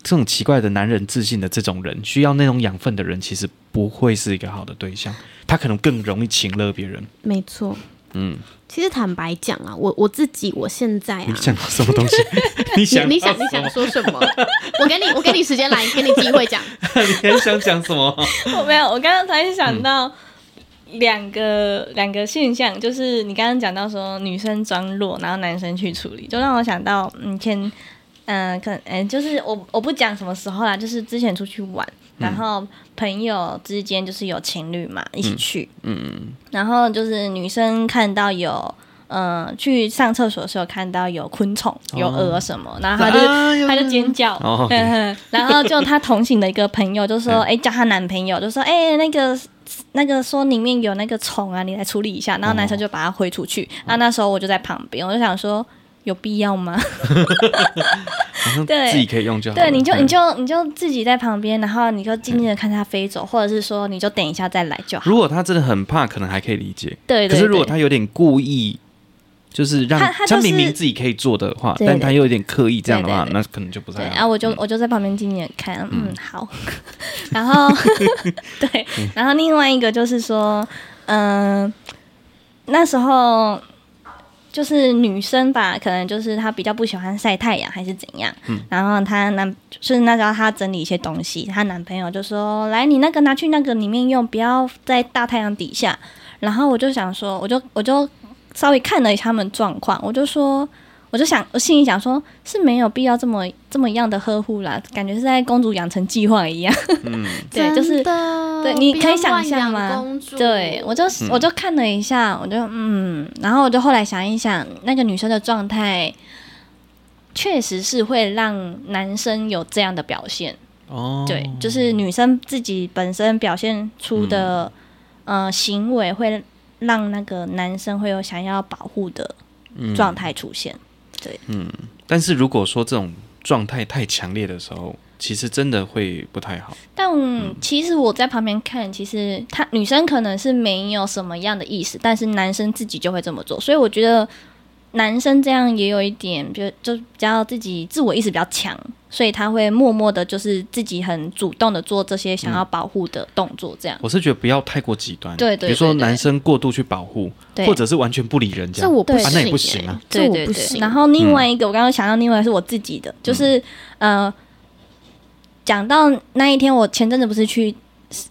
[SPEAKER 2] 这种奇怪的男人自信的这种人，需要那种养分的人，其实不会是一个好的对象，他可能更容易情勒别人。
[SPEAKER 3] 没错。
[SPEAKER 2] 嗯，
[SPEAKER 3] 其实坦白讲啊，我我自己我现在
[SPEAKER 2] 你
[SPEAKER 3] 啊，
[SPEAKER 2] 想到什么东西？ <laughs> 你想
[SPEAKER 3] 你你
[SPEAKER 2] 到
[SPEAKER 3] 想你
[SPEAKER 2] 什
[SPEAKER 3] 想
[SPEAKER 2] 么？
[SPEAKER 3] 说什么？我给你我给你时间来，给你机会
[SPEAKER 1] <laughs>
[SPEAKER 3] 讲。
[SPEAKER 2] 你还想讲什么？
[SPEAKER 1] 我没有，我刚刚才
[SPEAKER 2] 嗯
[SPEAKER 1] 想到两个两、个现象，就是你刚刚讲到说女生装弱，然后男生去处理，就让我想到嗯前嗯、呃可能、呃就是我我不讲什么时候啦，就是之前出去玩，
[SPEAKER 2] 嗯
[SPEAKER 1] 然后朋友之间就是有情侣嘛，一起去，嗯，然后就是女生看到有。呃，去上厕所的时候看到有昆虫、有蛾什么，然后她就、
[SPEAKER 2] 哦啊有
[SPEAKER 1] 她就尖叫，
[SPEAKER 2] 哦，OK 嗯
[SPEAKER 1] 嗯， <laughs> 然后就她同行的一个朋友
[SPEAKER 2] <laughs>
[SPEAKER 1] 就说，哎、叫她男朋友就说，哎、那个那个说里面有那个虫啊，你来处理一下。然后男生
[SPEAKER 2] 哦
[SPEAKER 1] 就把它挥出去。那、那时候我就在旁边，我就想说，有必要
[SPEAKER 2] <laughs>
[SPEAKER 1] 吗？
[SPEAKER 2] 好像
[SPEAKER 1] 对
[SPEAKER 2] 自己可以用就好了。
[SPEAKER 1] 对，你就
[SPEAKER 2] 嗯
[SPEAKER 1] 你就你就自己在旁边，然后你就静静的看它飞走，或者是说你就等一下再来就好。
[SPEAKER 2] 如果他真的很怕，可能还可以理解。
[SPEAKER 1] 对对
[SPEAKER 2] 可是如果
[SPEAKER 1] 对
[SPEAKER 2] 他有点故意，就是让
[SPEAKER 1] 他他就是
[SPEAKER 2] 明明自己可以做的话，
[SPEAKER 1] 对
[SPEAKER 2] 但
[SPEAKER 1] 对
[SPEAKER 2] 他又有点刻意这样的话，
[SPEAKER 1] 对对
[SPEAKER 2] 那可能就不
[SPEAKER 1] 对，
[SPEAKER 2] 太
[SPEAKER 1] 然后、
[SPEAKER 2] 好。
[SPEAKER 1] 我就、我就在旁边静静的看，嗯，好。 <laughs> 然后 <laughs> 对，
[SPEAKER 2] 嗯
[SPEAKER 1] 然后另外一个就是说，嗯、那时候就是女生吧，可能就是她比较不喜欢晒太阳还是怎样，然后她男就是那时候她整理一些东西，她男朋友就说：“来，你那个拿去那个里面用，不要在大太阳底下。”然后我就想说，我就我就稍微看了一下他们状况，我就说。我就想，我心里想说，是没有必要这么这么样的呵护啦，感觉是在公主养成计划一样。 <laughs> 对，就是
[SPEAKER 3] 真的
[SPEAKER 1] 对，你
[SPEAKER 3] 呃不
[SPEAKER 1] 可以
[SPEAKER 3] 要
[SPEAKER 1] 想
[SPEAKER 3] 乱
[SPEAKER 1] 象
[SPEAKER 3] 养
[SPEAKER 1] 吗
[SPEAKER 3] 公？主
[SPEAKER 1] 对，我就我就看了一下，我就嗯，然后我就后来想一想，那个女生的状态确实是会让男生有这样的表现。
[SPEAKER 2] 哦，
[SPEAKER 1] 对，就是女生自己本身表现出的、呃行为，会让那个男生会有想要保护的状态出现。
[SPEAKER 2] 但是如果说这种状态太强烈的时候，其实真的会不太好。
[SPEAKER 1] 但
[SPEAKER 2] 嗯
[SPEAKER 1] 其实我在旁边看，其实他女生可能是没有什么样的意思，但是男生自己就会这么做，所以我觉得男生这样也有一点，就就比较自己自我意识比较强，所以他会默默的，就是自己很主动的做这些想要保护的动作，这样、
[SPEAKER 2] 我是觉得不要太过极端，
[SPEAKER 1] 对对
[SPEAKER 2] 比如说
[SPEAKER 1] 对对
[SPEAKER 2] 男生过度去保护，
[SPEAKER 1] 对，
[SPEAKER 2] 或者是完全不理人家，
[SPEAKER 3] 这我不
[SPEAKER 1] 对
[SPEAKER 2] 啊
[SPEAKER 3] 行、欸
[SPEAKER 2] 那也不行啊。
[SPEAKER 3] 这
[SPEAKER 1] 对
[SPEAKER 3] 我
[SPEAKER 1] 对嗯
[SPEAKER 3] 不
[SPEAKER 1] 对。
[SPEAKER 3] 行
[SPEAKER 1] 然后另外一个，我刚刚想到另外是我自己的，就是呃，讲到那一天，我前阵子不是去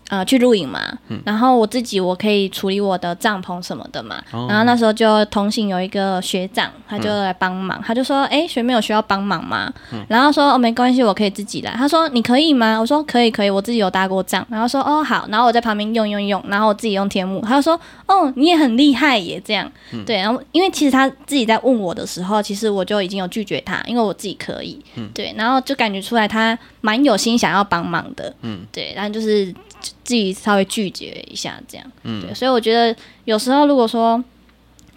[SPEAKER 1] 呃去露营嘛，然后我自己我可以处理我的帐篷什么的嘛，
[SPEAKER 2] 哦
[SPEAKER 1] 然后那时候就同行有一个学长，他就来帮忙，他就说：“哎、学妹有需要帮忙吗？”然后说：“哦，没关系，我可以自己来。”他说：“你可以吗？”我说：“可以，可以，我自己有搭过帐。”然后说：“哦，好。”然后我在旁边用用用，然后我自己用天幕。他就说：“哦，你也很厉害耶，这样。对，然后因为其实他自己在问我的时候，其实我就已经有拒绝他，因为我自己可以。对，然后就感觉出来他蛮有心想要帮忙的。嗯，对，然后就是自己稍微拒绝一下这样。嗯，对，所以我觉得有时候如果说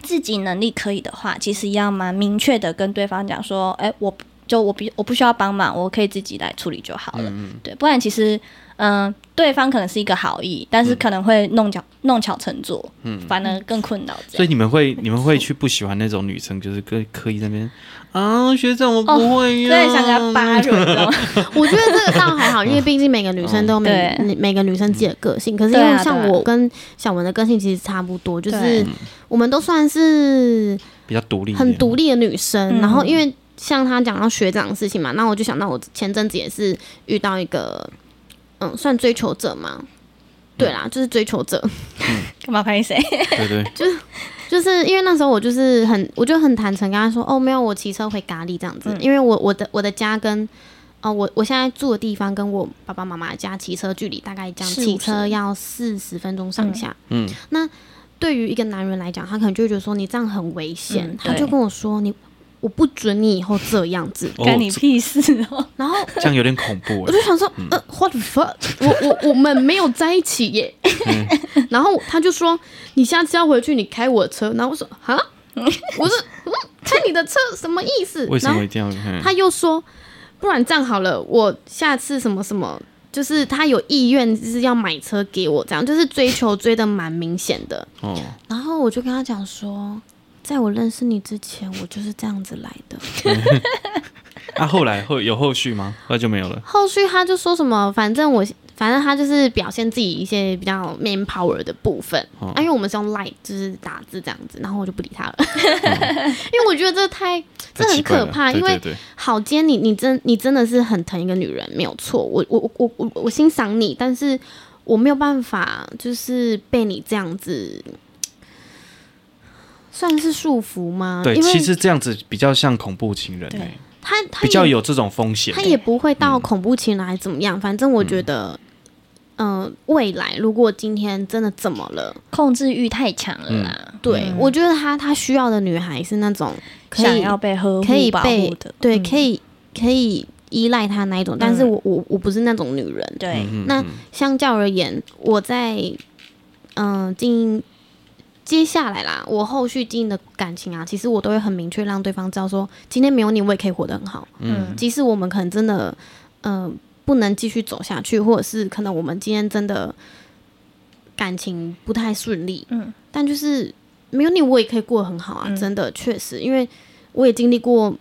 [SPEAKER 1] 自己能力可以的话，其实要蛮明确的跟对方讲说，哎、我就我不我不需要帮忙，我可以自己来处理就好了。对，不然其实嗯、对方可能是一个好意，但是可能会弄巧、弄巧成拙，反而更困扰这
[SPEAKER 2] 所以
[SPEAKER 1] 样。
[SPEAKER 2] 你们会你们会去不喜欢那种女生，就是刻刻意在那边啊，学长我不会呀、
[SPEAKER 1] 哦对，想给他扒
[SPEAKER 2] 嗯
[SPEAKER 1] 住，你知道吗？ <laughs>
[SPEAKER 3] 我觉得这个倒还好，因为毕竟每个女生都有每、
[SPEAKER 1] 对
[SPEAKER 3] 每个女生自己的个性。可是因
[SPEAKER 1] 对啊
[SPEAKER 3] 为
[SPEAKER 1] 对啊
[SPEAKER 3] 像我跟小文的个性其实差不多，就是
[SPEAKER 1] 对
[SPEAKER 3] 我们都算是
[SPEAKER 2] 比较独立一点，
[SPEAKER 3] 很独立的女生。
[SPEAKER 1] 嗯
[SPEAKER 3] 然后因为像她讲到学长的事情嘛，那我就想到我前阵子也是遇到一个，嗯，算追求者嘛。对
[SPEAKER 2] 嗯
[SPEAKER 3] 啦，就是追求者， <laughs>
[SPEAKER 1] 干嘛拍谁？
[SPEAKER 2] 对对，
[SPEAKER 3] 就是因为那时候我就是很，我就很坦诚跟他说，哦，没有，我骑车回咖喱这样子，
[SPEAKER 1] 嗯
[SPEAKER 3] 因为我我的我的家跟，哦，我我现在住的地方跟我爸爸妈妈的家骑车距离大概这样，
[SPEAKER 1] 40
[SPEAKER 3] 骑车要四十分钟上下。
[SPEAKER 2] 嗯，
[SPEAKER 3] 那对于一个男人来讲，他可能就会觉得说你这样很危险，
[SPEAKER 1] 嗯
[SPEAKER 3] 他就
[SPEAKER 1] 对
[SPEAKER 3] 跟我说你。我不准你以后这样子。
[SPEAKER 2] 哦
[SPEAKER 1] 干你屁事哦！
[SPEAKER 3] 然后
[SPEAKER 2] 这样有点恐怖
[SPEAKER 3] 我 <laughs>
[SPEAKER 2] 哎、
[SPEAKER 3] 就想说，呃，what the fuck？我我我们没有在一起耶。
[SPEAKER 2] 嗯
[SPEAKER 3] <laughs> 然后他就说，你下次要回去，你开我的车。然后我说，
[SPEAKER 2] <laughs>
[SPEAKER 3] 啊，我说、嗯、开你的车什么意思？
[SPEAKER 2] 为什
[SPEAKER 3] 然后
[SPEAKER 2] 么一定要？嗯
[SPEAKER 3] 他又说，不然这样好了，我下次什么什么，就是他有意愿，就是要买车给我，这样就是追求追的蛮明显的。
[SPEAKER 2] 哦，
[SPEAKER 3] 然后我就跟他讲说，在我认识你之前，我就是这样子来的。
[SPEAKER 2] 啊，后来后有后续吗？后来就没有了。
[SPEAKER 3] 后续他就说什么，反正我反正他就是表现自己一些比较 man power 的部分、
[SPEAKER 2] 哦
[SPEAKER 3] 啊，因为我们是用 light 就是打字这样子，然后我就不理他了，
[SPEAKER 2] 哦
[SPEAKER 3] <laughs> 因为我觉得这太这
[SPEAKER 2] 太
[SPEAKER 3] 很
[SPEAKER 2] 奇怪
[SPEAKER 3] 可
[SPEAKER 2] 了
[SPEAKER 3] 怕，
[SPEAKER 2] 对
[SPEAKER 3] 因为
[SPEAKER 2] 对对
[SPEAKER 3] 好，今天你你真你真的是很疼一个女人，没有错。我我我我我我欣赏你，但是我没有办法，就是被你这样子，算是束缚吗？
[SPEAKER 2] 对，
[SPEAKER 3] 嗯因为
[SPEAKER 2] 其实这样子比较像恐怖情人、
[SPEAKER 1] 对
[SPEAKER 2] 欸，
[SPEAKER 3] 他他
[SPEAKER 2] 比较
[SPEAKER 3] 也
[SPEAKER 2] 有这种风险
[SPEAKER 3] 他。也不会到恐怖情人还怎么样。反正我觉得，嗯、未来如果今天真的怎么了，
[SPEAKER 1] <laughs> 控制欲太强了
[SPEAKER 2] 嗯
[SPEAKER 1] 啦，
[SPEAKER 3] 对、我觉得他他需要的女孩是那种可
[SPEAKER 1] 嗯想
[SPEAKER 3] 以
[SPEAKER 1] 要被呵护、
[SPEAKER 3] 可以
[SPEAKER 1] 保
[SPEAKER 3] 被
[SPEAKER 1] 护的，
[SPEAKER 3] 对
[SPEAKER 1] 嗯
[SPEAKER 3] 可以可以依赖他那一种，但是我我我不是那种女人。
[SPEAKER 1] 对，
[SPEAKER 2] 嗯
[SPEAKER 3] 那
[SPEAKER 2] 嗯嗯
[SPEAKER 3] 相较而言，我在嗯、呃经营接下来啦，我后续经营的感情啊，其实我都会很明确让对方知道说，今天没有你，我也可以活得很好。
[SPEAKER 1] 嗯，
[SPEAKER 3] 即使我们可能真的嗯、呃不能继续走下去，或者是可能我们今天真的感情不太顺利，
[SPEAKER 1] 嗯，
[SPEAKER 3] 但就是没有你，我也可以过得很好啊，
[SPEAKER 1] 嗯
[SPEAKER 3] 真的确实，因为我也经历过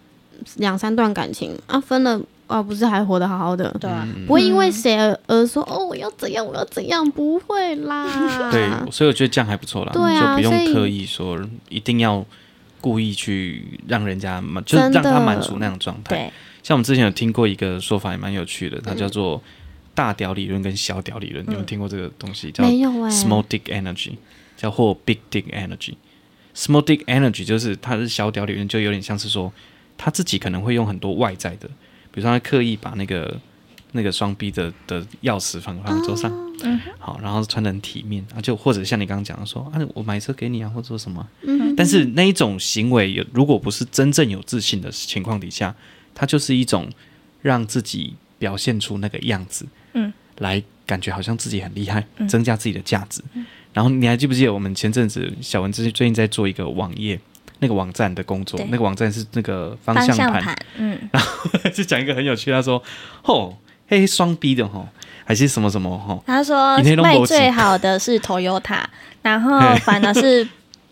[SPEAKER 3] 两三段感情啊，分了啊，不是还活得好好的，
[SPEAKER 1] 对
[SPEAKER 2] 嗯
[SPEAKER 1] 啊，
[SPEAKER 3] 不会因为谁而而说、哦，我要怎样，我要怎样，不会啦。
[SPEAKER 2] <laughs> 对，所以我觉得这样还不错啦，
[SPEAKER 3] 啊对啊
[SPEAKER 2] 就不
[SPEAKER 3] 所以
[SPEAKER 2] 用刻意说一定要故意去让人家满，就是
[SPEAKER 3] 真的
[SPEAKER 2] 让他满足那种状态。
[SPEAKER 1] 对，
[SPEAKER 2] 像我们之前有听过一个说法，也蛮有趣的，
[SPEAKER 3] 嗯
[SPEAKER 2] 它叫做大屌理论跟小屌理论，你有听过这个东西？叫
[SPEAKER 3] 没有哎、
[SPEAKER 2] small dick energy，叫或 big dick energy。small dick energy 就是它是小屌理论，就有点像是说他自己可能会用很多外在的，比如说他刻意把那个那个双臂的的钥匙放放桌上，
[SPEAKER 1] 嗯
[SPEAKER 2] 好，然后穿的很体面，啊，就或者像你刚刚讲的说啊，我买车给你啊，或者说什么，但是那一种行为有如果不是真正有自信的情况底下，它就是一种让自己表现出那个样子，
[SPEAKER 1] 嗯，
[SPEAKER 2] 来感觉好像自己很厉害，增加自己的价值。
[SPEAKER 1] 嗯
[SPEAKER 2] 然后你还记不记得我们前阵子小文最最近在做一个网页，那个网站的工作
[SPEAKER 1] 对，
[SPEAKER 2] 那个网站是那个方
[SPEAKER 1] 方
[SPEAKER 2] 向
[SPEAKER 1] 向
[SPEAKER 2] 盘，
[SPEAKER 1] 盘，嗯，
[SPEAKER 2] <laughs> 就讲一个很有趣，他说吼，嘿，双 B 的吼，还是什么什哦么
[SPEAKER 1] <laughs>
[SPEAKER 2] 吼，
[SPEAKER 1] 他说
[SPEAKER 2] <laughs> 你那弄
[SPEAKER 1] 卖
[SPEAKER 2] 不
[SPEAKER 1] 最
[SPEAKER 2] 起
[SPEAKER 1] 好的是 Toyota，然后反而
[SPEAKER 2] <laughs>
[SPEAKER 1] 是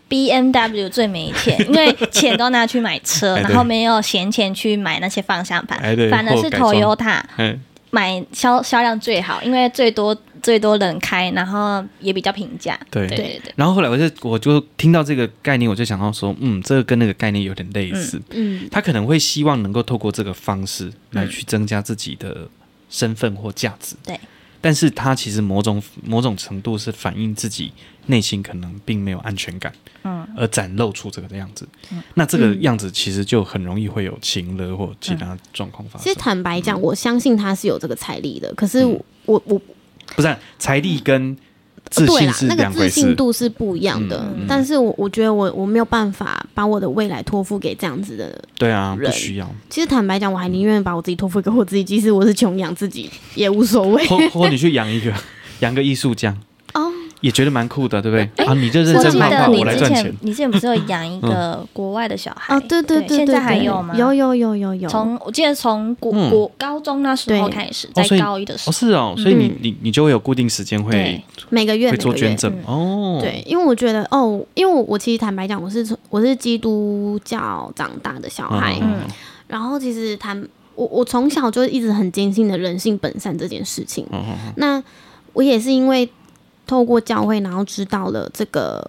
[SPEAKER 1] B M W 最没钱，因为钱都拿去买车，
[SPEAKER 2] 哎对
[SPEAKER 1] 然后没有闲钱去买那些方向盘
[SPEAKER 2] 哎，对
[SPEAKER 1] 反而
[SPEAKER 2] 或
[SPEAKER 1] 是
[SPEAKER 2] 改装
[SPEAKER 1] Toyota
[SPEAKER 2] 嗯，
[SPEAKER 1] 买销销量最好，因为最多最多人开，然后也比较平价。
[SPEAKER 2] 对
[SPEAKER 1] 对对对，
[SPEAKER 2] 然后后来我就我就听到这个概念，我就想到说，嗯，这个跟那个概念有点类似，
[SPEAKER 3] 嗯，
[SPEAKER 2] 他可能会希望能够透过这个方式来去增加自己的身份或价值。
[SPEAKER 1] 对，
[SPEAKER 2] 但是他其实某种某种程度是反映自己内心可能并没有安全感，
[SPEAKER 1] 嗯，
[SPEAKER 2] 而展露出这个样子。
[SPEAKER 3] 嗯
[SPEAKER 2] 那这个样子其实就很容易会有情勒或其他状况发
[SPEAKER 3] 嗯其
[SPEAKER 2] 生嗯
[SPEAKER 3] 实。坦白讲，我相信他是有这个财力的，可是我、我我
[SPEAKER 2] 不是啊财力跟自
[SPEAKER 3] 哦啊对
[SPEAKER 2] 信
[SPEAKER 3] 啦
[SPEAKER 2] 是，
[SPEAKER 3] 那个
[SPEAKER 2] 两
[SPEAKER 3] 自
[SPEAKER 2] 回
[SPEAKER 3] 信
[SPEAKER 2] 事。
[SPEAKER 3] 度是不一样的。
[SPEAKER 2] 嗯嗯
[SPEAKER 3] 但是我我觉得我我没有办法把我的未来托付给这样子的。
[SPEAKER 2] 对啊，不
[SPEAKER 3] 人
[SPEAKER 2] 需要。
[SPEAKER 3] 其实坦白讲，我还宁愿把我自己托付给我自己，即使我是穷养自己也无
[SPEAKER 1] <laughs>
[SPEAKER 3] 所谓。
[SPEAKER 2] 或或你去养一个 <laughs> 养个艺术家，
[SPEAKER 3] 哦，
[SPEAKER 2] 也觉得蛮酷的，对不对？啊，你就认
[SPEAKER 1] 我
[SPEAKER 2] 真
[SPEAKER 1] 记
[SPEAKER 2] 画
[SPEAKER 1] 得
[SPEAKER 2] 画，
[SPEAKER 1] 你
[SPEAKER 2] 我来
[SPEAKER 1] 之
[SPEAKER 2] 赚
[SPEAKER 1] 前
[SPEAKER 2] 钱。嗯
[SPEAKER 1] 你之前不是
[SPEAKER 2] <laughs>
[SPEAKER 1] 有养一个国外的小孩？
[SPEAKER 3] 哦，对对对，
[SPEAKER 1] 现在
[SPEAKER 3] 对
[SPEAKER 1] 还
[SPEAKER 3] 对
[SPEAKER 1] 有吗？
[SPEAKER 3] 有有有有有。
[SPEAKER 1] 从我记得从国
[SPEAKER 2] 嗯
[SPEAKER 1] 国高中那时候
[SPEAKER 3] 对
[SPEAKER 1] 开始，
[SPEAKER 2] 哦
[SPEAKER 1] 在
[SPEAKER 2] 所以
[SPEAKER 1] 高一的时
[SPEAKER 2] 哦，
[SPEAKER 1] 候，
[SPEAKER 2] 是哦，所以你你你就会有固定时间会
[SPEAKER 1] 对
[SPEAKER 3] 每个月
[SPEAKER 2] 会做
[SPEAKER 3] 嗯每个月
[SPEAKER 2] 捐赠
[SPEAKER 1] 嗯
[SPEAKER 2] 哦。
[SPEAKER 3] 对，因为我觉得哦，因为我我其实坦白讲，我是从我是基督教长大的小孩，
[SPEAKER 1] 嗯
[SPEAKER 3] 然后其实坦我我从小就一直很坚信的人性本善这件事情。
[SPEAKER 2] 嗯嗯
[SPEAKER 3] 那我也是因为透过教会，然后知道了这个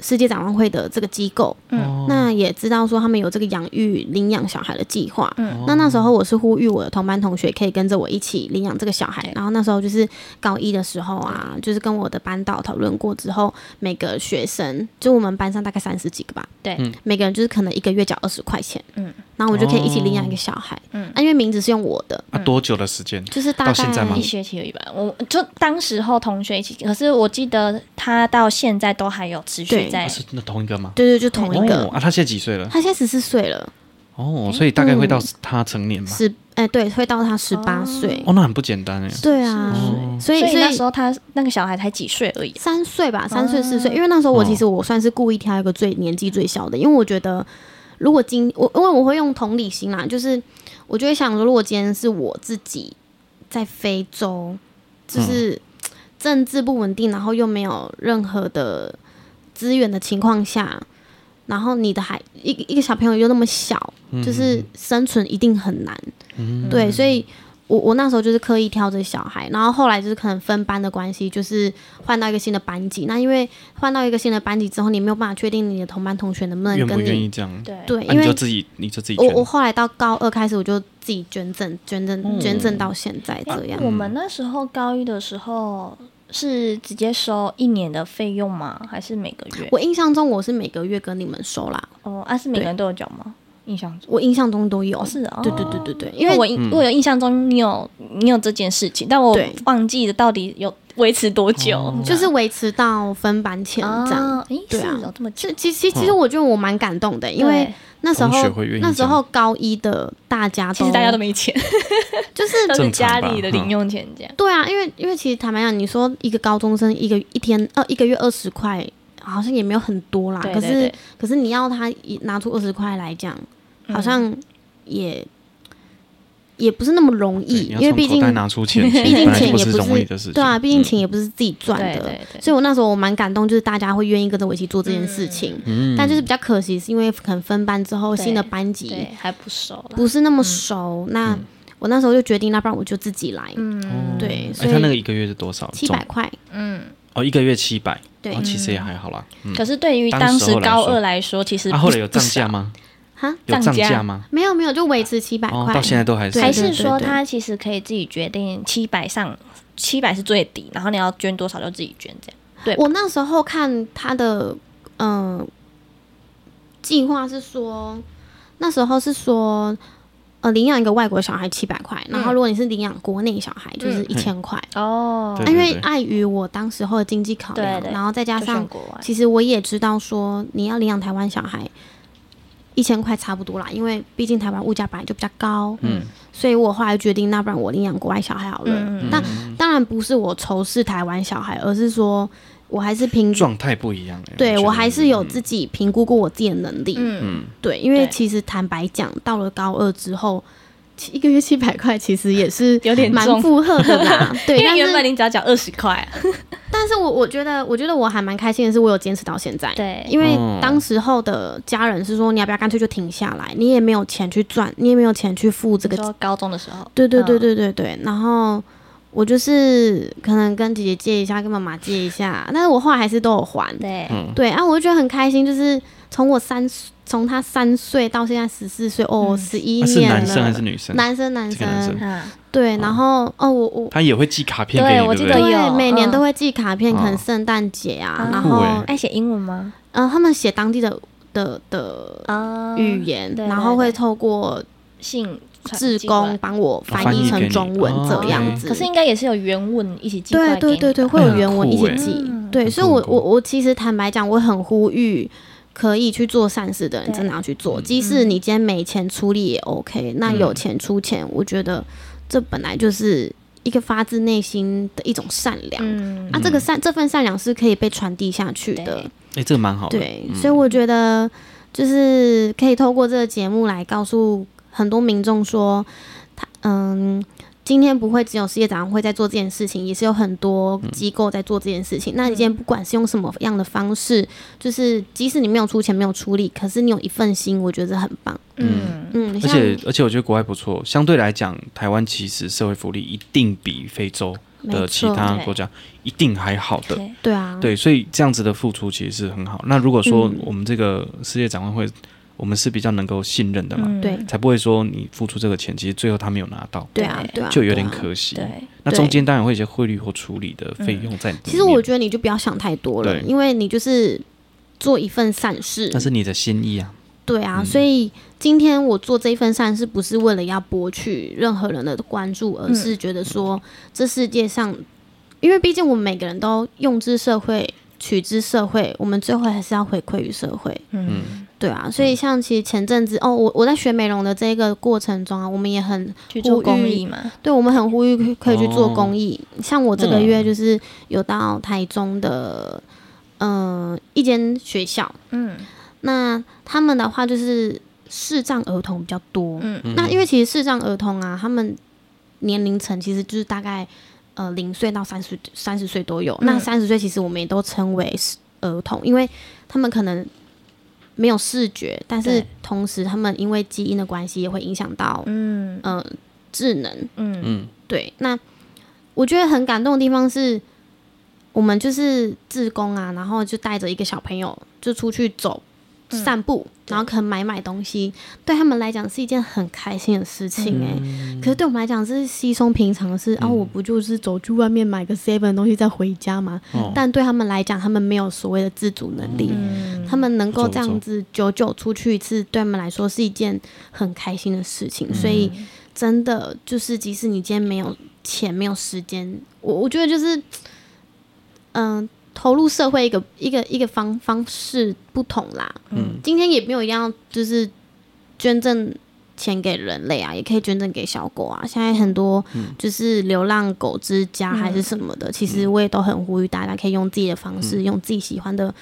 [SPEAKER 3] 世界展望会的这个机构，
[SPEAKER 2] 嗯
[SPEAKER 3] 那也知道说他们有这个养育领养小孩的计划。
[SPEAKER 1] 嗯
[SPEAKER 3] 那那时候我是呼吁我的同班同学可以跟着我一起领养这个小孩
[SPEAKER 1] 对，
[SPEAKER 3] 然后那时候就是高一的时候啊，就是跟我的班导讨论过之后，每个学生就我们班上大概三十几个吧，
[SPEAKER 1] 对
[SPEAKER 2] 嗯
[SPEAKER 3] 每个人就是可能一个月缴二十块钱，
[SPEAKER 1] 嗯
[SPEAKER 3] 然后我就可以一起
[SPEAKER 2] 哦
[SPEAKER 3] 领养一个小孩，
[SPEAKER 1] 嗯
[SPEAKER 3] 啊，因为名字是用我的，
[SPEAKER 2] 啊，多久的时间？
[SPEAKER 3] 就是大概
[SPEAKER 2] 到现在吗
[SPEAKER 1] 一学期而已吧。我就当时候同学一起，可是我记得他到现在都还有持续
[SPEAKER 3] 对
[SPEAKER 1] 在
[SPEAKER 2] 啊是那同一个吗？
[SPEAKER 3] 哎对对，就同一个，
[SPEAKER 1] 哦
[SPEAKER 3] 哎
[SPEAKER 2] 哦啊，他现在几岁了？
[SPEAKER 3] 他现在十四岁了，
[SPEAKER 2] 哦，所以大概会到
[SPEAKER 3] 嗯
[SPEAKER 2] 他成年吧。
[SPEAKER 3] 十哎、对，会到他十八
[SPEAKER 1] 哦
[SPEAKER 3] 岁。
[SPEAKER 2] 哦，那很不简单哎。
[SPEAKER 3] 对啊，
[SPEAKER 2] 哦
[SPEAKER 3] 所以
[SPEAKER 1] 所以那
[SPEAKER 3] 所以
[SPEAKER 1] 时候他那个小孩才几岁而已啊，
[SPEAKER 3] 三岁吧，三岁四
[SPEAKER 1] 哦
[SPEAKER 3] 岁，因为那时候我其实我算是故意挑一个最年纪最小的，因为我觉得如果今我因为我会用同理心啦，就是我就会想说，如果今天是我自己在非洲，就是政治不稳定，然后又没有任何的资源的情况下，然后你的孩一个一个小朋友又那么小，
[SPEAKER 2] 嗯
[SPEAKER 3] 就是生存一定很难，对，所以。我我那时候就是刻意挑着小孩，然后后来就是可能分班的关系，就是换到一个新的班级。那因为换到一个新的班级之后，你没有办法确定你的同班同学能不能
[SPEAKER 2] 愿不
[SPEAKER 3] 跟你
[SPEAKER 2] 愿意这样？
[SPEAKER 1] 对，
[SPEAKER 3] 对，
[SPEAKER 2] 那
[SPEAKER 3] 因
[SPEAKER 2] 你就
[SPEAKER 3] 为
[SPEAKER 2] 自己，你就自己
[SPEAKER 3] 我
[SPEAKER 2] 捐
[SPEAKER 3] 我后来到高二开始，我就自己捐赠、捐赠、捐赠到现在这样。
[SPEAKER 2] 嗯
[SPEAKER 1] 我们那时候高一的时候是直接收一年的费用吗？还是每个月？
[SPEAKER 2] 嗯
[SPEAKER 3] 我印象中我是每个月跟你们收啦，
[SPEAKER 1] 哦，啊，是每个人都有缴吗？印象中
[SPEAKER 3] 我印象中都有。
[SPEAKER 1] 哦，是啊，
[SPEAKER 3] 对对对对对，因
[SPEAKER 1] 因为
[SPEAKER 3] 为
[SPEAKER 1] 我印我有印象中你有你有这件事情，但我
[SPEAKER 3] 对
[SPEAKER 1] 忘记了到底有维持多久，
[SPEAKER 3] 就是维持到分班前这样。
[SPEAKER 1] 啊，诶，是
[SPEAKER 3] 对啊
[SPEAKER 1] 有这么久
[SPEAKER 3] 这，其实其实我觉得我蛮感动的，因为
[SPEAKER 1] 哦对
[SPEAKER 3] 那时候
[SPEAKER 2] 同学会愿意
[SPEAKER 3] 那时
[SPEAKER 2] 这样
[SPEAKER 3] 候高一的大家都
[SPEAKER 1] 其实大家都没钱，
[SPEAKER 3] <laughs> 就是
[SPEAKER 1] 都是
[SPEAKER 2] 正常
[SPEAKER 1] 家
[SPEAKER 2] 吧
[SPEAKER 3] 嗯
[SPEAKER 1] 里的零用钱这样。
[SPEAKER 3] 对啊，因为因为其实坦白讲，你说一个高中生一个一天呃一个月二十块，好像也没有很多啦。
[SPEAKER 1] 对
[SPEAKER 3] 啊可
[SPEAKER 1] 对
[SPEAKER 3] 是
[SPEAKER 1] 对
[SPEAKER 3] 可是你要他一拿出二十块来讲，
[SPEAKER 1] 嗯
[SPEAKER 3] 好像也、也不是那么容
[SPEAKER 2] 对
[SPEAKER 3] 易，
[SPEAKER 2] 你
[SPEAKER 3] 因
[SPEAKER 2] 要
[SPEAKER 3] 为
[SPEAKER 2] 从
[SPEAKER 3] 毕
[SPEAKER 2] 口
[SPEAKER 3] 竟
[SPEAKER 2] 袋拿出钱，
[SPEAKER 3] 毕
[SPEAKER 2] 本
[SPEAKER 3] 竟
[SPEAKER 2] 来就
[SPEAKER 3] 钱也
[SPEAKER 2] 是容易的
[SPEAKER 3] 不
[SPEAKER 2] 事
[SPEAKER 3] 是
[SPEAKER 2] 情。
[SPEAKER 3] 对啊，毕竟钱
[SPEAKER 2] 嗯
[SPEAKER 3] 也不是自己赚
[SPEAKER 1] 对
[SPEAKER 3] 的。
[SPEAKER 1] 对对，
[SPEAKER 3] 所以我那时候我蛮感动，就是大家会愿意跟着我一起做这件事情，
[SPEAKER 2] 嗯
[SPEAKER 3] 但就是比较可惜，是因为可能分班之后
[SPEAKER 1] 对
[SPEAKER 3] 新的班级
[SPEAKER 1] 对还不熟了。
[SPEAKER 3] 不是那么熟，那
[SPEAKER 2] 嗯
[SPEAKER 3] 我那时候就决定，那不然我就自己来，
[SPEAKER 1] 嗯，
[SPEAKER 3] 对
[SPEAKER 2] 哎，
[SPEAKER 3] 所以
[SPEAKER 2] 他那个一个月是多少？
[SPEAKER 3] 七
[SPEAKER 2] 总
[SPEAKER 3] 百块，
[SPEAKER 2] 哦，一个月七百，
[SPEAKER 3] 对
[SPEAKER 2] 哦，其实也还好啦。嗯，
[SPEAKER 1] 可是对于
[SPEAKER 2] 当
[SPEAKER 1] 当
[SPEAKER 2] 时
[SPEAKER 1] 时
[SPEAKER 2] 候来
[SPEAKER 1] 高
[SPEAKER 2] 说
[SPEAKER 1] 二来说，其实
[SPEAKER 2] 啊，
[SPEAKER 1] 不
[SPEAKER 2] 后来有
[SPEAKER 1] 不
[SPEAKER 2] 涨
[SPEAKER 1] 少
[SPEAKER 2] 价吗？
[SPEAKER 3] 哈，
[SPEAKER 2] 有
[SPEAKER 1] 涨价
[SPEAKER 2] 价吗？
[SPEAKER 3] 没有没有，就维持七百
[SPEAKER 2] 哦
[SPEAKER 3] 块，，
[SPEAKER 2] 到现在都还是
[SPEAKER 3] 对
[SPEAKER 1] 还
[SPEAKER 3] 对
[SPEAKER 1] 是
[SPEAKER 3] 对
[SPEAKER 1] 说
[SPEAKER 3] 对
[SPEAKER 1] 他其实可以自己决定七百上七百是最低，然后你要捐多少就自己捐这样。对吧
[SPEAKER 3] 我那时候看他的嗯、呃计划是说，那时候是说。呃，领养一个外国小孩七百块，然后如果你是领养国内小孩，就是
[SPEAKER 1] 嗯
[SPEAKER 3] 一千块。
[SPEAKER 1] 哦
[SPEAKER 2] 对
[SPEAKER 3] 因为碍于我当时候的经济考量，
[SPEAKER 1] 对对
[SPEAKER 3] 然后再加
[SPEAKER 1] 就选
[SPEAKER 3] 上
[SPEAKER 1] 国外，
[SPEAKER 3] 其实我也知道说，你要领养台湾小孩，一千块差不多啦，因为毕竟台湾物价本来就比较高，嗯，所以我后来决定，那不然我领养国外小孩好了。
[SPEAKER 1] 嗯
[SPEAKER 3] 但当然不是我仇视台湾小孩，而是说我还是评，
[SPEAKER 2] 状态不一样。哎
[SPEAKER 3] 对
[SPEAKER 2] 觉
[SPEAKER 3] 我
[SPEAKER 2] 得
[SPEAKER 3] 还是有自己评估过我自己的能力，
[SPEAKER 1] 嗯，
[SPEAKER 3] 对，因为
[SPEAKER 1] 对
[SPEAKER 3] 其实坦白讲，到了高二之后。其一个月七百块，其实也是
[SPEAKER 1] 有点
[SPEAKER 3] 蛮
[SPEAKER 1] 重
[SPEAKER 3] 负荷
[SPEAKER 1] <laughs>
[SPEAKER 3] 的啦。对，
[SPEAKER 1] 因
[SPEAKER 3] 但
[SPEAKER 1] 为原本
[SPEAKER 3] 是
[SPEAKER 1] 你只要缴二十块，啊
[SPEAKER 3] 但是我我觉得，我觉得我还蛮开心的是，我有坚持到现在。
[SPEAKER 1] 对
[SPEAKER 3] 因为
[SPEAKER 2] 哦
[SPEAKER 3] 当时候的家人是说，你要不要干脆就停下来？你也没有钱去赚，你也没有钱去付这
[SPEAKER 1] 这
[SPEAKER 3] 个。
[SPEAKER 1] 说高中的时候，
[SPEAKER 3] 对对对
[SPEAKER 1] 嗯，
[SPEAKER 3] 对对对。然后我就是可能跟姐姐借一下，跟妈妈借一下，但是我后来还是都有还。
[SPEAKER 1] 对，
[SPEAKER 3] 对啊，我就觉得很开心，就是从我三从他三岁到现在十四岁，哦，十一
[SPEAKER 2] 啊是
[SPEAKER 3] 年了。
[SPEAKER 2] 男生还是女生？
[SPEAKER 3] 男生？男
[SPEAKER 2] 这个男生
[SPEAKER 1] 嗯，
[SPEAKER 3] 对，然后哦，我我
[SPEAKER 2] 他也会寄卡片给
[SPEAKER 1] 对
[SPEAKER 2] 你，
[SPEAKER 1] 我
[SPEAKER 2] 对
[SPEAKER 1] 记
[SPEAKER 2] 不
[SPEAKER 1] 得
[SPEAKER 2] 对？
[SPEAKER 1] 有
[SPEAKER 3] 每年
[SPEAKER 1] 嗯
[SPEAKER 3] 都会寄卡片，可能
[SPEAKER 2] 哦
[SPEAKER 3] 圣诞节啊，
[SPEAKER 1] 啊
[SPEAKER 3] 然
[SPEAKER 2] 酷
[SPEAKER 3] 后
[SPEAKER 2] 欸
[SPEAKER 1] 爱写英文吗？
[SPEAKER 3] 呃，他们写当地的的的
[SPEAKER 1] 啊
[SPEAKER 3] 语言，
[SPEAKER 1] 对
[SPEAKER 3] 然
[SPEAKER 1] 对
[SPEAKER 3] 后会
[SPEAKER 1] 对
[SPEAKER 3] 透过
[SPEAKER 1] 信
[SPEAKER 3] 志工帮我翻
[SPEAKER 2] 翻
[SPEAKER 3] 译
[SPEAKER 2] 译给
[SPEAKER 3] 成
[SPEAKER 2] 你
[SPEAKER 3] 中文
[SPEAKER 2] 哦
[SPEAKER 3] 这样
[SPEAKER 2] ，OK
[SPEAKER 3] 子。
[SPEAKER 1] 可是应该也是有原文一起寄过
[SPEAKER 3] 对
[SPEAKER 1] 来给
[SPEAKER 3] 对
[SPEAKER 1] 你
[SPEAKER 3] 对对，
[SPEAKER 1] 吧
[SPEAKER 3] 会有
[SPEAKER 2] 很
[SPEAKER 3] 原文一
[SPEAKER 2] 酷
[SPEAKER 3] 起
[SPEAKER 2] 欸
[SPEAKER 3] 寄。
[SPEAKER 1] 嗯
[SPEAKER 3] 对，
[SPEAKER 2] 很
[SPEAKER 3] 所以
[SPEAKER 2] 酷
[SPEAKER 3] 我
[SPEAKER 2] 很酷
[SPEAKER 3] 我我其实坦白讲，我很呼吁。可以去做善事的人，真的要去
[SPEAKER 2] 嗯
[SPEAKER 3] 做。即使你今天没钱出力也 OK，、那有钱出钱，我觉得这本来就是一个发自内心的一种善良。
[SPEAKER 1] 嗯，
[SPEAKER 3] 啊，这个善这份善良是可以被传递下去的。
[SPEAKER 2] 哎，这个蛮好嗯的。
[SPEAKER 3] 对，所以我觉得就是可以透过这个节目来告诉很多民众说，他嗯，今天不会只有世界展望会在做这件事情，也是有很多
[SPEAKER 2] 嗯
[SPEAKER 3] 机构在做这件事情。那你今天不管是用什么样的方式，就是即使你没有出钱、没有出力，可是你有一份心，我觉得很棒。
[SPEAKER 1] 嗯，
[SPEAKER 3] 嗯，
[SPEAKER 2] 而
[SPEAKER 3] 像
[SPEAKER 2] 且而且我觉得国外不错，相对来讲，台湾其实社会福利一定比非洲
[SPEAKER 3] 没
[SPEAKER 2] 的呃其
[SPEAKER 3] 错，
[SPEAKER 2] 他
[SPEAKER 1] 对
[SPEAKER 2] 国家一定还好的。
[SPEAKER 1] 对
[SPEAKER 3] 对啊，
[SPEAKER 2] 对，所以这样子的付出其实是很好。那如果说
[SPEAKER 3] 嗯
[SPEAKER 2] 我们这个世界展望会，我们是比较能够信任的嘛，
[SPEAKER 1] 嗯
[SPEAKER 3] 对
[SPEAKER 2] 才不会说你付出这个钱，其实最后他没有拿到，
[SPEAKER 3] 对啊，对啊，
[SPEAKER 2] 就有点
[SPEAKER 3] 对啊
[SPEAKER 2] 可惜。
[SPEAKER 1] 对，
[SPEAKER 2] 那
[SPEAKER 3] 对
[SPEAKER 2] 中间当然会有一些汇率或处理的费用在里面。
[SPEAKER 3] 其实我觉得你就不要想太多了，
[SPEAKER 2] 对
[SPEAKER 3] 因为你就是做一份善事
[SPEAKER 2] 那。是你的心意啊，
[SPEAKER 3] 对啊，所以今天我做这一份善事，不是为了要博取任何人的关注，而是觉得说这世界上，因为毕竟我们每个人都用之社会，取之社会，我们最后还是要回馈于社会。
[SPEAKER 1] 嗯，
[SPEAKER 3] 对啊，所以像其实前阵子、哦，我我在学美容的这个过程中啊，我们也很
[SPEAKER 1] 去做
[SPEAKER 3] 呼吁
[SPEAKER 1] 公益嘛，
[SPEAKER 3] 对我们很呼吁可以去做
[SPEAKER 2] 哦
[SPEAKER 3] 公益。像我这个月就是有到台中的，嗯、一间学校，
[SPEAKER 1] 嗯
[SPEAKER 3] 那他们的话就是视障儿童比较多。
[SPEAKER 1] 嗯
[SPEAKER 3] 那因为其实视障儿童啊，他们年龄层其实就是大概呃零岁到三十三十岁都有。
[SPEAKER 1] 嗯
[SPEAKER 3] 那三十岁其实我们也都称为是儿童，因为他们可能没有视觉，但是
[SPEAKER 1] 对
[SPEAKER 3] 同时他们因为基因的关系也会影响到
[SPEAKER 1] 嗯
[SPEAKER 3] 呃智能。
[SPEAKER 1] 嗯
[SPEAKER 2] 嗯
[SPEAKER 3] 对，那我觉得很感动的地方是，我们就是志工啊，然后就带着一个小朋友就出去走。
[SPEAKER 1] 嗯
[SPEAKER 3] 散步，
[SPEAKER 1] 对
[SPEAKER 3] 然后可能买买东西，对他们来讲是一件很开心的事情哎、
[SPEAKER 2] 嗯，
[SPEAKER 3] 可是对我们来讲是稀松平常的事啊，
[SPEAKER 2] 嗯
[SPEAKER 3] 我不就是走去外面买个 seven 的东西再回家吗？
[SPEAKER 2] 哦
[SPEAKER 3] 但对他们来讲，他们没有所谓的自主能力，
[SPEAKER 1] 嗯，
[SPEAKER 3] 他们能够
[SPEAKER 2] 不错
[SPEAKER 3] 这样子久久出去一次，对他们来说是一件很开心的事情。所以真的就是，即使你今天没有钱、没有时间，我我觉得就是，嗯、投入社会一个一个一个方方式不同啦。
[SPEAKER 2] 嗯
[SPEAKER 3] 今天也没有一定要就是捐赠钱给人类啊，也可以捐赠给小狗啊。现在很多
[SPEAKER 2] 嗯
[SPEAKER 3] 就是流浪狗之家还是什么的，其实我也都很呼吁大家可以用自己的方
[SPEAKER 2] 嗯
[SPEAKER 3] 式，用自己喜欢的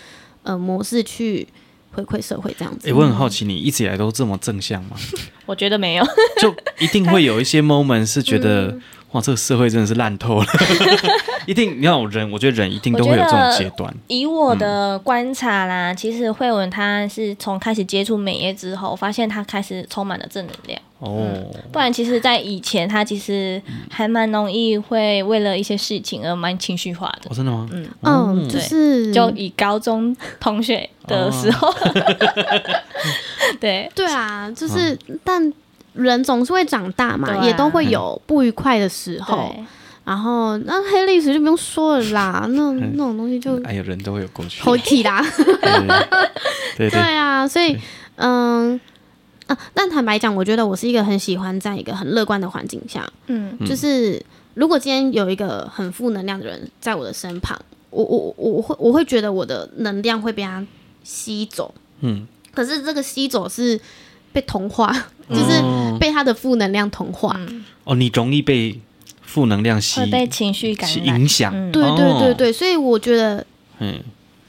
[SPEAKER 3] 呃模式去回馈社会这样子。
[SPEAKER 2] 诶我很好奇，你一直以来都这么正向吗？
[SPEAKER 1] 我觉得没有，
[SPEAKER 2] 就一定会有一些 moment 是觉得，哇，这个社会真的是烂透了。一定，你看我人，我觉得人一定都会有这种阶段。
[SPEAKER 1] 以我的观察啦，其实慧文她是从开始接触美业之后，发现她开始充满了正能量。
[SPEAKER 2] 哦，
[SPEAKER 1] 不然，其实，在以前她其实
[SPEAKER 2] 嗯
[SPEAKER 1] 还蛮容易会为了一些事情而蛮情绪化的
[SPEAKER 2] 哦，。真的吗？
[SPEAKER 3] 嗯，
[SPEAKER 2] 哦
[SPEAKER 3] 就是
[SPEAKER 1] 就以高中同学的时候，
[SPEAKER 2] 哦
[SPEAKER 1] <laughs> 对，
[SPEAKER 3] 对啊，就是、
[SPEAKER 2] 嗯
[SPEAKER 3] 但人总是会长大嘛，
[SPEAKER 1] 对啊
[SPEAKER 3] 也都会有不愉快的时候。
[SPEAKER 1] 对，
[SPEAKER 3] 然后那黑历史就不用说了啦，
[SPEAKER 2] <laughs>
[SPEAKER 3] 那
[SPEAKER 2] 嗯
[SPEAKER 3] 那种东西就
[SPEAKER 2] 哎呀，人都会有过去。
[SPEAKER 3] 好体啦。
[SPEAKER 2] <laughs> 对对
[SPEAKER 3] <laughs> 对
[SPEAKER 2] 对，
[SPEAKER 3] 啊，所以
[SPEAKER 2] 对
[SPEAKER 3] 嗯啊，但坦白讲，我觉得我是一个很喜欢在一个很乐观的环境下，
[SPEAKER 1] 嗯
[SPEAKER 3] 就是如果今天有一个很负能量的人在我的身旁，我我我我会我会觉得我的能量会被他吸走，
[SPEAKER 2] 嗯，
[SPEAKER 3] 可是这个吸走是被同化， <laughs> 就是
[SPEAKER 2] 哦
[SPEAKER 3] 被他的负能量同化。
[SPEAKER 1] 嗯，
[SPEAKER 2] 哦，你容易被负能量吸
[SPEAKER 1] 会被情绪感
[SPEAKER 2] 吸
[SPEAKER 1] 染
[SPEAKER 2] 影，响。
[SPEAKER 1] 嗯
[SPEAKER 3] 对对对
[SPEAKER 2] 哦，
[SPEAKER 3] 对，所以我觉得
[SPEAKER 2] 嗯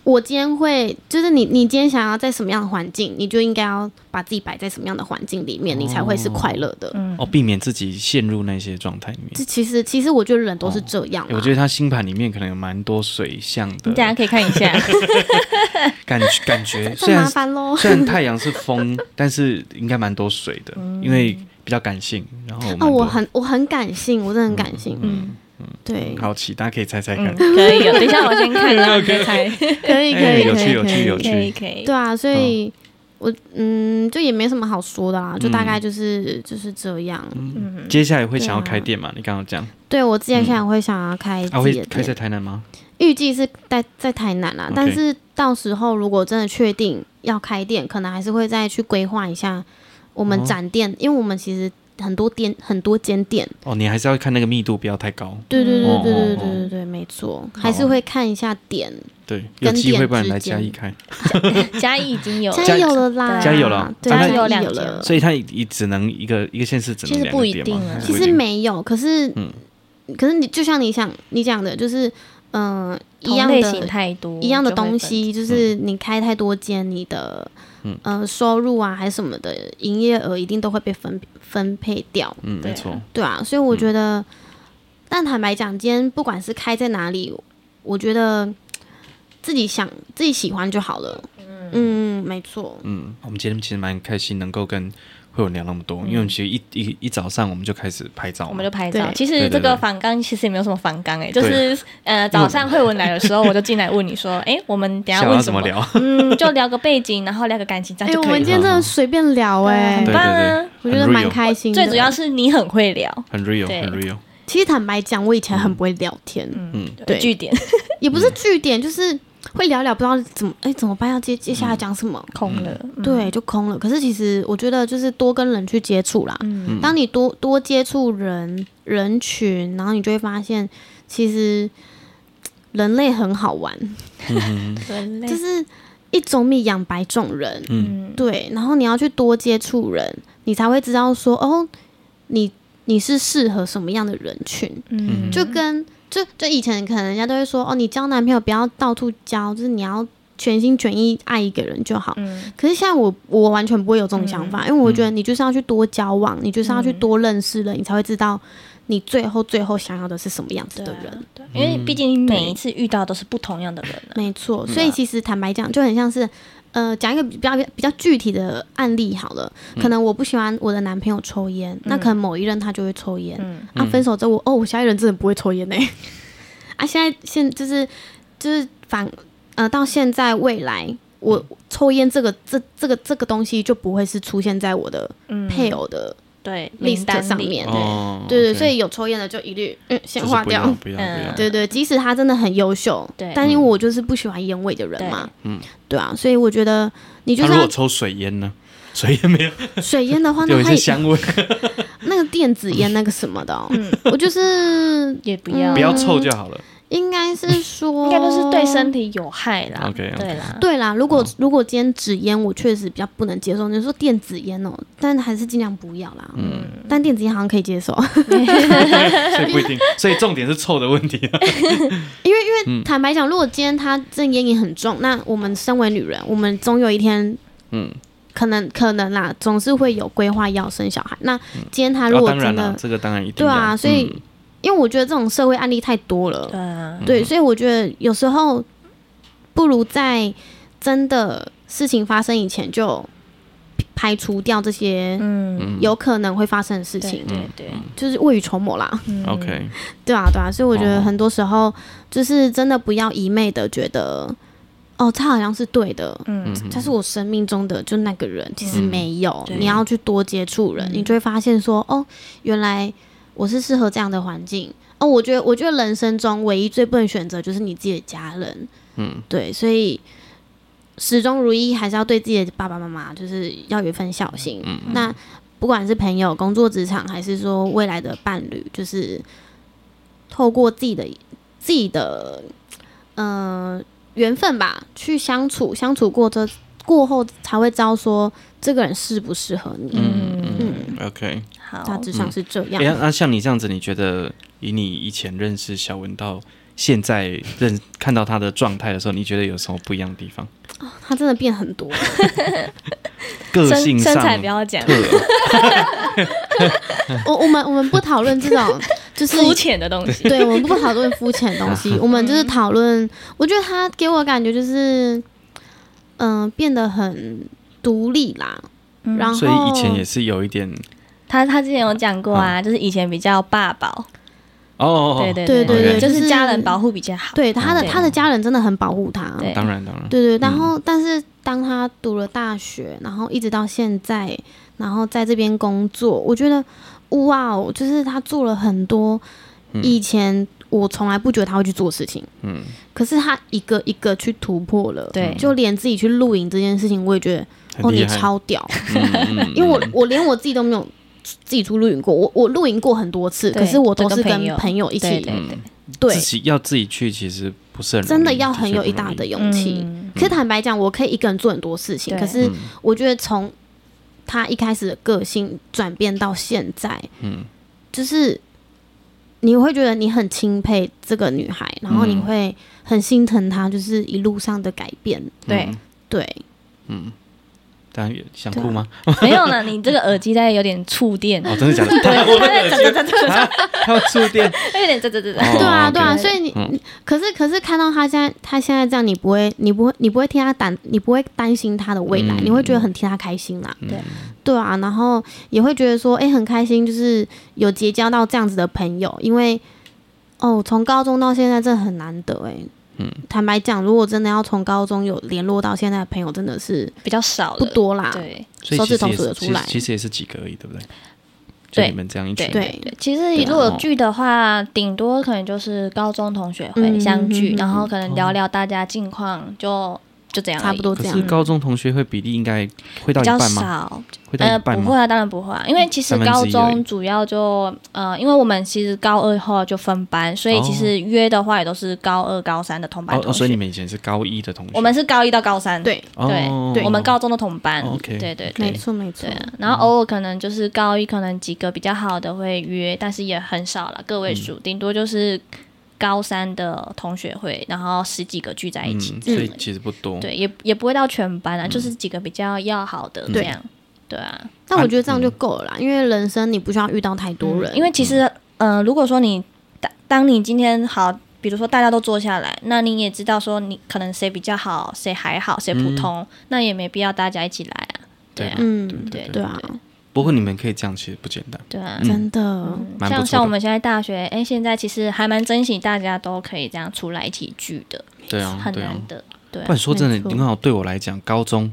[SPEAKER 3] 我今天会，就是你，你今天想要在什么样的环境，你就应该要把自己摆在什么样的环境里面，你才会是快乐的。
[SPEAKER 2] 哦，避免自己陷入那些状态里面
[SPEAKER 3] 这。其实，其实我觉得人都是这样、
[SPEAKER 2] 嗯诶我觉得他星盘里面可能有蛮多水象
[SPEAKER 1] 你等一下
[SPEAKER 2] 的
[SPEAKER 1] 可以看一
[SPEAKER 2] <laughs>
[SPEAKER 1] 下，
[SPEAKER 2] 感觉，感觉虽
[SPEAKER 3] 这麻
[SPEAKER 2] 然
[SPEAKER 1] <laughs>
[SPEAKER 3] 烦喽。
[SPEAKER 2] 虽然太阳是风，但是应该蛮多水的，
[SPEAKER 1] 嗯
[SPEAKER 2] 因为比较感性。然后蛮
[SPEAKER 3] 啊，
[SPEAKER 1] 哦
[SPEAKER 2] 多
[SPEAKER 3] 我很我很感性，我真的很感性。
[SPEAKER 1] 嗯
[SPEAKER 3] 对，
[SPEAKER 2] 好奇，大家可以猜猜看
[SPEAKER 1] 嗯，。可以哦，等一下我先看，
[SPEAKER 2] <laughs>
[SPEAKER 1] 然后你再猜，
[SPEAKER 3] 可以可
[SPEAKER 2] 哎
[SPEAKER 3] 以
[SPEAKER 2] 有
[SPEAKER 3] 可
[SPEAKER 2] 趣
[SPEAKER 3] 以
[SPEAKER 2] 有
[SPEAKER 3] 可
[SPEAKER 2] 趣有
[SPEAKER 3] 以，
[SPEAKER 1] 可以可以，
[SPEAKER 3] 对啊，所以我嗯，就也没什么好说的啦，就大
[SPEAKER 2] 嗯
[SPEAKER 3] 概就是就是这样。
[SPEAKER 1] 嗯
[SPEAKER 2] 接下来会想要开店吗？你刚刚讲，
[SPEAKER 3] 对我之前想会想要开
[SPEAKER 2] 嗯啊，
[SPEAKER 3] 自己
[SPEAKER 2] 会
[SPEAKER 3] 的
[SPEAKER 2] 开在
[SPEAKER 3] 店，
[SPEAKER 2] 台南吗？
[SPEAKER 3] 预计是在在台南啦
[SPEAKER 2] OK，
[SPEAKER 3] 但是到时候如果真的确定要开店，可能还是会再去规划一下我们
[SPEAKER 2] 哦
[SPEAKER 3] 展店，因为我们其实很多店很多间店。
[SPEAKER 2] 哦，你还是要看那个密度不要太高，
[SPEAKER 3] 对对对
[SPEAKER 2] 哦
[SPEAKER 3] 对对
[SPEAKER 2] 哦
[SPEAKER 3] 对
[SPEAKER 2] 哦
[SPEAKER 3] 对对，没错，还是会看一下点。
[SPEAKER 2] 对，有
[SPEAKER 3] 跟
[SPEAKER 2] 机会
[SPEAKER 3] 店
[SPEAKER 2] 不然
[SPEAKER 3] 之
[SPEAKER 2] 来
[SPEAKER 3] 间
[SPEAKER 2] 嘉义开，
[SPEAKER 1] 嘉义已经
[SPEAKER 2] 哦
[SPEAKER 1] 有，
[SPEAKER 3] 加油了啦！
[SPEAKER 2] 加油了
[SPEAKER 3] 对，
[SPEAKER 2] 加
[SPEAKER 3] 加
[SPEAKER 2] 油
[SPEAKER 3] 油
[SPEAKER 1] 两
[SPEAKER 3] 了
[SPEAKER 1] 间。
[SPEAKER 2] 所以他也只能一个一个县市只
[SPEAKER 1] 嗯其
[SPEAKER 2] 能
[SPEAKER 1] 实
[SPEAKER 2] 两
[SPEAKER 1] 不
[SPEAKER 2] 个
[SPEAKER 1] 一
[SPEAKER 2] 店
[SPEAKER 1] 定
[SPEAKER 2] 嘛
[SPEAKER 1] 啊，
[SPEAKER 2] 还是
[SPEAKER 3] 其
[SPEAKER 2] 不一
[SPEAKER 3] 实
[SPEAKER 2] 定
[SPEAKER 3] 没有，可是，
[SPEAKER 2] 嗯
[SPEAKER 3] 可是你就像你想你讲的，就是嗯、呃一样
[SPEAKER 1] 类型
[SPEAKER 3] 的
[SPEAKER 1] 太多，
[SPEAKER 3] 哦一样的东，西，就是你开太多间，你的嗯、呃收入啊还是什么的，营业额一定都会被分分配掉，
[SPEAKER 2] 嗯，
[SPEAKER 1] 对
[SPEAKER 2] 没
[SPEAKER 1] 啊
[SPEAKER 2] 错，
[SPEAKER 3] 对啊，所以我觉得，但坦白讲，今天不管是开在哪里，我觉得自己想自己喜欢就好了。嗯，没错。
[SPEAKER 2] 嗯，我们今天其实蛮开心能够跟慧文聊那么多，因为我们其实一一一早上我们就开始拍照嘛，
[SPEAKER 1] 嗯我们就拍照。
[SPEAKER 3] 对
[SPEAKER 1] 其
[SPEAKER 2] 对
[SPEAKER 1] 实
[SPEAKER 2] 对
[SPEAKER 1] 这个
[SPEAKER 2] 对
[SPEAKER 1] 反纲其实也没有什么反纲，哎，就
[SPEAKER 2] 对
[SPEAKER 1] 是呃
[SPEAKER 3] <laughs>
[SPEAKER 1] 早上慧文来的时候，我就进来问你说， <laughs> 哎，我们等一下
[SPEAKER 2] 想要
[SPEAKER 1] 问
[SPEAKER 2] 怎
[SPEAKER 1] 么？
[SPEAKER 2] 啊聊，
[SPEAKER 1] 嗯，就聊个背景，然后聊个感情，这样
[SPEAKER 3] <laughs> 哎、
[SPEAKER 1] 就
[SPEAKER 3] 我
[SPEAKER 1] 可
[SPEAKER 3] 们
[SPEAKER 1] 以了。
[SPEAKER 3] 今天真的随便聊哎、
[SPEAKER 1] 很
[SPEAKER 2] 对
[SPEAKER 1] 棒啊！
[SPEAKER 3] 我觉得
[SPEAKER 2] 很 real
[SPEAKER 3] 蛮开心的。
[SPEAKER 1] 最主要是你很会聊，
[SPEAKER 2] 很 real，
[SPEAKER 1] 对
[SPEAKER 2] 很 real，
[SPEAKER 3] 其实坦白讲，我以前很不会聊天，
[SPEAKER 2] 嗯，
[SPEAKER 1] 有
[SPEAKER 3] 对
[SPEAKER 1] 据点
[SPEAKER 3] 也不是据点，就是会聊聊，不知道怎么哎、怎么办，要接接下来讲什么。
[SPEAKER 1] 空了。嗯，
[SPEAKER 3] 对，就空了。可是其实我觉得，就是多跟人去接触啦。
[SPEAKER 1] 嗯
[SPEAKER 3] 当你多多接触人人群，然后你就会发现，
[SPEAKER 2] 嗯
[SPEAKER 3] 其实嘖人类很好玩。
[SPEAKER 1] 人类
[SPEAKER 3] 嗯就是一种米养百种人，
[SPEAKER 1] 嗯，
[SPEAKER 3] 对，然后你要去多接触人，你才会知道说哦，你你是适合什么样的人群，
[SPEAKER 1] 嗯，
[SPEAKER 3] 就跟就就以前可能人家都会说哦，你交男朋友不要到处交，就是你要全心全意爱一个人就好。
[SPEAKER 1] 嗯
[SPEAKER 3] 可是现在我我完全不会有这种想法，因为我觉得你就是要去多交往，你就是要去
[SPEAKER 1] 嗯
[SPEAKER 3] 多认识人，你才会知道你最后最后想要的是什么样子的人。
[SPEAKER 1] 对，啊因为毕竟你每一次遇到都是不同样的人啊
[SPEAKER 3] 没错，所以其实坦白讲，就很像是，呃，讲一个比较比较具体的案例好了。
[SPEAKER 1] 嗯
[SPEAKER 3] 可能我不喜欢我的男朋友抽烟，那可能某一任他就会抽烟。
[SPEAKER 1] 嗯
[SPEAKER 3] 啊，分手之后我哦，我下一任真的不会抽烟呢、啊，现在现就是就是反呃，到现在未来我
[SPEAKER 1] 嗯
[SPEAKER 3] 抽烟这个这这个这个东西就不会是出现在我的
[SPEAKER 1] 嗯，
[SPEAKER 3] 配偶的
[SPEAKER 1] 对
[SPEAKER 3] list
[SPEAKER 1] 名单
[SPEAKER 3] 上，
[SPEAKER 1] 里
[SPEAKER 3] 面。
[SPEAKER 2] 哦，
[SPEAKER 3] 嗯对对对，
[SPEAKER 2] OK
[SPEAKER 3] 所以有抽烟的就一律嗯先
[SPEAKER 2] 就是
[SPEAKER 3] 划
[SPEAKER 2] 不要
[SPEAKER 3] 掉。
[SPEAKER 2] 不要不要，
[SPEAKER 1] 嗯
[SPEAKER 3] 对对，即使他真的很优秀，
[SPEAKER 1] 对
[SPEAKER 3] 但因为我就是不喜欢烟味的人嘛，
[SPEAKER 2] 嗯，
[SPEAKER 3] 对啊，所以我觉得你就
[SPEAKER 2] 他
[SPEAKER 3] 是
[SPEAKER 2] 如果
[SPEAKER 3] 要
[SPEAKER 2] 抽水烟呢？ <laughs> 水烟没有，
[SPEAKER 3] 水烟
[SPEAKER 2] <laughs>
[SPEAKER 3] 的话，
[SPEAKER 2] 有
[SPEAKER 3] 那哦
[SPEAKER 2] 一
[SPEAKER 3] 它
[SPEAKER 2] 些香味，
[SPEAKER 3] 那个电子烟那个什么的、哦，
[SPEAKER 1] 嗯
[SPEAKER 3] <laughs> 我就是
[SPEAKER 1] 也不要，
[SPEAKER 2] 不
[SPEAKER 3] 嗯
[SPEAKER 2] 要臭就好了。
[SPEAKER 3] 应该是说，
[SPEAKER 1] 应该都是对身体有害啦。
[SPEAKER 2] OK，OK
[SPEAKER 1] 对啦，
[SPEAKER 3] 对啦。如
[SPEAKER 2] 嗯
[SPEAKER 3] 果、如果今天纸烟，我确实比较不能接受。你说电子烟哦，但还是尽量不要啦。嗯，但电子烟好像可以接受，
[SPEAKER 2] 所以不一
[SPEAKER 3] <laughs>
[SPEAKER 2] 定，所以重点是臭的问题啊。
[SPEAKER 3] 因为因
[SPEAKER 2] 嗯
[SPEAKER 3] 为坦白讲，如果今天他这烟瘾很重，那我们身为女人，我们总有一天，
[SPEAKER 2] 嗯，
[SPEAKER 3] 可能可能啦，总是会有规划要生小孩。那今天他
[SPEAKER 2] <laughs> 啊
[SPEAKER 3] 如果
[SPEAKER 2] 当然
[SPEAKER 3] 真的，
[SPEAKER 2] 了，这个当然一定
[SPEAKER 3] 对
[SPEAKER 2] 要。
[SPEAKER 3] 啊，所以、
[SPEAKER 2] 嗯
[SPEAKER 3] 因为我觉得这种社会案例太多了，
[SPEAKER 1] 对啊，
[SPEAKER 3] 对，所以我觉得有时候不如在真的事情发生以前就排除掉这些
[SPEAKER 1] 嗯，
[SPEAKER 3] 有可能会发生的事
[SPEAKER 1] 对
[SPEAKER 3] 情，
[SPEAKER 1] 对
[SPEAKER 2] 嗯
[SPEAKER 1] 对
[SPEAKER 3] 就是未雨绸缪啦。
[SPEAKER 1] 嗯
[SPEAKER 2] OK，
[SPEAKER 3] 对啊，对啊，所以我觉得
[SPEAKER 2] 哦
[SPEAKER 3] 很多时候就是真的不要一昧的觉得，哦，他好像是对的。
[SPEAKER 1] 嗯
[SPEAKER 2] 嗯
[SPEAKER 3] 他是我生命中的就那个人，其实
[SPEAKER 2] 嗯
[SPEAKER 3] 没有。
[SPEAKER 1] 对
[SPEAKER 3] 你要去多接触人，
[SPEAKER 1] 嗯
[SPEAKER 3] 你就会发现说，哦，原来我是适合这样的环境。哦，我觉得，我觉得人生中唯一最不能选择就是你自己的家人。
[SPEAKER 2] 嗯，
[SPEAKER 3] 对，所以始终如一，还是要对自己的爸爸妈妈，就是要有一份孝心。那不管是朋友、工作、职场，还是说未来的伴侣，就是透过自己的自己的呃缘分吧，去相处，相处过这过后才会知道说这个人适不适合你。
[SPEAKER 1] 嗯
[SPEAKER 3] 嗯，
[SPEAKER 2] OK。
[SPEAKER 1] 好，
[SPEAKER 3] 大致上是这样。
[SPEAKER 2] 哎，那那像你这样子，你觉得以你以前认识小文到现在认看到他的状态的时候，你觉得有什么不一样的地方？
[SPEAKER 3] 他真的变很
[SPEAKER 1] <laughs>
[SPEAKER 3] 多了，
[SPEAKER 2] 个性
[SPEAKER 1] 身身
[SPEAKER 2] 上
[SPEAKER 1] 材不要讲，
[SPEAKER 2] 特
[SPEAKER 3] 我我们我们不讨论这种就
[SPEAKER 1] <laughs>
[SPEAKER 3] 是
[SPEAKER 1] 肤浅的东西。
[SPEAKER 3] 对，我们不讨论肤浅的东
[SPEAKER 1] <laughs>
[SPEAKER 3] 西，我们就是讨论。我觉得他给我的感觉就是，嗯、变得很独立啦。
[SPEAKER 1] 嗯
[SPEAKER 3] 然后，
[SPEAKER 2] 所以以前也是有一点
[SPEAKER 1] 他他之前有讲过啊，就是以前比较霸保，
[SPEAKER 2] 哦嗯哦，哦
[SPEAKER 1] 对对
[SPEAKER 3] 对
[SPEAKER 2] 对
[SPEAKER 1] 对，
[SPEAKER 2] 对
[SPEAKER 1] 就是
[SPEAKER 3] 就是
[SPEAKER 1] 家人保护比较好。
[SPEAKER 3] 对他的
[SPEAKER 1] 嗯对
[SPEAKER 3] 他的家人真的很保护他。
[SPEAKER 1] 对嗯
[SPEAKER 2] 当然当然，
[SPEAKER 3] 对对，然后、但是当他读了大学，然后一直到现在，然后在这边工作，我觉得哇哦，就是他做了很多
[SPEAKER 2] 嗯
[SPEAKER 3] 以前我从来不觉得他会去做的事情，
[SPEAKER 2] 嗯，
[SPEAKER 3] 可是他一个一个去突破了。
[SPEAKER 1] 对
[SPEAKER 3] 就连自己去露营这件事情，我也觉得哦，
[SPEAKER 2] 很厉
[SPEAKER 3] 你
[SPEAKER 2] 害，
[SPEAKER 3] 超屌。 <laughs>
[SPEAKER 2] 嗯，嗯
[SPEAKER 3] 因为我我连我自己都没有自己出露营过，我我露营过很多次，
[SPEAKER 1] 对
[SPEAKER 3] 可是我都是
[SPEAKER 1] 都跟朋
[SPEAKER 3] 跟
[SPEAKER 1] 友
[SPEAKER 3] 朋友一起，
[SPEAKER 1] 对对
[SPEAKER 2] 嗯
[SPEAKER 1] 对，
[SPEAKER 3] 对
[SPEAKER 2] 自己要自己去其实不是很容易
[SPEAKER 3] 真的要很
[SPEAKER 2] 确
[SPEAKER 3] 有一
[SPEAKER 2] 不容
[SPEAKER 3] 大
[SPEAKER 2] 易
[SPEAKER 3] 的勇气。
[SPEAKER 1] 嗯
[SPEAKER 3] 可是坦白讲，我可以一个人做很多事情，
[SPEAKER 1] 对
[SPEAKER 3] 可是我觉得从他一开始的个性转变到现在，
[SPEAKER 2] 嗯
[SPEAKER 3] 就是你会觉得你很钦佩这个女孩，然后你
[SPEAKER 2] 嗯
[SPEAKER 3] 会很心疼她，就是一路上的改变。
[SPEAKER 1] 对，
[SPEAKER 3] 对，
[SPEAKER 2] 嗯，当然想
[SPEAKER 3] 啊
[SPEAKER 2] 哭吗？
[SPEAKER 1] 没有呢，你这个耳机在有点触电，
[SPEAKER 2] 哦，真的假
[SPEAKER 3] <laughs>
[SPEAKER 2] 的？
[SPEAKER 1] <laughs>
[SPEAKER 2] <laughs>
[SPEAKER 1] 对，它在整整整整，
[SPEAKER 2] 啊，他要触电，
[SPEAKER 1] 它有点整整整整。
[SPEAKER 2] 哦
[SPEAKER 3] 对啊，
[SPEAKER 2] OK
[SPEAKER 3] 对啊，所以你、
[SPEAKER 2] 嗯
[SPEAKER 3] 可是可是看到他现在他现在这样，你不会你不会你不会替他担你不会担心他的未来，
[SPEAKER 2] 嗯
[SPEAKER 3] 你会觉得很替他开心啦。
[SPEAKER 1] 对
[SPEAKER 3] 对啊，然后也会觉得说，哎、很开心，就是有结交到这样子的朋友，因为哦，从高中到现在真的很难得哎、
[SPEAKER 2] 嗯
[SPEAKER 3] 坦白讲，如果真的要从高中有联络到现在的朋友，真的是
[SPEAKER 1] 比较少了，
[SPEAKER 3] 不多啦。
[SPEAKER 1] 对
[SPEAKER 2] 所以
[SPEAKER 3] <laughs> 手
[SPEAKER 2] 其实
[SPEAKER 3] 指头
[SPEAKER 2] 也
[SPEAKER 3] 数
[SPEAKER 2] 是
[SPEAKER 3] 得出
[SPEAKER 2] 其
[SPEAKER 3] 来
[SPEAKER 2] 实其实也是几个而已，对不对？就
[SPEAKER 1] 对
[SPEAKER 2] 你们这样一群
[SPEAKER 1] 对
[SPEAKER 2] 人，
[SPEAKER 1] 对对，其
[SPEAKER 2] 啊
[SPEAKER 1] 实如
[SPEAKER 2] 哦
[SPEAKER 1] 果聚的话，顶多可能就是高中同学会
[SPEAKER 3] 嗯
[SPEAKER 1] 相聚，
[SPEAKER 3] 嗯嗯
[SPEAKER 2] 哦
[SPEAKER 1] 然后可能聊聊大家近况，就就这样而已，
[SPEAKER 3] 差不多
[SPEAKER 2] 可
[SPEAKER 3] 这样
[SPEAKER 2] 是。高中同学会比例应该会到
[SPEAKER 1] 比
[SPEAKER 2] 一
[SPEAKER 1] 较
[SPEAKER 2] 半吗？
[SPEAKER 1] 少。
[SPEAKER 2] 会到
[SPEAKER 1] 呃，
[SPEAKER 2] 一
[SPEAKER 1] 不
[SPEAKER 2] 半吗？
[SPEAKER 1] 会啊，当然不会啊，因为其实
[SPEAKER 2] 三分之
[SPEAKER 1] 高
[SPEAKER 2] 一而已
[SPEAKER 1] 中主要就呃，因为我们其实高二后就分班，所以其实约的话也都是高二、高三的同班
[SPEAKER 2] 哦
[SPEAKER 1] 同
[SPEAKER 2] 哦，
[SPEAKER 1] 学。
[SPEAKER 2] 所以你们以前是高一的同学，
[SPEAKER 1] 我们是高一到高三，
[SPEAKER 3] 对，
[SPEAKER 2] 哦
[SPEAKER 1] 对，我们高中的同班。
[SPEAKER 2] 哦，OK
[SPEAKER 1] 对对对
[SPEAKER 3] 没错没错
[SPEAKER 1] 对。啊，然后偶尔可能就是高一可能几个比较好的会约，但是也很少了，个位数，顶多就是高三的同学会，然后十几个聚在一
[SPEAKER 2] 嗯，
[SPEAKER 1] 起。
[SPEAKER 2] 所以其实不多。
[SPEAKER 1] 对，也也不会到全班啊，就是几个比较要好的
[SPEAKER 2] 嗯
[SPEAKER 1] 这样。对啊，
[SPEAKER 3] 但我觉得这样就够了啦，因为人生你不需要遇到太多
[SPEAKER 2] 嗯
[SPEAKER 3] 人，
[SPEAKER 1] 嗯因为其实，呃，如果说你当当你今天好，比如说大家都坐下来，那你也知道说你可能谁比较好，谁还好，谁普通，那也没必要大家一起来啊。对啊，
[SPEAKER 3] 嗯，
[SPEAKER 2] 嗯对
[SPEAKER 3] 对啊，
[SPEAKER 2] 不过你们可以这样，其实不简单。
[SPEAKER 1] 对啊。
[SPEAKER 3] 真的，
[SPEAKER 2] 嗯蛮不错
[SPEAKER 1] 像
[SPEAKER 2] 的
[SPEAKER 1] 像我们现在大学，哎，现在其实还蛮珍惜大家都可以这样出来一起聚的，
[SPEAKER 2] 对啊，
[SPEAKER 1] 很
[SPEAKER 2] 对啊
[SPEAKER 1] 难。得。对啊
[SPEAKER 2] 不然说真的，
[SPEAKER 3] 没错
[SPEAKER 2] 你刚好对我来讲，高中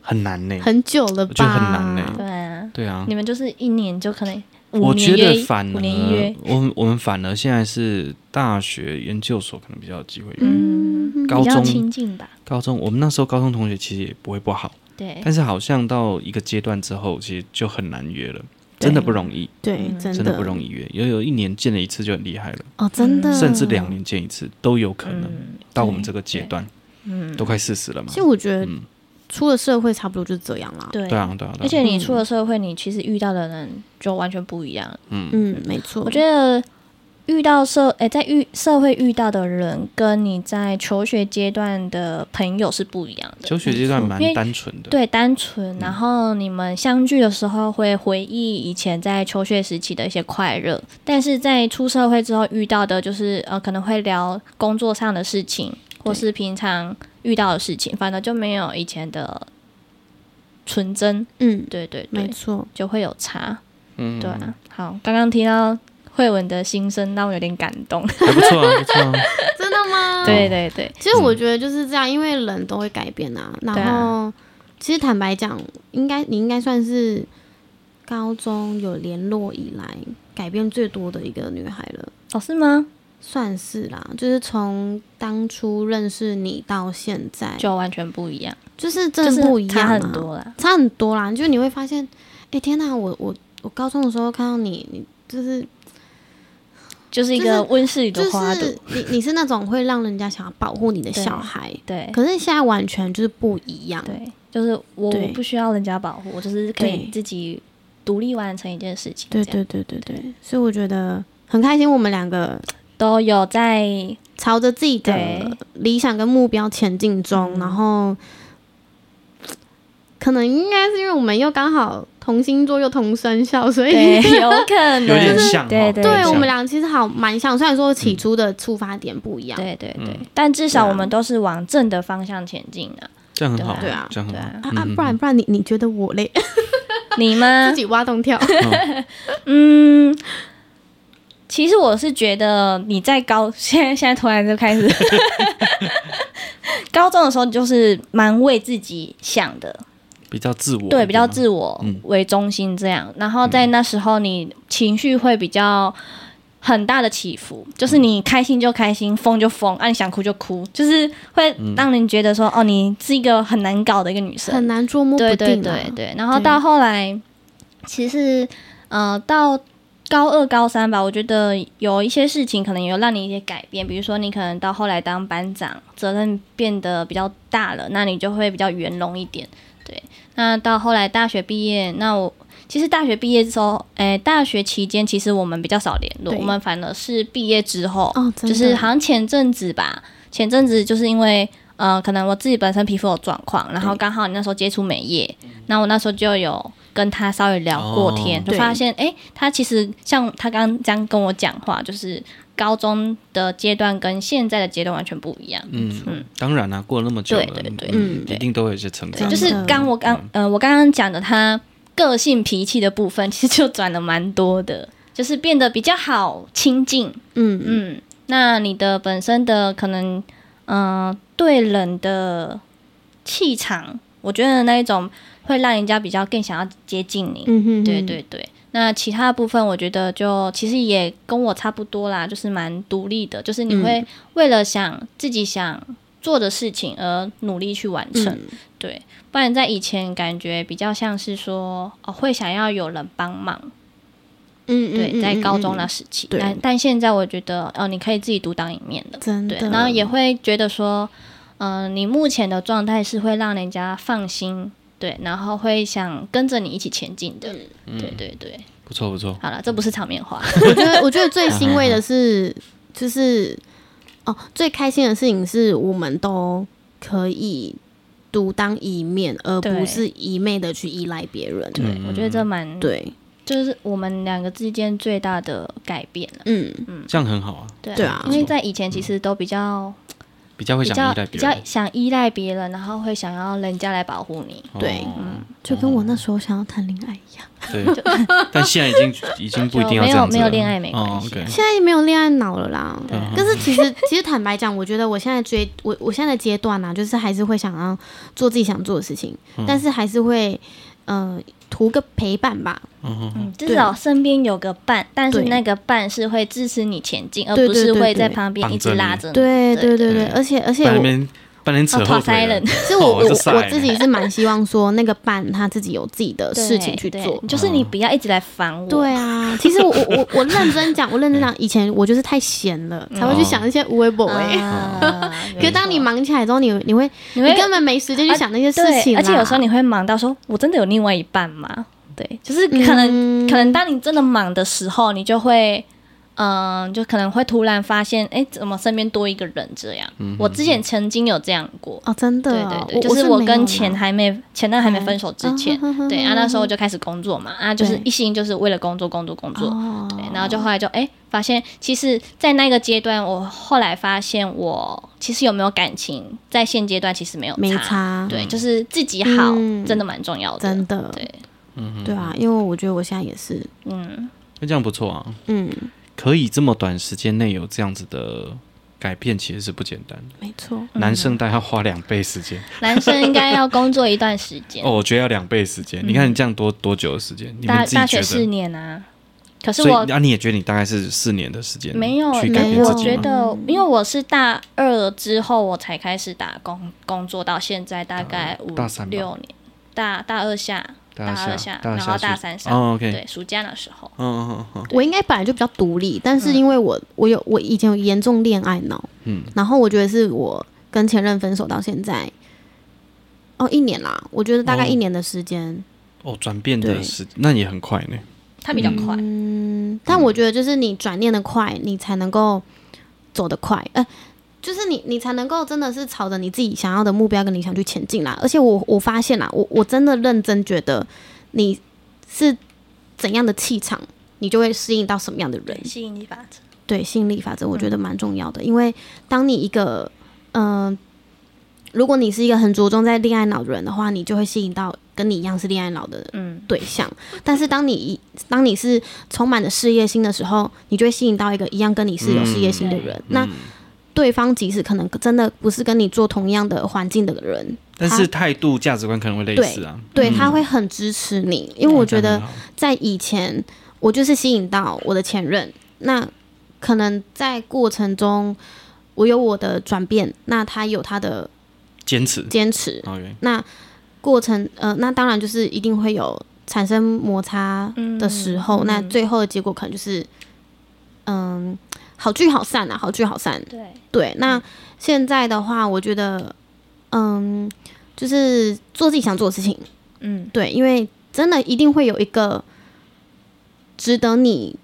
[SPEAKER 2] 很难呢。
[SPEAKER 3] 很久了吧？
[SPEAKER 2] 我觉得很难欸
[SPEAKER 1] 对啊，
[SPEAKER 2] 对啊，
[SPEAKER 1] 你们就是一年就可能五
[SPEAKER 2] 我觉
[SPEAKER 1] 年约
[SPEAKER 2] 得
[SPEAKER 1] 一，
[SPEAKER 2] 反
[SPEAKER 1] 五年一
[SPEAKER 2] 而
[SPEAKER 1] 约，
[SPEAKER 2] 我们我们反而现在是大学研究所可能比较有机会，
[SPEAKER 1] 嗯，
[SPEAKER 2] 高
[SPEAKER 1] 比较
[SPEAKER 2] 中
[SPEAKER 1] 亲近吧。
[SPEAKER 2] 高中我们那时候高中同学其实也不会不好，
[SPEAKER 1] 对，
[SPEAKER 2] 但是好像到一个阶段之后，其实就很难约了，真的不容易，
[SPEAKER 3] 对，
[SPEAKER 1] 嗯
[SPEAKER 3] 真
[SPEAKER 2] 真的不容
[SPEAKER 3] 易
[SPEAKER 2] 易约，有有一年见了一次就很厉害了，
[SPEAKER 3] 哦，真的，
[SPEAKER 2] 甚至两。年见一次都有可能。
[SPEAKER 1] 嗯
[SPEAKER 2] 到我们这个阶段，嗯，都快四十了嘛
[SPEAKER 3] 其，实我觉得
[SPEAKER 2] 嗯
[SPEAKER 3] 出了社会差不多就这样啦。
[SPEAKER 1] 对
[SPEAKER 2] 对啊，对啊，对啊
[SPEAKER 1] 而且你出了社会，你其实遇到的人就完全不一样。
[SPEAKER 3] 嗯，没错。
[SPEAKER 1] 我觉得遇到社诶、在遇社会遇到的人，跟你在求学阶段的朋友是不一样的。
[SPEAKER 2] 求学阶段蛮
[SPEAKER 1] 因为
[SPEAKER 2] 单纯的，
[SPEAKER 1] 对，单纯，然后你们相聚的时候会回忆以前在求学时期的一些快乐，但是在出社会之后遇到的，就是呃，可能会聊工作上的事情，或是平常遇到的事情，反正就没有以前的纯真。
[SPEAKER 3] 嗯，
[SPEAKER 1] 对对对
[SPEAKER 3] 没，错。
[SPEAKER 1] 就会有差。
[SPEAKER 2] 嗯，
[SPEAKER 1] 对啊，好，刚刚听到慧文的心声，让我有点感动。
[SPEAKER 3] 嗯
[SPEAKER 2] 还不错啊，不错啊，
[SPEAKER 3] 真的吗？
[SPEAKER 1] 对对对，
[SPEAKER 3] 其实我觉得就是这样，因为人都会改变啊。然
[SPEAKER 1] 对
[SPEAKER 3] 后，其实坦白讲，应该你应该算是高中有联络以来改变最多的一个女孩了，
[SPEAKER 1] 哦，是吗？
[SPEAKER 3] 算是啦。就是从当初认识你到现在，
[SPEAKER 1] 就完全不一样，
[SPEAKER 3] 就是
[SPEAKER 1] 就
[SPEAKER 3] 哎真
[SPEAKER 1] 是
[SPEAKER 3] 的不一样、
[SPEAKER 1] 差
[SPEAKER 3] 啊，
[SPEAKER 1] 很多啦。
[SPEAKER 3] 差很多啦。就你会发现，哎、天哪，我我我高中的时候看到你，你就是
[SPEAKER 1] 就是一
[SPEAKER 3] 就是
[SPEAKER 1] 个温室里
[SPEAKER 3] 就
[SPEAKER 1] 的花朵
[SPEAKER 3] 是，你你是那种会让人家想要保护你的
[SPEAKER 1] 对
[SPEAKER 3] 小孩，
[SPEAKER 1] 对
[SPEAKER 3] 可是现在完全就是不一样。
[SPEAKER 1] 对，就是我
[SPEAKER 3] 对
[SPEAKER 1] 我不需要人家保护，我就是可以
[SPEAKER 3] 对
[SPEAKER 1] 自己独立完成一件事情。
[SPEAKER 3] 对
[SPEAKER 1] 这样，
[SPEAKER 3] 对对对对，所以我觉得很开心，我们两个
[SPEAKER 1] 都有
[SPEAKER 3] <laughs>
[SPEAKER 1] 在
[SPEAKER 3] 朝着自己的
[SPEAKER 1] 对嗯
[SPEAKER 3] 理想跟目标前进中，然后可能应该是因为我们又刚好同星座又同生肖，所以
[SPEAKER 1] 对，有可能
[SPEAKER 2] 有点像
[SPEAKER 1] 对
[SPEAKER 2] 哦
[SPEAKER 1] 对
[SPEAKER 2] 有点
[SPEAKER 3] <laughs> 对
[SPEAKER 2] 像
[SPEAKER 3] 我们俩其实好蛮像，虽然说起初的出发点不一样，
[SPEAKER 1] 对对对
[SPEAKER 2] 嗯，
[SPEAKER 1] 但至少
[SPEAKER 3] 对啊
[SPEAKER 1] 我们都是往正的方向前进啊。
[SPEAKER 2] 这样很好，
[SPEAKER 1] 对
[SPEAKER 3] 啊
[SPEAKER 2] 这样很好
[SPEAKER 1] 对啊，
[SPEAKER 3] 啊啊，不然不然你你觉得我嘞？
[SPEAKER 1] 你吗
[SPEAKER 3] 自？己挖洞 <laughs> 跳，
[SPEAKER 1] 嗯，其实我是觉得你在高 <laughs> 现在现在突然就开
[SPEAKER 2] <laughs>
[SPEAKER 1] 始，高中的时候你就是蛮为自己想的，
[SPEAKER 2] 比较自我，
[SPEAKER 1] 对，比较自我
[SPEAKER 2] 嗯
[SPEAKER 1] 为中心这样。然后在那时候，你情绪会比较很大的起伏，就是你开心就开心，疯就疯，啊，你想哭就哭，就是会
[SPEAKER 2] 嗯
[SPEAKER 1] 让人觉得说，哦，你是一个很难搞的一个女生，
[SPEAKER 3] 很难捉摸不
[SPEAKER 1] 对
[SPEAKER 3] 定、
[SPEAKER 1] 对
[SPEAKER 3] 啊。
[SPEAKER 1] 对对，然后到后来，其实呃，到高二、高三吧，我觉得有一些事情可能有让你一些改变，比如说你可能到后来当班长，责任变得比较大了，那你就会比较圆融一点。对，那到后来大学毕业，那我其实大学毕业之后，哎，大学期间其实我们比较少联络，
[SPEAKER 3] 对
[SPEAKER 1] 我们反而是毕业之后，
[SPEAKER 3] 哦，
[SPEAKER 1] 就
[SPEAKER 3] 真的
[SPEAKER 1] 是好像前阵子吧，前阵子就是因为呃，可能我自己本身皮肤有状况，然后刚好你那时候接触美业，那我那时候就有跟他稍微聊过天，
[SPEAKER 2] 哦
[SPEAKER 1] 就发现诶，他其实像他刚刚这样跟我讲话，就是高中的阶段跟现在的阶段完全不一样。
[SPEAKER 2] 嗯嗯，当然啦，过了那么久了，
[SPEAKER 1] 对对对
[SPEAKER 2] 嗯，
[SPEAKER 1] 对
[SPEAKER 2] 一定都会有一些成
[SPEAKER 1] 对，
[SPEAKER 2] 长，嗯
[SPEAKER 1] 就是
[SPEAKER 3] 真的嗯
[SPEAKER 1] 刚我刚呃，我刚刚讲的他个性脾气的部分，其实就转了蛮多的，就是变得比较好亲近，
[SPEAKER 3] 嗯嗯
[SPEAKER 1] 嗯，那你的本身的可能，嗯、对人的气场，我觉得那一种会让人家比较更想要接近你。
[SPEAKER 3] 嗯哼，
[SPEAKER 1] 对对对。那其他的部分，我觉得就其实也
[SPEAKER 3] 嗯
[SPEAKER 1] 跟我差不多啦，就是蛮独立的，就是你会为了想自己想做的事情而努力去完成。
[SPEAKER 3] 嗯
[SPEAKER 1] 对，不然在以前感觉比较像是说哦，会想要有人帮忙。
[SPEAKER 3] 嗯，
[SPEAKER 1] 对，
[SPEAKER 3] 嗯
[SPEAKER 1] 在高中，
[SPEAKER 3] 嗯
[SPEAKER 1] 那
[SPEAKER 3] 嗯
[SPEAKER 1] 时期，
[SPEAKER 3] 对
[SPEAKER 1] 但但现在我觉得哦，你可以自己独当一面的
[SPEAKER 3] 嗯。真
[SPEAKER 1] 对
[SPEAKER 3] 的，，
[SPEAKER 1] 然后
[SPEAKER 3] <laughs>
[SPEAKER 1] 也会觉得说，嗯、你目前的状态是会让人家放心，对，然后会想跟着你一起前进
[SPEAKER 3] 嗯
[SPEAKER 1] 的，
[SPEAKER 2] 嗯
[SPEAKER 1] 对对对。
[SPEAKER 2] 不错不错，
[SPEAKER 1] 好了，这不是场面话，
[SPEAKER 3] 我 <laughs> 觉得，我觉得最欣慰的是，就是哦，最开心的事情是我们都可以独当一面，而
[SPEAKER 1] 对
[SPEAKER 3] 不是一昧的去依赖别人。
[SPEAKER 2] 嗯
[SPEAKER 1] 对我觉得这蛮，
[SPEAKER 3] 对，
[SPEAKER 1] 就是我们两个之间最大的改变了。
[SPEAKER 3] 嗯，
[SPEAKER 2] 这样很好啊，
[SPEAKER 1] 对
[SPEAKER 3] 对啊
[SPEAKER 1] 因为在以前其实都比较
[SPEAKER 2] 比较会
[SPEAKER 1] 比
[SPEAKER 2] 想
[SPEAKER 1] 较
[SPEAKER 2] 依赖
[SPEAKER 1] 比
[SPEAKER 2] 别
[SPEAKER 1] 较
[SPEAKER 2] 人，
[SPEAKER 1] 想依赖别人，然后会想要人家来保护你。
[SPEAKER 2] 哦
[SPEAKER 3] 对
[SPEAKER 2] 嗯
[SPEAKER 3] 就跟我那时候想要谈恋爱一样，
[SPEAKER 2] 对，
[SPEAKER 1] <laughs>
[SPEAKER 2] 但现在已经已经不一定要
[SPEAKER 1] 就没有
[SPEAKER 2] 这样子了
[SPEAKER 1] 没有恋爱没关系
[SPEAKER 2] 哦，OK
[SPEAKER 3] 现在也没有恋爱脑了啦。
[SPEAKER 1] 对啊
[SPEAKER 3] 但是其实， <laughs> 其实坦白讲，我觉得我现在追我我现在的阶段呢、啊，就是还是会想要做自己想做的事情，但是还是会呃图个陪伴吧。
[SPEAKER 2] 嗯哼
[SPEAKER 1] 嗯，至少身边有个伴，但是
[SPEAKER 3] 对
[SPEAKER 1] 那个伴是会支持你前进，而
[SPEAKER 3] 对
[SPEAKER 1] 不
[SPEAKER 3] 对
[SPEAKER 1] 是
[SPEAKER 3] 对
[SPEAKER 1] 会在
[SPEAKER 3] 对
[SPEAKER 1] 旁边一直
[SPEAKER 2] 帮着你
[SPEAKER 1] 拉着你。
[SPEAKER 3] 对
[SPEAKER 1] 嗯对
[SPEAKER 3] 对对对，
[SPEAKER 2] 对
[SPEAKER 3] 而且而且
[SPEAKER 2] 半
[SPEAKER 3] 我
[SPEAKER 2] 年半年扯
[SPEAKER 1] 哦
[SPEAKER 2] 后
[SPEAKER 1] 跑塞
[SPEAKER 2] 腿了
[SPEAKER 1] 人，
[SPEAKER 3] 其实我
[SPEAKER 2] 哦
[SPEAKER 3] 我
[SPEAKER 2] 就晒
[SPEAKER 3] 我自己是蛮希望说，那个伴他自己有自己的
[SPEAKER 1] 对
[SPEAKER 3] 事情去
[SPEAKER 1] 对
[SPEAKER 3] 做。嗯
[SPEAKER 1] 就是你不要一直来烦我。<laughs>
[SPEAKER 3] 对啊，其实我我我我认真讲，我认真讲，以前我就是太闲了，才会去想一些无微不微。
[SPEAKER 1] 嗯啊，
[SPEAKER 3] <laughs> 可是当你忙起来之后，你你会
[SPEAKER 1] 你
[SPEAKER 3] 你
[SPEAKER 1] 会
[SPEAKER 3] 根本没时间去想那些事情
[SPEAKER 1] 啊对，
[SPEAKER 3] 啊啦，
[SPEAKER 1] 而且有时候你会忙到说，我真的有另外一半吗？对，就是可能、
[SPEAKER 3] 嗯
[SPEAKER 1] 可能当你真的忙的时候，你就会。嗯，就可能会突然发现，哎，怎么身边多一个人这样？
[SPEAKER 3] 嗯
[SPEAKER 1] 我之前曾经有这样过，
[SPEAKER 3] 哦，真的
[SPEAKER 1] 对
[SPEAKER 3] 哦，
[SPEAKER 1] 对对，就是
[SPEAKER 3] 是
[SPEAKER 1] 我
[SPEAKER 3] 没有
[SPEAKER 1] 跟
[SPEAKER 3] 啦
[SPEAKER 1] 前还没前任还没分手之前，
[SPEAKER 3] 嗯
[SPEAKER 1] 对啊，那时候我就开始工作嘛，啊，就是
[SPEAKER 3] 对
[SPEAKER 1] 一心就是为了工作，工作，工作，
[SPEAKER 3] 哦，
[SPEAKER 1] 对，然后就后来就哎、发现其实，在那个阶段，我后来发现我其实有没有感情，在现阶段其实没有
[SPEAKER 3] 没差，
[SPEAKER 1] 对，就是自己好，
[SPEAKER 3] 嗯
[SPEAKER 1] 真的蛮重要的。
[SPEAKER 3] 真的，
[SPEAKER 1] 对，
[SPEAKER 3] 对啊，因为我觉得我现在也是，
[SPEAKER 1] 嗯，
[SPEAKER 2] 那这样不错啊，
[SPEAKER 3] 嗯，
[SPEAKER 2] 可以这么短时间内有这样子的改变，其实是不简单的。
[SPEAKER 3] 没错，
[SPEAKER 1] 嗯
[SPEAKER 2] 男生大概要花两倍时间，
[SPEAKER 1] 男生应该要工作一段时间，
[SPEAKER 2] <laughs> 哦，我觉得要两倍时间。你看你这样多多久的时间？你
[SPEAKER 1] 大
[SPEAKER 2] 们自己
[SPEAKER 1] 大学
[SPEAKER 2] 觉
[SPEAKER 1] 四
[SPEAKER 2] 得？
[SPEAKER 1] 年啊。可是
[SPEAKER 2] 所
[SPEAKER 1] 我
[SPEAKER 2] 以啊，你也觉得你大概是四年的时间
[SPEAKER 1] 没有
[SPEAKER 2] 去改
[SPEAKER 1] 没
[SPEAKER 2] 变
[SPEAKER 3] 哎
[SPEAKER 1] 有，
[SPEAKER 2] 自
[SPEAKER 1] 我
[SPEAKER 2] 己
[SPEAKER 1] 觉
[SPEAKER 2] 吗
[SPEAKER 1] 得，嗯因为我是大二之后我才开始打工，工作到现在大概五
[SPEAKER 2] 大三吧
[SPEAKER 1] 六年，大大二下，
[SPEAKER 2] 大二下
[SPEAKER 1] 二下，
[SPEAKER 2] 大二
[SPEAKER 1] 然
[SPEAKER 2] 下
[SPEAKER 1] 后大
[SPEAKER 2] 去
[SPEAKER 1] 三上，
[SPEAKER 2] 哦，OK，
[SPEAKER 1] 对，暑假那时候，
[SPEAKER 2] 嗯嗯嗯
[SPEAKER 3] 我应该本来就比较独立，但
[SPEAKER 1] 嗯
[SPEAKER 3] 是因为我我有我以前有严重恋爱脑，
[SPEAKER 2] 嗯
[SPEAKER 3] 然后我觉得是我跟前任分手到现在，哦一年啦，我觉得大概
[SPEAKER 2] 哦
[SPEAKER 3] 一年的时间，
[SPEAKER 2] 哦，转变的
[SPEAKER 3] 对
[SPEAKER 2] 时那也很快呢。
[SPEAKER 1] 他比较快，
[SPEAKER 3] 嗯，但我觉得就是你转念的快，你才能够走得快，呃，就是你你才能够真的是朝着你自己想要的目标跟理想去前进啦。而且我我发现啦，啊我我真的认真觉得你是怎样的气场，你就会适应到什么样的人
[SPEAKER 1] 对，。吸引力法则，
[SPEAKER 3] 对嗯吸引力法则，我觉得蛮重要的，因为当你一个嗯、呃如果你是一个很着重在恋爱脑的人的话，你就会吸引到跟你一样是恋爱脑的
[SPEAKER 1] 嗯，
[SPEAKER 3] 对象。但是当你一当你是充满了事业心的时候，你就会吸引到一个一样跟你是有事业心的人。
[SPEAKER 2] 嗯
[SPEAKER 3] 那对方即使可能真的不是跟你做同样的环境的人，
[SPEAKER 2] 但是态度、价值观可能会类似啊。
[SPEAKER 3] 对他会很支持你，因为我觉
[SPEAKER 2] 嗯
[SPEAKER 3] 得在以前，我就是吸引到我的前任。那可能在过程中，我有我的转变，那他有他的
[SPEAKER 2] 坚持
[SPEAKER 3] 坚持。
[SPEAKER 2] ，OK，
[SPEAKER 3] 那过程，呃，那当然就是一定会有产生摩擦的时候。
[SPEAKER 1] 嗯
[SPEAKER 3] 那
[SPEAKER 1] 嗯
[SPEAKER 3] 最后的结果可能就是，嗯，好聚好散啊，好聚好散。
[SPEAKER 1] 对，
[SPEAKER 3] 对，那现在的话，我觉得，嗯，就是做自己想做的事情。
[SPEAKER 1] 嗯，
[SPEAKER 3] 对，因为真的一定会有一个值得你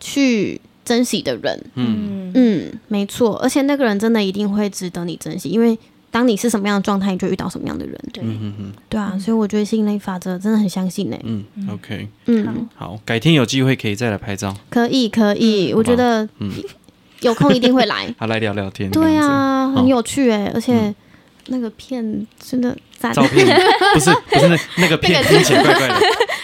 [SPEAKER 3] 去珍惜的人。
[SPEAKER 1] 嗯
[SPEAKER 3] 嗯，没错，而且那个人真的一定会值得你珍惜，因为当你是什么样的状态，你就遇到什么样的人。
[SPEAKER 1] 对，
[SPEAKER 2] 嗯嗯
[SPEAKER 3] 对啊，所以我觉得吸引力法则真的很相信呢、欸
[SPEAKER 2] 嗯嗯，OK，
[SPEAKER 3] 嗯，
[SPEAKER 2] 好，改天有机会可以再来拍照，
[SPEAKER 3] 可以，可以，
[SPEAKER 2] 好
[SPEAKER 3] 我觉得
[SPEAKER 2] 嗯
[SPEAKER 3] 有空一定
[SPEAKER 2] <laughs>。
[SPEAKER 3] 会来
[SPEAKER 2] 好来聊聊天。
[SPEAKER 3] 对
[SPEAKER 2] 这样
[SPEAKER 3] 啊，
[SPEAKER 2] 好
[SPEAKER 3] 很有趣哎、而且
[SPEAKER 2] 嗯
[SPEAKER 3] 那个片真的赞 <laughs>
[SPEAKER 2] 子，照片不是不是那那个片
[SPEAKER 3] 那个
[SPEAKER 2] 听起来怪怪的，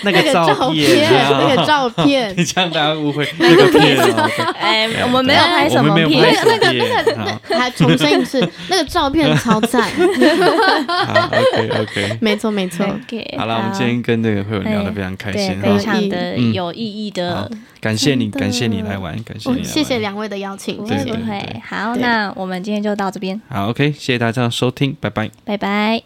[SPEAKER 2] 那
[SPEAKER 3] 那
[SPEAKER 2] 个
[SPEAKER 3] 个照
[SPEAKER 2] 照
[SPEAKER 3] 片，
[SPEAKER 2] 啊，
[SPEAKER 3] 那个照
[SPEAKER 2] 你
[SPEAKER 1] <laughs>
[SPEAKER 2] <laughs>
[SPEAKER 3] 片，
[SPEAKER 2] 这样大家误会那个片哦，
[SPEAKER 1] 哎、
[SPEAKER 2] 对
[SPEAKER 1] 我们没有拍什
[SPEAKER 2] 我
[SPEAKER 1] 么
[SPEAKER 2] 们没有
[SPEAKER 1] 片，
[SPEAKER 2] 拍什么片啊
[SPEAKER 3] 还重申一次，那个照片超赞， <laughs>
[SPEAKER 2] ，OK OK，
[SPEAKER 3] 没错没错，
[SPEAKER 1] OK，
[SPEAKER 2] 好了，我们今天跟这个慧文聊得非常开
[SPEAKER 1] 对
[SPEAKER 2] 心
[SPEAKER 1] 非
[SPEAKER 2] 哈，
[SPEAKER 1] 常的
[SPEAKER 2] 嗯
[SPEAKER 1] 有意义的
[SPEAKER 2] 好，感谢你，
[SPEAKER 3] 真的
[SPEAKER 2] 感谢你来玩， <laughs> 感谢
[SPEAKER 3] 我
[SPEAKER 2] 你来玩，
[SPEAKER 3] 哦
[SPEAKER 1] 哦
[SPEAKER 3] 谢谢两位的邀请，
[SPEAKER 1] 不
[SPEAKER 3] 谢
[SPEAKER 1] 会
[SPEAKER 3] 谢
[SPEAKER 1] 不
[SPEAKER 2] 对对
[SPEAKER 1] 会
[SPEAKER 2] 对。
[SPEAKER 1] 好，
[SPEAKER 3] 对
[SPEAKER 1] 那我们今天就到这边，
[SPEAKER 2] 好，OK，谢谢大家的收听，拜拜。
[SPEAKER 1] 拜拜。